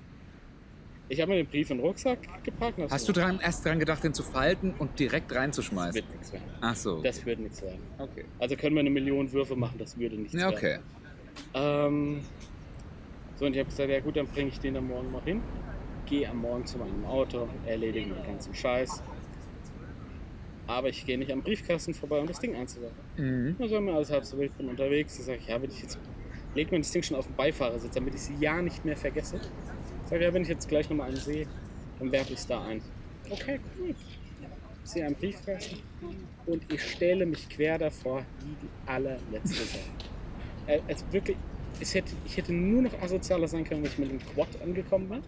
[SPEAKER 2] ich habe mir den Brief in den Rucksack gepackt. und hab
[SPEAKER 1] Hast
[SPEAKER 2] so-
[SPEAKER 1] du dran, erst dran gedacht, den zu falten und direkt
[SPEAKER 2] Das
[SPEAKER 1] reinzuschmeißen?
[SPEAKER 2] wird nichts werden.
[SPEAKER 1] Ach so.
[SPEAKER 2] Das wird nichts werden.
[SPEAKER 1] Okay.
[SPEAKER 2] Also können wir eine Million Würfe machen, das würde nichts
[SPEAKER 1] Ja,
[SPEAKER 2] werden.
[SPEAKER 1] okay.
[SPEAKER 2] Ähm, so, und ich habe gesagt, ja gut, dann bringe ich den dann morgen mal hin. Gehe am Morgen zu meinem Auto, erledige den ganzen Scheiß. Aber ich gehe nicht am Briefkasten vorbei, um das Ding einzuwerfen.
[SPEAKER 1] Mhm.
[SPEAKER 2] Na, sagen wir alles halb so wild, bin unterwegs. Dann sage ich, ja, wenn ich jetzt, leg mir das Ding schon auf den Beifahrersitz, damit ich sie ja nicht mehr vergesse. Sag ja, wenn ich jetzt gleich nochmal einen sehe, dann werfe ich es da ein. Okay, cool. Ich sehe einen Briefkasten und ich stelle mich quer davor, wie die allerletzte Sau. Äh, Es wirklich, es hätte, ich hätte nur noch asozialer sein können, wenn ich mit dem Quad angekommen war.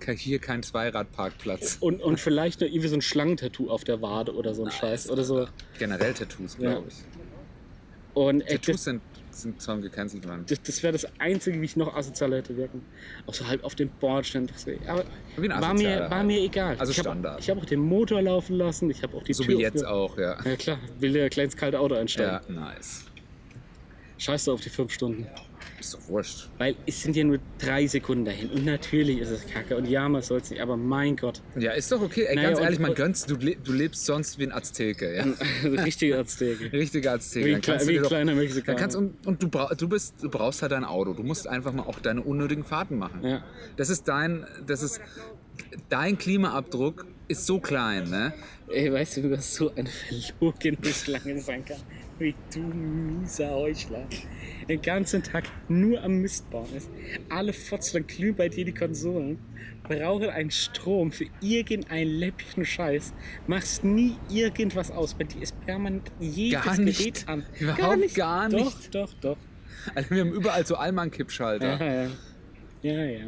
[SPEAKER 1] Ke- Hier kein Zweiradparkplatz.
[SPEAKER 4] Und, und vielleicht noch irgendwie so ein Schlangentattoo auf der Wade oder so ein Scheiß oder so.
[SPEAKER 1] Generell Tattoos,
[SPEAKER 4] Ja.
[SPEAKER 1] glaube ich.
[SPEAKER 4] Und ey,
[SPEAKER 1] Tattoos
[SPEAKER 4] das,
[SPEAKER 1] sind, sind schon gecancelt worden.
[SPEAKER 4] das, das wäre das Einzige, wie ich noch asozial hätte wirken. Auch so halb auf dem Bordstein. Aber
[SPEAKER 1] Wie
[SPEAKER 4] war
[SPEAKER 1] ein
[SPEAKER 4] mir,
[SPEAKER 1] Asozialer
[SPEAKER 4] war
[SPEAKER 1] halt.
[SPEAKER 4] mir egal.
[SPEAKER 1] Also
[SPEAKER 4] ich hab-
[SPEAKER 1] Standard.
[SPEAKER 4] Ich habe auch den Motor laufen lassen, ich habe auch die
[SPEAKER 1] So
[SPEAKER 4] Tür
[SPEAKER 1] wie jetzt
[SPEAKER 4] aufge-
[SPEAKER 1] auch, ja.
[SPEAKER 4] Ja klar, will der kleines kalte Auto einsteigen.
[SPEAKER 1] Ja, nice.
[SPEAKER 4] Scheiß da auf die fünf Stunden.
[SPEAKER 1] Ist doch wurscht.
[SPEAKER 4] Weil es sind ja nur drei Sekunden dahin. Und natürlich ist es kacke. Und ja, man soll es nicht, aber mein Gott.
[SPEAKER 1] Ja, ist doch okay. Ey,
[SPEAKER 4] Naja,
[SPEAKER 1] ganz
[SPEAKER 4] und-
[SPEAKER 1] ehrlich, man gönnst, du, le- du lebst sonst wie ein Azteke, ja.
[SPEAKER 4] Also Richtige Azteke.
[SPEAKER 1] Richtiger
[SPEAKER 4] Wie
[SPEAKER 1] Azteke.
[SPEAKER 4] ein,
[SPEAKER 1] Dann
[SPEAKER 4] Kle
[SPEAKER 1] kannst du
[SPEAKER 4] wie
[SPEAKER 1] dir
[SPEAKER 4] ein
[SPEAKER 1] doch,
[SPEAKER 4] kleiner
[SPEAKER 1] dann
[SPEAKER 4] Mexikaner.
[SPEAKER 1] kannst, und und du, brau- du, bist, du brauchst halt dein Auto. Du musst einfach mal auch deine unnötigen Fahrten machen.
[SPEAKER 4] Ja.
[SPEAKER 1] Das ist dein, das ist, dein Klimaabdruck ist so klein, ne?
[SPEAKER 2] Ey, weißt du, was so ein verlogene Schlange sein kann? Wie du mieser Heuchler. Den ganzen Tag nur am Mist bauen ist. Alle Fotzler glühen bei dir die Konsolen. Brauchen einen Strom für irgendeinen läppchen Scheiß. Machst nie irgendwas aus. Bei dir ist permanent jedes
[SPEAKER 1] Gar nicht.
[SPEAKER 2] Gerät an.
[SPEAKER 1] Überhaupt gar nicht.
[SPEAKER 2] Doch, doch, doch.
[SPEAKER 1] Also wir haben überall so Allmann-Kippschalter.
[SPEAKER 2] Ja, ja, ja.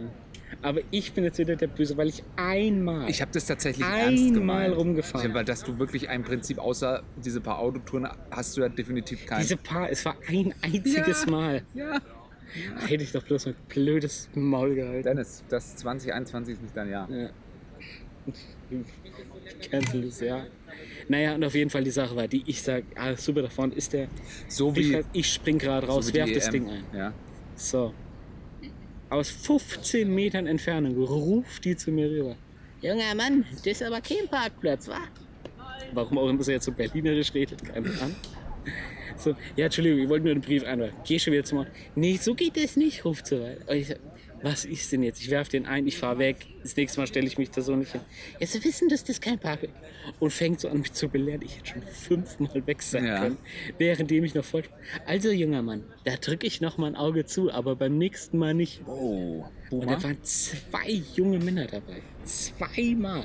[SPEAKER 2] Aber ich bin jetzt wieder der Böse, weil ich einmal.
[SPEAKER 1] Ich habe das tatsächlich ernst
[SPEAKER 2] einmal
[SPEAKER 1] gemeint.
[SPEAKER 2] rumgefahren.
[SPEAKER 1] Weil dass du wirklich ein Prinzip, außer diese paar Autotouren, hast du ja definitiv kein...
[SPEAKER 2] Diese Paar, es war ein einziges
[SPEAKER 1] Ja.
[SPEAKER 2] Mal.
[SPEAKER 1] ja.
[SPEAKER 2] Hätte ich doch bloß mein blödes Maul gehalten.
[SPEAKER 1] Dennis, das 2021 ist nicht dein Jahr.
[SPEAKER 2] Ja. Cancel das, ja. Naja, und auf jeden Fall die Sache war, die ich sag, ah, super, da vorne ist der.
[SPEAKER 1] So
[SPEAKER 2] Ich,
[SPEAKER 1] wie,
[SPEAKER 2] weiß, ich spring gerade halt raus,
[SPEAKER 1] so wie
[SPEAKER 2] werf
[SPEAKER 1] die ähm,
[SPEAKER 2] das
[SPEAKER 1] EM.
[SPEAKER 2] Ding ein.
[SPEAKER 1] Ja.
[SPEAKER 2] So. Aus 15 Metern Entfernung ruft die zu mir rüber. Junger Mann, das ist aber kein Parkplatz, wa? Warum auch immer sie jetzt so berlinerisch redet, keine Ahnung. So, ja, Entschuldigung, ich wollte nur den Brief einwerfen. Geh schon wieder zum Auto. Nee, so geht das nicht, ruft sie weiter. Und ich so, was ist denn jetzt? Ich werf den ein, ich fahr weg. Das nächste Mal stelle ich mich da so nicht hin. Ja, sie wissen, dass das kein Parkplatz ist. Und fängt so an, mich zu belehren. Ich hätte schon fünfmal weg sein
[SPEAKER 1] Ja.
[SPEAKER 2] können, währenddem ich noch folge. Also, junger Mann, da drücke ich noch mal ein Auge zu, aber beim nächsten Mal nicht.
[SPEAKER 1] Oh.
[SPEAKER 2] Und da waren zwei junge Männer dabei. Zweimal.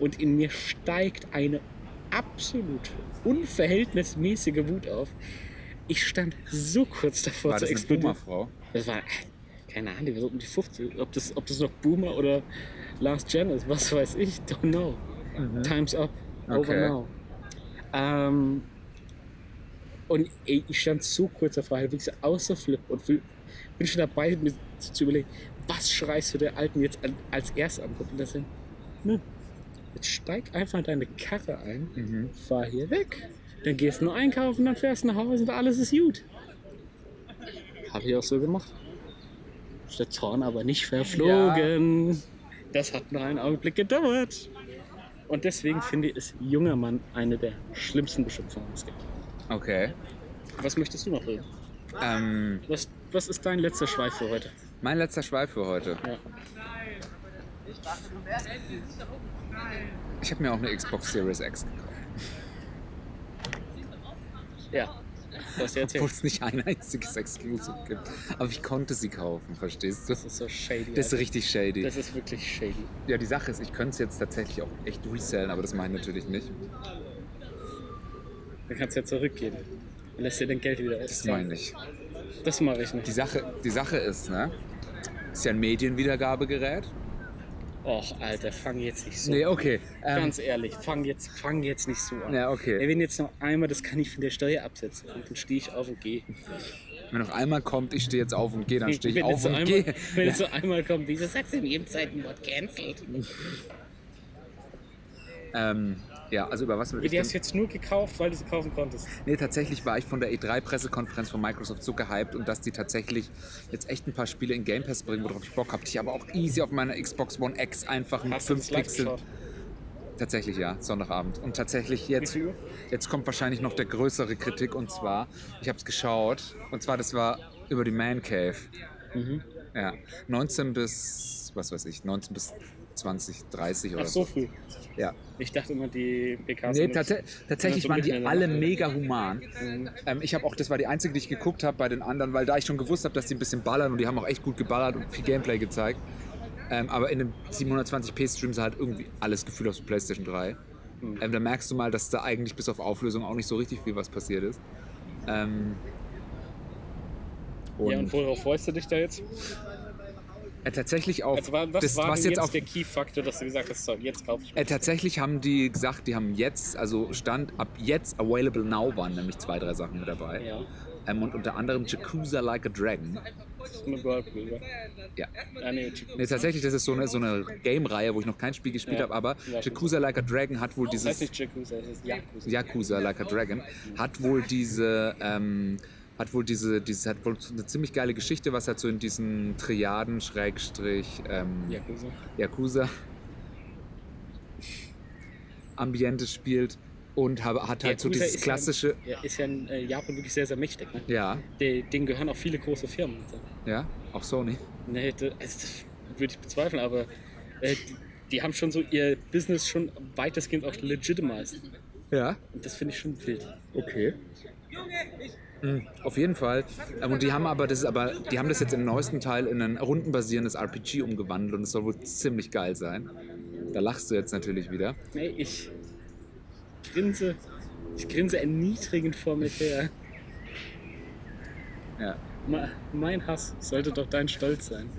[SPEAKER 2] Und in mir steigt eine absolut unverhältnismäßige Wut auf. Ich stand so kurz davor
[SPEAKER 1] War
[SPEAKER 2] zu
[SPEAKER 1] das eine
[SPEAKER 2] explodieren.
[SPEAKER 1] Boomerfrau?
[SPEAKER 2] Das war, keine Ahnung, die war so um die 50. Ob das, ob das noch Boomer oder Last Gen ist, was weiß ich. Don't know. Time's up. Over
[SPEAKER 1] Okay.
[SPEAKER 2] now. Ähm, und ey, ich stand so kurz davor, halt wirklich so außer Flip und will, bin schon dabei, mir zu zu überlegen, was schreist du der Alten jetzt an, als erstes an? Und das sind, nö, jetzt steig einfach in deine Karre ein,
[SPEAKER 1] Mhm.
[SPEAKER 2] fahr hier weg, dann gehst du noch einkaufen, dann fährst du nach Hause und alles ist gut. Hab ich auch so gemacht. Ist der Zorn aber nicht verflogen. Das hat nur einen Augenblick gedauert. Und deswegen finde ich, ist junger Mann eine der schlimmsten Beschimpfungen, die es gibt.
[SPEAKER 1] Okay.
[SPEAKER 2] Was möchtest du noch reden?
[SPEAKER 1] Ähm,
[SPEAKER 2] Was, was ist dein letzter Schweif für heute?
[SPEAKER 1] mein letzter Schweif für heute.
[SPEAKER 2] Ja.
[SPEAKER 1] Ich habe mir auch eine Xbox Series X gekauft.
[SPEAKER 2] ja.
[SPEAKER 3] was
[SPEAKER 1] obwohl
[SPEAKER 3] du erzählst.
[SPEAKER 1] es nicht ein einziges Exclusive gibt. Aber ich konnte sie kaufen, verstehst du?
[SPEAKER 3] Das ist so shady.
[SPEAKER 1] Das ist
[SPEAKER 3] Alter.
[SPEAKER 1] richtig shady.
[SPEAKER 3] das ist wirklich shady.
[SPEAKER 1] ja, die Sache ist, ich könnte es jetzt tatsächlich auch echt resellen, aber das meine ich natürlich nicht.
[SPEAKER 3] Dann kannst du ja zurückgehen. Und lässt dir dein Geld wieder
[SPEAKER 1] Das
[SPEAKER 3] auszahlen.
[SPEAKER 1] meine ich.
[SPEAKER 3] Das mache ich
[SPEAKER 1] Die
[SPEAKER 3] nicht.
[SPEAKER 1] Sache, die Sache ist, ne? Ist ja ein Medienwiedergabegerät.
[SPEAKER 3] Och, Alter, fang jetzt nicht so
[SPEAKER 1] Nee,
[SPEAKER 3] an.
[SPEAKER 1] okay. Ähm,
[SPEAKER 3] Ganz ehrlich, fang jetzt, fang jetzt nicht so an.
[SPEAKER 1] ja,
[SPEAKER 3] Ey,
[SPEAKER 1] okay.
[SPEAKER 3] wenn jetzt noch einmal, das kann ich von der Steuer absetzen. Und dann stehe ich auf und gehe.
[SPEAKER 1] Wenn noch einmal kommt, ich stehe jetzt auf und gehe, dann stehe ich
[SPEAKER 3] wenn
[SPEAKER 1] auf
[SPEAKER 3] jetzt so
[SPEAKER 1] und
[SPEAKER 3] einmal,
[SPEAKER 1] gehe.
[SPEAKER 3] Wenn jetzt so einmal kommt, wieso sagst du in jedem zweiten Wort cancelled?
[SPEAKER 1] Ähm, ja, also über was würde ich
[SPEAKER 2] Die hast du
[SPEAKER 1] denn?
[SPEAKER 2] jetzt nur gekauft, weil du sie kaufen konntest.
[SPEAKER 1] Nee, tatsächlich war ich von der E3-Pressekonferenz von Microsoft so gehypt und dass die tatsächlich jetzt echt ein paar Spiele in Game Pass bringen, worauf ich Bock habe. Ich habe auch easy auf meiner Xbox One X einfach mit
[SPEAKER 2] Hast du
[SPEAKER 1] 5
[SPEAKER 2] das live
[SPEAKER 1] Pixel.
[SPEAKER 2] geschaut?
[SPEAKER 1] Tatsächlich ja, Sonntagabend. Und tatsächlich
[SPEAKER 2] Wie
[SPEAKER 1] jetzt,
[SPEAKER 2] viel Uhr?
[SPEAKER 1] jetzt kommt wahrscheinlich noch der größere Kritik und zwar, ich habe es geschaut, und zwar das war über die Man Cave.
[SPEAKER 2] Mhm.
[SPEAKER 1] Ja, 19 bis, was weiß ich, 19 bis 20, 30 oder
[SPEAKER 2] Ach, so früh.
[SPEAKER 1] Ja.
[SPEAKER 2] Ich dachte immer, die PKs.
[SPEAKER 1] Nee,
[SPEAKER 2] sind-
[SPEAKER 1] tate- tatsächlich
[SPEAKER 2] so
[SPEAKER 1] waren die
[SPEAKER 2] mitten in der
[SPEAKER 1] alle
[SPEAKER 2] Nacht.
[SPEAKER 1] mega human. Ähm, ich habe auch, das war die einzige, die ich geguckt habe bei den anderen, weil da ich schon gewusst habe, dass die ein bisschen ballern und die haben auch echt gut geballert und viel Gameplay gezeigt. Ähm, aber in einem 720p Stream sah halt irgendwie alles Gefühl aus der PlayStation 3.
[SPEAKER 2] Hm.
[SPEAKER 1] Ähm, da merkst du mal, dass da eigentlich bis auf Auflösung auch nicht so richtig viel was passiert ist. Ähm, und,
[SPEAKER 2] Ja, und worauf freust du dich da jetzt?
[SPEAKER 1] äh, tatsächlich auf
[SPEAKER 2] Also, wa- was
[SPEAKER 1] das,
[SPEAKER 2] war
[SPEAKER 1] was
[SPEAKER 2] denn
[SPEAKER 1] jetzt,
[SPEAKER 2] jetzt
[SPEAKER 1] auf
[SPEAKER 2] der Key-Faktor, dass du gesagt hast, so, jetzt kaufe ich
[SPEAKER 1] Äh, tatsächlich haben die gesagt, die haben jetzt, also stand ab jetzt available now waren nämlich zwei, drei Sachen mit dabei.
[SPEAKER 2] Ja,
[SPEAKER 1] Ähm, und unter anderem Jacuzza Like a Dragon.
[SPEAKER 2] das ist eine Whirlpool, ja.
[SPEAKER 1] Ja.
[SPEAKER 2] Ah, nee, Chico.
[SPEAKER 1] Nee, tatsächlich, das ist so eine, so eine Game-Reihe, wo ich noch kein Spiel gespielt
[SPEAKER 2] Ja.
[SPEAKER 1] habe, aber
[SPEAKER 2] Ja.
[SPEAKER 1] Jacuzza Like a Dragon hat wohl
[SPEAKER 2] Das heißt
[SPEAKER 1] dieses.
[SPEAKER 2] nicht Jacuzzi, das heißt Jacuzzi.
[SPEAKER 1] Yakuza Like a Dragon hat wohl diese. Ähm, hat wohl diese, dieses, hat wohl eine ziemlich geile Geschichte, was halt so in diesen Triaden, Schrägstrich, ähm,
[SPEAKER 2] Jacuzzi.
[SPEAKER 1] Yakuza Ambiente spielt und habe, hat halt so
[SPEAKER 2] Yakuza
[SPEAKER 1] dieses
[SPEAKER 2] ist ja-
[SPEAKER 1] klassische.
[SPEAKER 2] Ja, ist ja in äh, Japan wirklich sehr, sehr mächtig. Ne?
[SPEAKER 1] Ja,
[SPEAKER 2] De- Denen gehören auch viele große Firmen. und so.
[SPEAKER 1] ja, auch Sony.
[SPEAKER 2] Nee, da- also, das würde ich bezweifeln, aber äh, die, die haben schon so ihr Business schon weitestgehend auch legitimized.
[SPEAKER 1] Ja,
[SPEAKER 2] Und das finde ich schon wild.
[SPEAKER 1] okay. Mhm, auf jeden Fall. Ähm, Und die haben aber das ist aber, die haben das jetzt im neuesten Teil in ein rundenbasierendes RPG umgewandelt und es soll wohl ziemlich geil sein. Da lachst du jetzt natürlich wieder.
[SPEAKER 2] Nee, ich grinse, ich grinse erniedrigend vor mir her.
[SPEAKER 1] Ja.
[SPEAKER 2] Ma- Mein Hass sollte doch dein Stolz sein.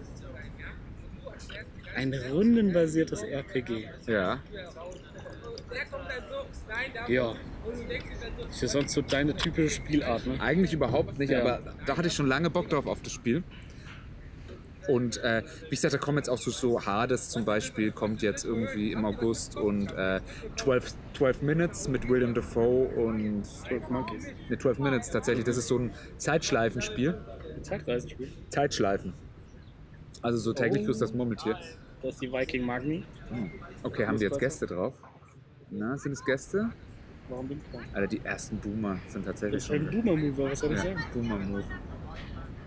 [SPEAKER 2] Ein rundenbasiertes RPG.
[SPEAKER 1] Ja.
[SPEAKER 2] Ja. Ist ja sonst so deine typische Spielart, ne?
[SPEAKER 1] Eigentlich überhaupt nicht,
[SPEAKER 2] Ja.
[SPEAKER 1] aber da hatte ich schon lange Bock drauf auf das Spiel. Und äh, wie gesagt, da kommen jetzt auch so, so Hades zum Beispiel, kommt jetzt irgendwie im August und äh, 12, 12 Minutes mit William Dafoe und 12 Monkeys. Ne, 12 Minutes tatsächlich. Das ist so ein Zeitschleifenspiel.
[SPEAKER 2] Ein Zeitreisenspiel.
[SPEAKER 1] Zeitschleifen. Also so täglich
[SPEAKER 2] Oh.
[SPEAKER 1] grüßt das Murmeltier.
[SPEAKER 2] Das ist die Viking Magni.
[SPEAKER 1] Okay, haben die jetzt Gäste drauf? Na, sind es Gäste?
[SPEAKER 2] Warum bin ich da?
[SPEAKER 1] Alter, die ersten Boomer sind tatsächlich
[SPEAKER 2] Das ist ein
[SPEAKER 1] schon.
[SPEAKER 2] Boomer Mover, was soll ich
[SPEAKER 1] Ja,
[SPEAKER 2] sagen?
[SPEAKER 1] Boomer Move.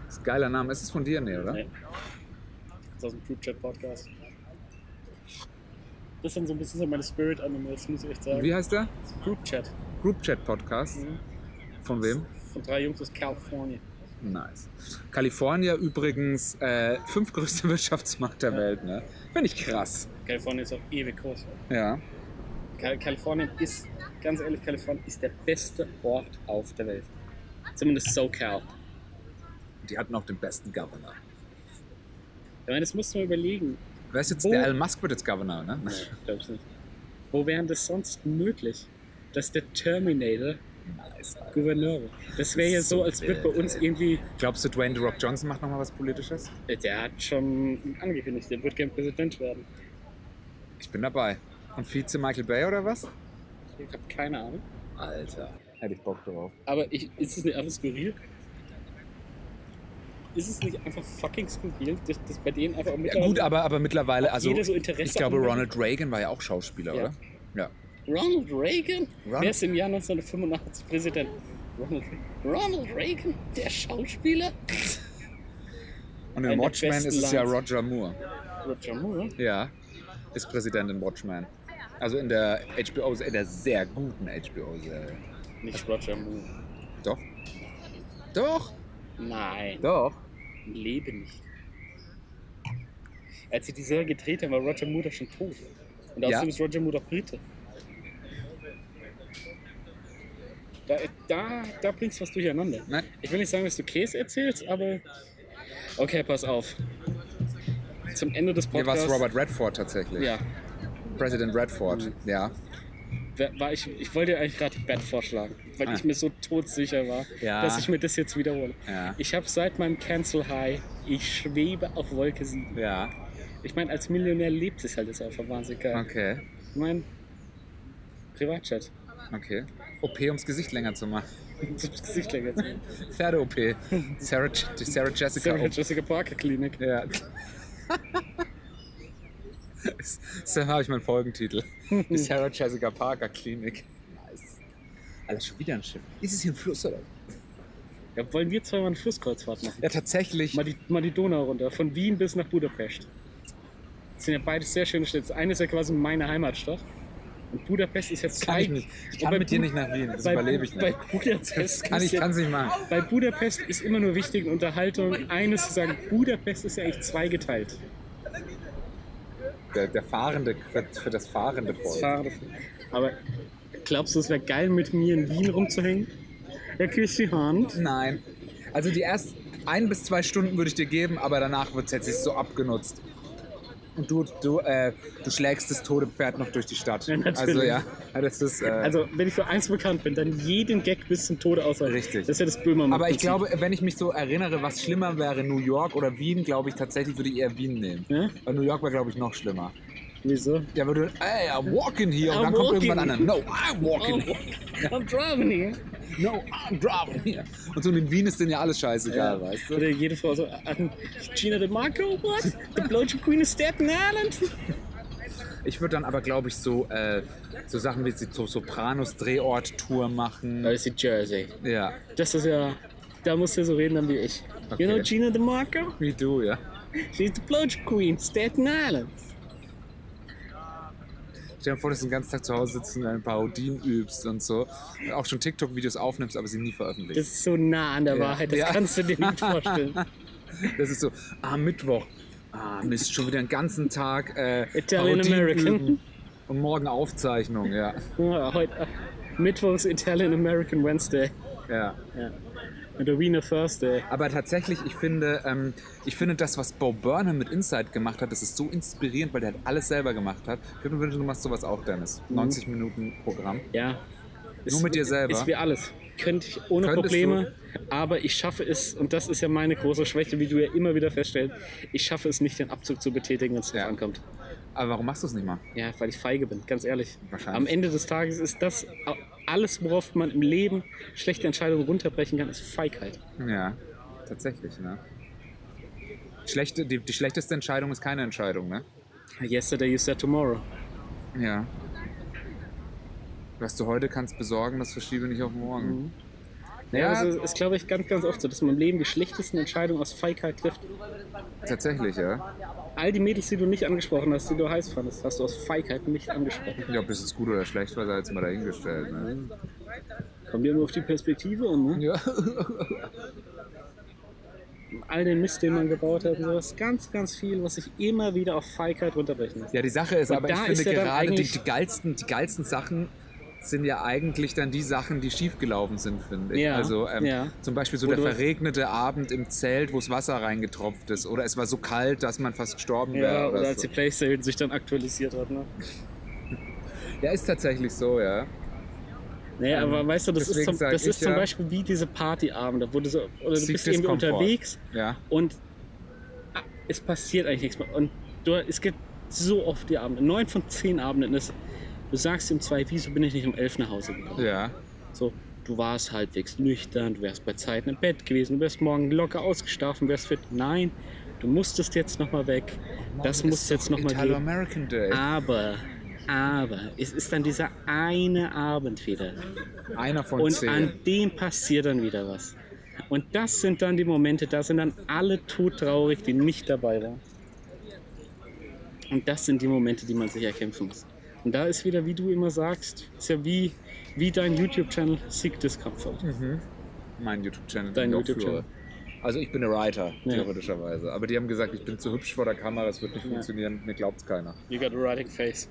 [SPEAKER 1] Das ist ein geiler Name. Ist es von dir, nee, oder?
[SPEAKER 2] Nee. Das ist aus dem Group Chat Podcast. Das sind so ein bisschen so meine Spirit Animals, muss ich echt sagen.
[SPEAKER 1] Wie heißt der?
[SPEAKER 2] Group Chat.
[SPEAKER 1] Group Chat Podcast.
[SPEAKER 2] Mhm.
[SPEAKER 1] Von wem?
[SPEAKER 2] Von drei Jungs aus Kalifornien.
[SPEAKER 1] Nice. Kalifornien übrigens äh, fünftgrößte Wirtschaftsmacht der
[SPEAKER 2] Ja.
[SPEAKER 1] Welt, ne? Finde ich krass.
[SPEAKER 2] Kalifornien ist auch ewig groß.
[SPEAKER 1] Ja.
[SPEAKER 2] Kal Kalifornien ist, ganz ehrlich, Kalifornien ist der beste Ort auf der Welt. Zumindest SoCal.
[SPEAKER 1] Die hatten auch den besten Governor.
[SPEAKER 2] Ich meine, das musst du mal überlegen.
[SPEAKER 1] Wer ist jetzt?
[SPEAKER 2] Wo-
[SPEAKER 1] Der Elon Musk wird jetzt Governor, ne?
[SPEAKER 2] Nee, glaub's nicht. Wo wären das sonst möglich? Dass der Terminator
[SPEAKER 1] Nice.
[SPEAKER 2] Gouverneur wird. Das wäre
[SPEAKER 1] Das
[SPEAKER 2] ja
[SPEAKER 1] ist
[SPEAKER 2] so,
[SPEAKER 1] so
[SPEAKER 2] als würde bei
[SPEAKER 1] wild,
[SPEAKER 2] uns
[SPEAKER 1] ey.
[SPEAKER 2] irgendwie
[SPEAKER 1] Glaubst du, Dwayne The Rock Johnson macht nochmal was Politisches?
[SPEAKER 2] Äh, Der hat schon angekündigt, der wird gern Präsident werden.
[SPEAKER 1] Ich bin dabei. Und Vize Michael Bay oder was?
[SPEAKER 2] Ich habe keine Ahnung.
[SPEAKER 1] Alter. Hätte ich Bock drauf.
[SPEAKER 2] Aber ich, ist es nicht einfach skurril? Ist es nicht einfach fucking skurril, dass, dass bei denen einfach auch
[SPEAKER 1] Ja, gut, ah.
[SPEAKER 2] mittlerweile
[SPEAKER 1] aber, aber mittlerweile, also
[SPEAKER 2] ähm, jeder so Interesse
[SPEAKER 1] ich glaube,
[SPEAKER 2] an-
[SPEAKER 1] Ronald Reagan war ja auch Schauspieler,
[SPEAKER 2] Ja.
[SPEAKER 1] oder? Ja.
[SPEAKER 2] Ronald Reagan?
[SPEAKER 1] Ronald-
[SPEAKER 2] Wer ist im Jahr 1985 Präsident? Ronald Reagan? Ronald Reagan? Der Schauspieler?
[SPEAKER 1] Und
[SPEAKER 2] Eine
[SPEAKER 1] in Watchmen
[SPEAKER 2] besten
[SPEAKER 1] ist es ja
[SPEAKER 2] Lines.
[SPEAKER 1] Roger Moore.
[SPEAKER 2] Roger Moore?
[SPEAKER 1] Ja, ist Präsident in Watchmen. Also in der HBO, in der sehr guten HBO-Serie.
[SPEAKER 2] Nicht Roger Moore.
[SPEAKER 1] Doch. Doch,
[SPEAKER 2] Nein,
[SPEAKER 1] doch.
[SPEAKER 2] im Leben nicht. Als sie die Serie gedreht haben, war Roger Moore schon tot. Und außerdem
[SPEAKER 1] Ja.
[SPEAKER 2] ist Roger Moore doch Brite. Da, da, da bringst du was durcheinander.
[SPEAKER 1] Nein.
[SPEAKER 2] Ich will nicht sagen, dass du Käse erzählst, aber. Okay, pass auf. Zum Ende des
[SPEAKER 1] Hier war
[SPEAKER 2] Podcasts.
[SPEAKER 1] es Robert Redford tatsächlich.
[SPEAKER 2] Ja,
[SPEAKER 1] President Redford, ja.
[SPEAKER 2] Wer- War ich, ich wollte dir eigentlich gerade Bett vorschlagen, weil
[SPEAKER 1] Ah.
[SPEAKER 2] ich mir so todsicher war,
[SPEAKER 1] Ja.
[SPEAKER 2] dass ich mir das jetzt wiederhole.
[SPEAKER 1] Ja.
[SPEAKER 2] Ich habe seit meinem Cancel High, ich schwebe auf Wolke 7.
[SPEAKER 1] Ja,
[SPEAKER 2] Ich meine, als Millionär lebt es halt jetzt einfach wahnsinnig geil.
[SPEAKER 1] okay,
[SPEAKER 2] Ich meine, Privatchat.
[SPEAKER 1] okay. OP, ums Gesicht länger zu machen.
[SPEAKER 2] Das Gesicht länger.
[SPEAKER 1] Pferde-OP. Sarah, Je- die Sarah Jessica
[SPEAKER 2] Sarah
[SPEAKER 1] OP.
[SPEAKER 2] Jessica Parker Klinik.
[SPEAKER 1] Ja. Deshalb habe ich meinen Folgentitel. Die Sarah Jessica Parker Klinik. Nice. Alter, schon wieder ein Schiff. Ist es hier ein Fluss oder?
[SPEAKER 2] Ja, wollen wir zweimal eine Flusskreuzfahrt machen?
[SPEAKER 1] Ja, tatsächlich.
[SPEAKER 2] Mal die, mal die Donau runter, von Wien bis nach Budapest. Das sind ja beide sehr schöne Städte. Das eine ist ja quasi meine Heimatstadt. Und Budapest ist jetzt
[SPEAKER 1] Das kann ich nicht. Ich kann mit dir nicht nach Wien. Das überlebe ich
[SPEAKER 2] Bei
[SPEAKER 1] nicht.
[SPEAKER 2] Budapest
[SPEAKER 1] Das kann ich
[SPEAKER 2] ist ja-
[SPEAKER 1] kann's nicht machen.
[SPEAKER 2] Bei Budapest ist immer nur wichtig in Unterhaltung eines zu sagen, Budapest ist ja eigentlich zweigeteilt.
[SPEAKER 1] Der, der Fahrende, für, für das Fahrende
[SPEAKER 2] Das
[SPEAKER 1] Volk.
[SPEAKER 2] Fahrrad. Aber glaubst du, es wäre geil, mit mir in Wien rumzuhängen? Ja, küsst die Hand.
[SPEAKER 1] Nein. Also die ersten ein bis zwei Stunden würde ich dir geben, aber danach wird es jetzt so abgenutzt. Und du, du, äh, du schlägst das tote Pferd noch durch die Stadt.
[SPEAKER 2] Ja, natürlich.
[SPEAKER 1] also ja, das ist. Äh,
[SPEAKER 2] Also, wenn ich für eins bekannt bin, dann jeden Gag bis zum Tode aushalten.
[SPEAKER 1] Richtig.
[SPEAKER 2] Das ist ja das Böhmermann.
[SPEAKER 1] Aber ich glaube, wenn ich mich so erinnere, was schlimmer wäre, New York oder Wien, glaube ich tatsächlich, würde ich eher Wien nehmen.
[SPEAKER 2] Ja?
[SPEAKER 1] Weil New York wäre, glaube ich, noch schlimmer.
[SPEAKER 2] Wieso?
[SPEAKER 1] Ja, würde, ey, I'm walking here.
[SPEAKER 2] I'm
[SPEAKER 1] Und dann kommt
[SPEAKER 2] walking. Oh.
[SPEAKER 1] irgendwann einer, no, I'm walking here.
[SPEAKER 2] I'm driving here.
[SPEAKER 1] No, I'm driving here. Und so in Wien ist denen ja alles scheißegal, weißt du?
[SPEAKER 2] Oder jede Frau so, ah, Gina DeMarco, what? The Blowjob Queen of Staten Island?
[SPEAKER 1] Ich würde dann aber, glaube ich, so, äh, so Sachen wie so Sopranos-Drehort-Tour machen.
[SPEAKER 2] ist die Jersey.
[SPEAKER 1] Ja,
[SPEAKER 2] Das ist ja, da musst du so reden dann wie ich.
[SPEAKER 1] Okay.
[SPEAKER 2] You know Gina DeMarco?
[SPEAKER 1] wie du, ja.
[SPEAKER 2] She's the Blowjob Queen, Staten Island.
[SPEAKER 1] Stell dir vor, dass du den ganzen Tag zu Hause sitzt und deine Parodien übst und so. Auch schon TikTok-Videos aufnimmst, aber sie nie veröffentlichst.
[SPEAKER 2] Das ist so nah an der
[SPEAKER 1] Ja.
[SPEAKER 2] Wahrheit, das
[SPEAKER 1] Ja.
[SPEAKER 2] kannst du dir nicht vorstellen.
[SPEAKER 1] Das ist so, ah, Mittwoch. Ah, Mist, schon wieder den ganzen Tag. Äh,
[SPEAKER 2] Italian
[SPEAKER 1] Parodien
[SPEAKER 2] American.
[SPEAKER 1] üben. Und morgen Aufzeichnung, ja.
[SPEAKER 2] Ja, heute, äh, Mittwochs Italian American Wednesday
[SPEAKER 1] ja.
[SPEAKER 2] oder Wiener Thursday.
[SPEAKER 1] Aber tatsächlich, ich finde, ähm, ich finde das, was Bo Burnham mit Inside gemacht hat, das ist so inspirierend, weil der halt alles selber gemacht hat. Ich würde mir wünschen, du machst sowas auch, Dennis.
[SPEAKER 2] Mhm.
[SPEAKER 1] 90 Minuten Programm.
[SPEAKER 2] Ja. Ist-
[SPEAKER 1] mit dir selber?
[SPEAKER 2] Ist wie alles. Könnte ich ohne
[SPEAKER 1] Könntest
[SPEAKER 2] Probleme, aber ich schaffe es, und das ist ja meine große Schwäche, wie du ja immer wieder feststellst, ich schaffe es nicht, den Abzug zu betätigen, wenn es drauf
[SPEAKER 1] Ja.
[SPEAKER 2] ankommt.
[SPEAKER 1] Aber warum machst du es nicht mal?
[SPEAKER 2] Ja, weil ich feige bin, ganz ehrlich.
[SPEAKER 1] Wahrscheinlich.
[SPEAKER 2] Am Ende des Tages ist das a- alles, worauf man im Leben schlechte Entscheidungen runterbrechen kann, ist Feigheit.
[SPEAKER 1] Ja, tatsächlich, ne? Schlechte, die, die schlechteste Entscheidung ist keine Entscheidung, ne?
[SPEAKER 2] Yesterday you said tomorrow.
[SPEAKER 1] Ja. Was du heute kannst besorgen, das verschiebe nicht auf morgen.
[SPEAKER 2] Ja,
[SPEAKER 1] also Mhm. Ja,
[SPEAKER 2] das ist, ist glaube ich, ganz, ganz oft so, dass man im Leben die schlechtesten Entscheidungen aus Feigheit trifft.
[SPEAKER 1] tatsächlich, ja.
[SPEAKER 2] All die Mädels, die du nicht angesprochen hast, die du heiß fandest, hast du aus Feigheit nicht angesprochen.
[SPEAKER 1] Ja, ob das jetzt gut oder schlecht war, sei jetzt mal dahingestellt. Ne?
[SPEAKER 2] Kommt dir nur auf die Perspektive und ne?
[SPEAKER 1] Ja.
[SPEAKER 2] all den Mist, den man gebaut hat und sowas. Ganz, ganz viel, was sich immer wieder auf Feigheit runterbrechen lässt.
[SPEAKER 1] ja, die Sache ist
[SPEAKER 2] Und
[SPEAKER 1] aber, ich
[SPEAKER 2] da
[SPEAKER 1] finde
[SPEAKER 2] ist ja dann
[SPEAKER 1] gerade die,
[SPEAKER 2] eigentlich-
[SPEAKER 1] die, geilsten, die geilsten Sachen sind ja eigentlich dann die Sachen, die schiefgelaufen sind, finde ich.
[SPEAKER 2] Ja,
[SPEAKER 1] also ähm,
[SPEAKER 2] ja.
[SPEAKER 1] zum Beispiel so
[SPEAKER 2] Wo
[SPEAKER 1] der
[SPEAKER 2] du-
[SPEAKER 1] verregnete Abend im Zelt, wo das Wasser reingetropft ist. Oder es war so kalt, dass man fast gestorben
[SPEAKER 2] Ja,
[SPEAKER 1] wäre.
[SPEAKER 2] oder,
[SPEAKER 1] oder
[SPEAKER 2] als
[SPEAKER 1] so.
[SPEAKER 2] die Playstation sich dann aktualisiert hat. Ne?
[SPEAKER 1] Ja, ist tatsächlich so, ja.
[SPEAKER 2] Naja,
[SPEAKER 1] Ähm,
[SPEAKER 2] aber weißt du, das ist
[SPEAKER 1] deswegen
[SPEAKER 2] zum,
[SPEAKER 1] sag
[SPEAKER 2] das
[SPEAKER 1] ich
[SPEAKER 2] ist zum
[SPEAKER 1] ja-
[SPEAKER 2] Beispiel wie diese Partyabende, wo du so, oder du
[SPEAKER 1] Seek
[SPEAKER 2] bist irgendwie
[SPEAKER 1] Discomfort.
[SPEAKER 2] unterwegs
[SPEAKER 1] Ja,
[SPEAKER 2] und ah, es passiert eigentlich nichts mehr. Und du, es gibt so oft die Abende, neun von zehn Abenden ist, du sagst ihm zwei, wieso bin ich nicht um elf nach Hause gekommen?
[SPEAKER 1] ja.
[SPEAKER 2] So, du warst halbwegs nüchtern, du wärst bei Zeiten im Bett gewesen, du wärst morgen locker ausgeschlafen, wärst fit. Nein, du musstest jetzt nochmal weg. Das
[SPEAKER 1] Morgen
[SPEAKER 2] muss
[SPEAKER 1] ist
[SPEAKER 2] jetzt
[SPEAKER 1] doch
[SPEAKER 2] nochmal gehen.
[SPEAKER 1] Italo-American Day.
[SPEAKER 2] Aber, aber, es ist dann dieser eine Abend wieder.
[SPEAKER 1] Einer von
[SPEAKER 2] Und
[SPEAKER 1] zehn.
[SPEAKER 2] an dem passiert dann wieder was. Und das sind dann die Momente, da sind dann alle todtraurig, die nicht dabei waren. Und das sind die Momente, die man sich erkämpfen muss. Und da ist wieder, wie du immer sagst, ist ja wie, wie dein YouTube-Channel Seek Discomfort.
[SPEAKER 1] meinen YouTube-Channel.
[SPEAKER 2] Dein
[SPEAKER 1] den ich auch
[SPEAKER 2] YouTube-Channel.
[SPEAKER 1] führe. Also ich bin ein Writer, theoretischerweise. Aber die haben gesagt, ich bin zu hübsch vor der Kamera, es wird nicht funktionieren, mir glaubt's keiner.
[SPEAKER 2] You got a writing face.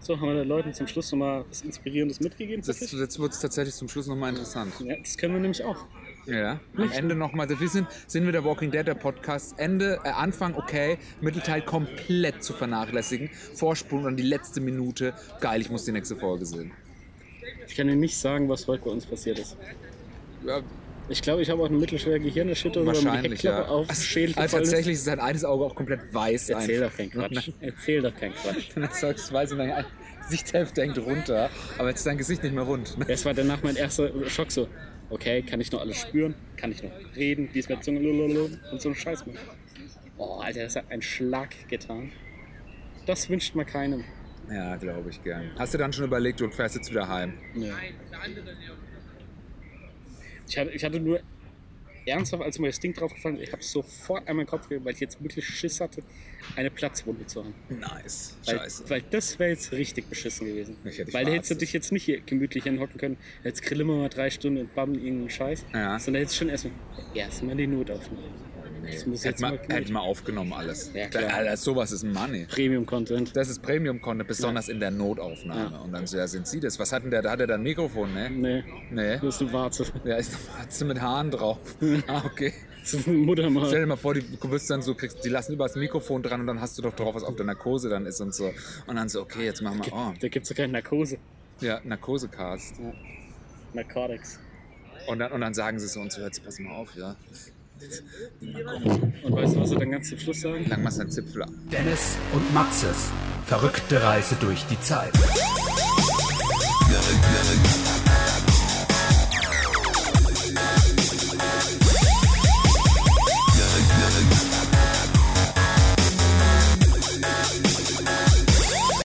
[SPEAKER 2] So, haben wir den Leuten zum Schluss nochmal was Inspirierendes mitgegeben?
[SPEAKER 1] Das,
[SPEAKER 2] Patrick?
[SPEAKER 1] jetzt wird's tatsächlich zum Schluss nochmal interessant.
[SPEAKER 2] ja, das können wir nämlich auch.
[SPEAKER 1] Ja, am Ende nochmal. Wir sind, sind wir der Walking Dead, der Podcast. Ende, äh, Anfang okay, Mittelteil komplett zu vernachlässigen. Vorspulen an die letzte Minute. Geil, ich muss die nächste Folge sehen.
[SPEAKER 2] Ich kann dir nicht sagen, was heute bei uns passiert ist.
[SPEAKER 1] Ja,
[SPEAKER 2] Ich glaube, ich habe auch eine mittelschwere Gehirnerschütterung, weil meine
[SPEAKER 1] wahrscheinlich,
[SPEAKER 2] Heckklappe
[SPEAKER 1] ja.
[SPEAKER 2] auf den
[SPEAKER 1] Also,
[SPEAKER 2] Schädel
[SPEAKER 1] also
[SPEAKER 2] gefallen ist.
[SPEAKER 1] tatsächlich ist sein eines Auge auch komplett weiß.
[SPEAKER 2] Erzähl
[SPEAKER 1] einfach.
[SPEAKER 2] doch keinen Quatsch. Erzähl doch keinen Quatsch.
[SPEAKER 1] Dann sagst du weiß und dein Sichthälfte hängt runter, aber jetzt ist dein Gesicht nicht mehr rund. ne?
[SPEAKER 2] Das war danach mein erster Schock so. Okay, kann ich noch alles spüren? Kann ich noch reden? Dies mit Zunge lololol, und so ein Scheiß machen. Oh, Alter, das hat einen Schlag getan. Das wünscht man keinem.
[SPEAKER 1] Ja, glaube ich gern. Hast du dann schon überlegt, du fährst jetzt wieder heim?
[SPEAKER 2] Nee. Ich hatte, ich hatte nur ernsthaft, als mir das Ding draufgefallen ist, ich habe sofort an meinen Kopf gegeben, weil ich jetzt wirklich Schiss hatte, eine Platzwunde zu haben.
[SPEAKER 1] Nice.
[SPEAKER 2] Weil,
[SPEAKER 1] Scheiße.
[SPEAKER 2] weil das wäre jetzt richtig beschissen gewesen.
[SPEAKER 1] Ich hätte dich
[SPEAKER 2] weil da hättest du
[SPEAKER 1] verarztet.
[SPEAKER 2] dich jetzt nicht hier gemütlich hinhocken können. Jetzt grillen wir mal drei Stunden und bammen irgendeinen Scheiß.
[SPEAKER 1] Ja.
[SPEAKER 2] Sondern jetzt schon erstmal, erstmal die Notaufnahme. Das muss jetzt
[SPEAKER 1] Hätten
[SPEAKER 2] mal
[SPEAKER 1] wir hätten
[SPEAKER 2] gemütlich.
[SPEAKER 1] wir aufgenommen alles.
[SPEAKER 2] Ja, klar.
[SPEAKER 1] Alter, sowas ist Money.
[SPEAKER 2] Premium-Content.
[SPEAKER 1] Das ist Premium-Content, besonders in der Notaufnahme.
[SPEAKER 2] Ja.
[SPEAKER 1] Und dann so, ja, sind Sie das? Was hat denn der? Da hat er dann ein Mikrofon, ne?
[SPEAKER 2] Nee,
[SPEAKER 1] Nee.
[SPEAKER 2] das ist eine Warze.
[SPEAKER 1] Ja, ist Warze mit Haaren drauf. Ah, okay.
[SPEAKER 2] Das ist eine Muttermal.
[SPEAKER 1] Stell dir mal vor, die, du wirst dann so, kriegst, die lassen über das Mikrofon dran und dann hast du doch drauf, was auf der Narkose dann ist und so. Und dann so, okay, jetzt machen wir, oh,
[SPEAKER 2] Da gibt es ja keine Narkose.
[SPEAKER 1] ja, Narkosecast.
[SPEAKER 2] Narcotics.
[SPEAKER 1] Und dann, und dann sagen sie es uns, hört, pass mal auf, ja.
[SPEAKER 2] Und weißt du, was sie dann ganz zum Schluss sagen?
[SPEAKER 1] Lang mal seinen Zipfel ab.
[SPEAKER 5] Dennis und Maxes verrückte Reise durch die Zeit.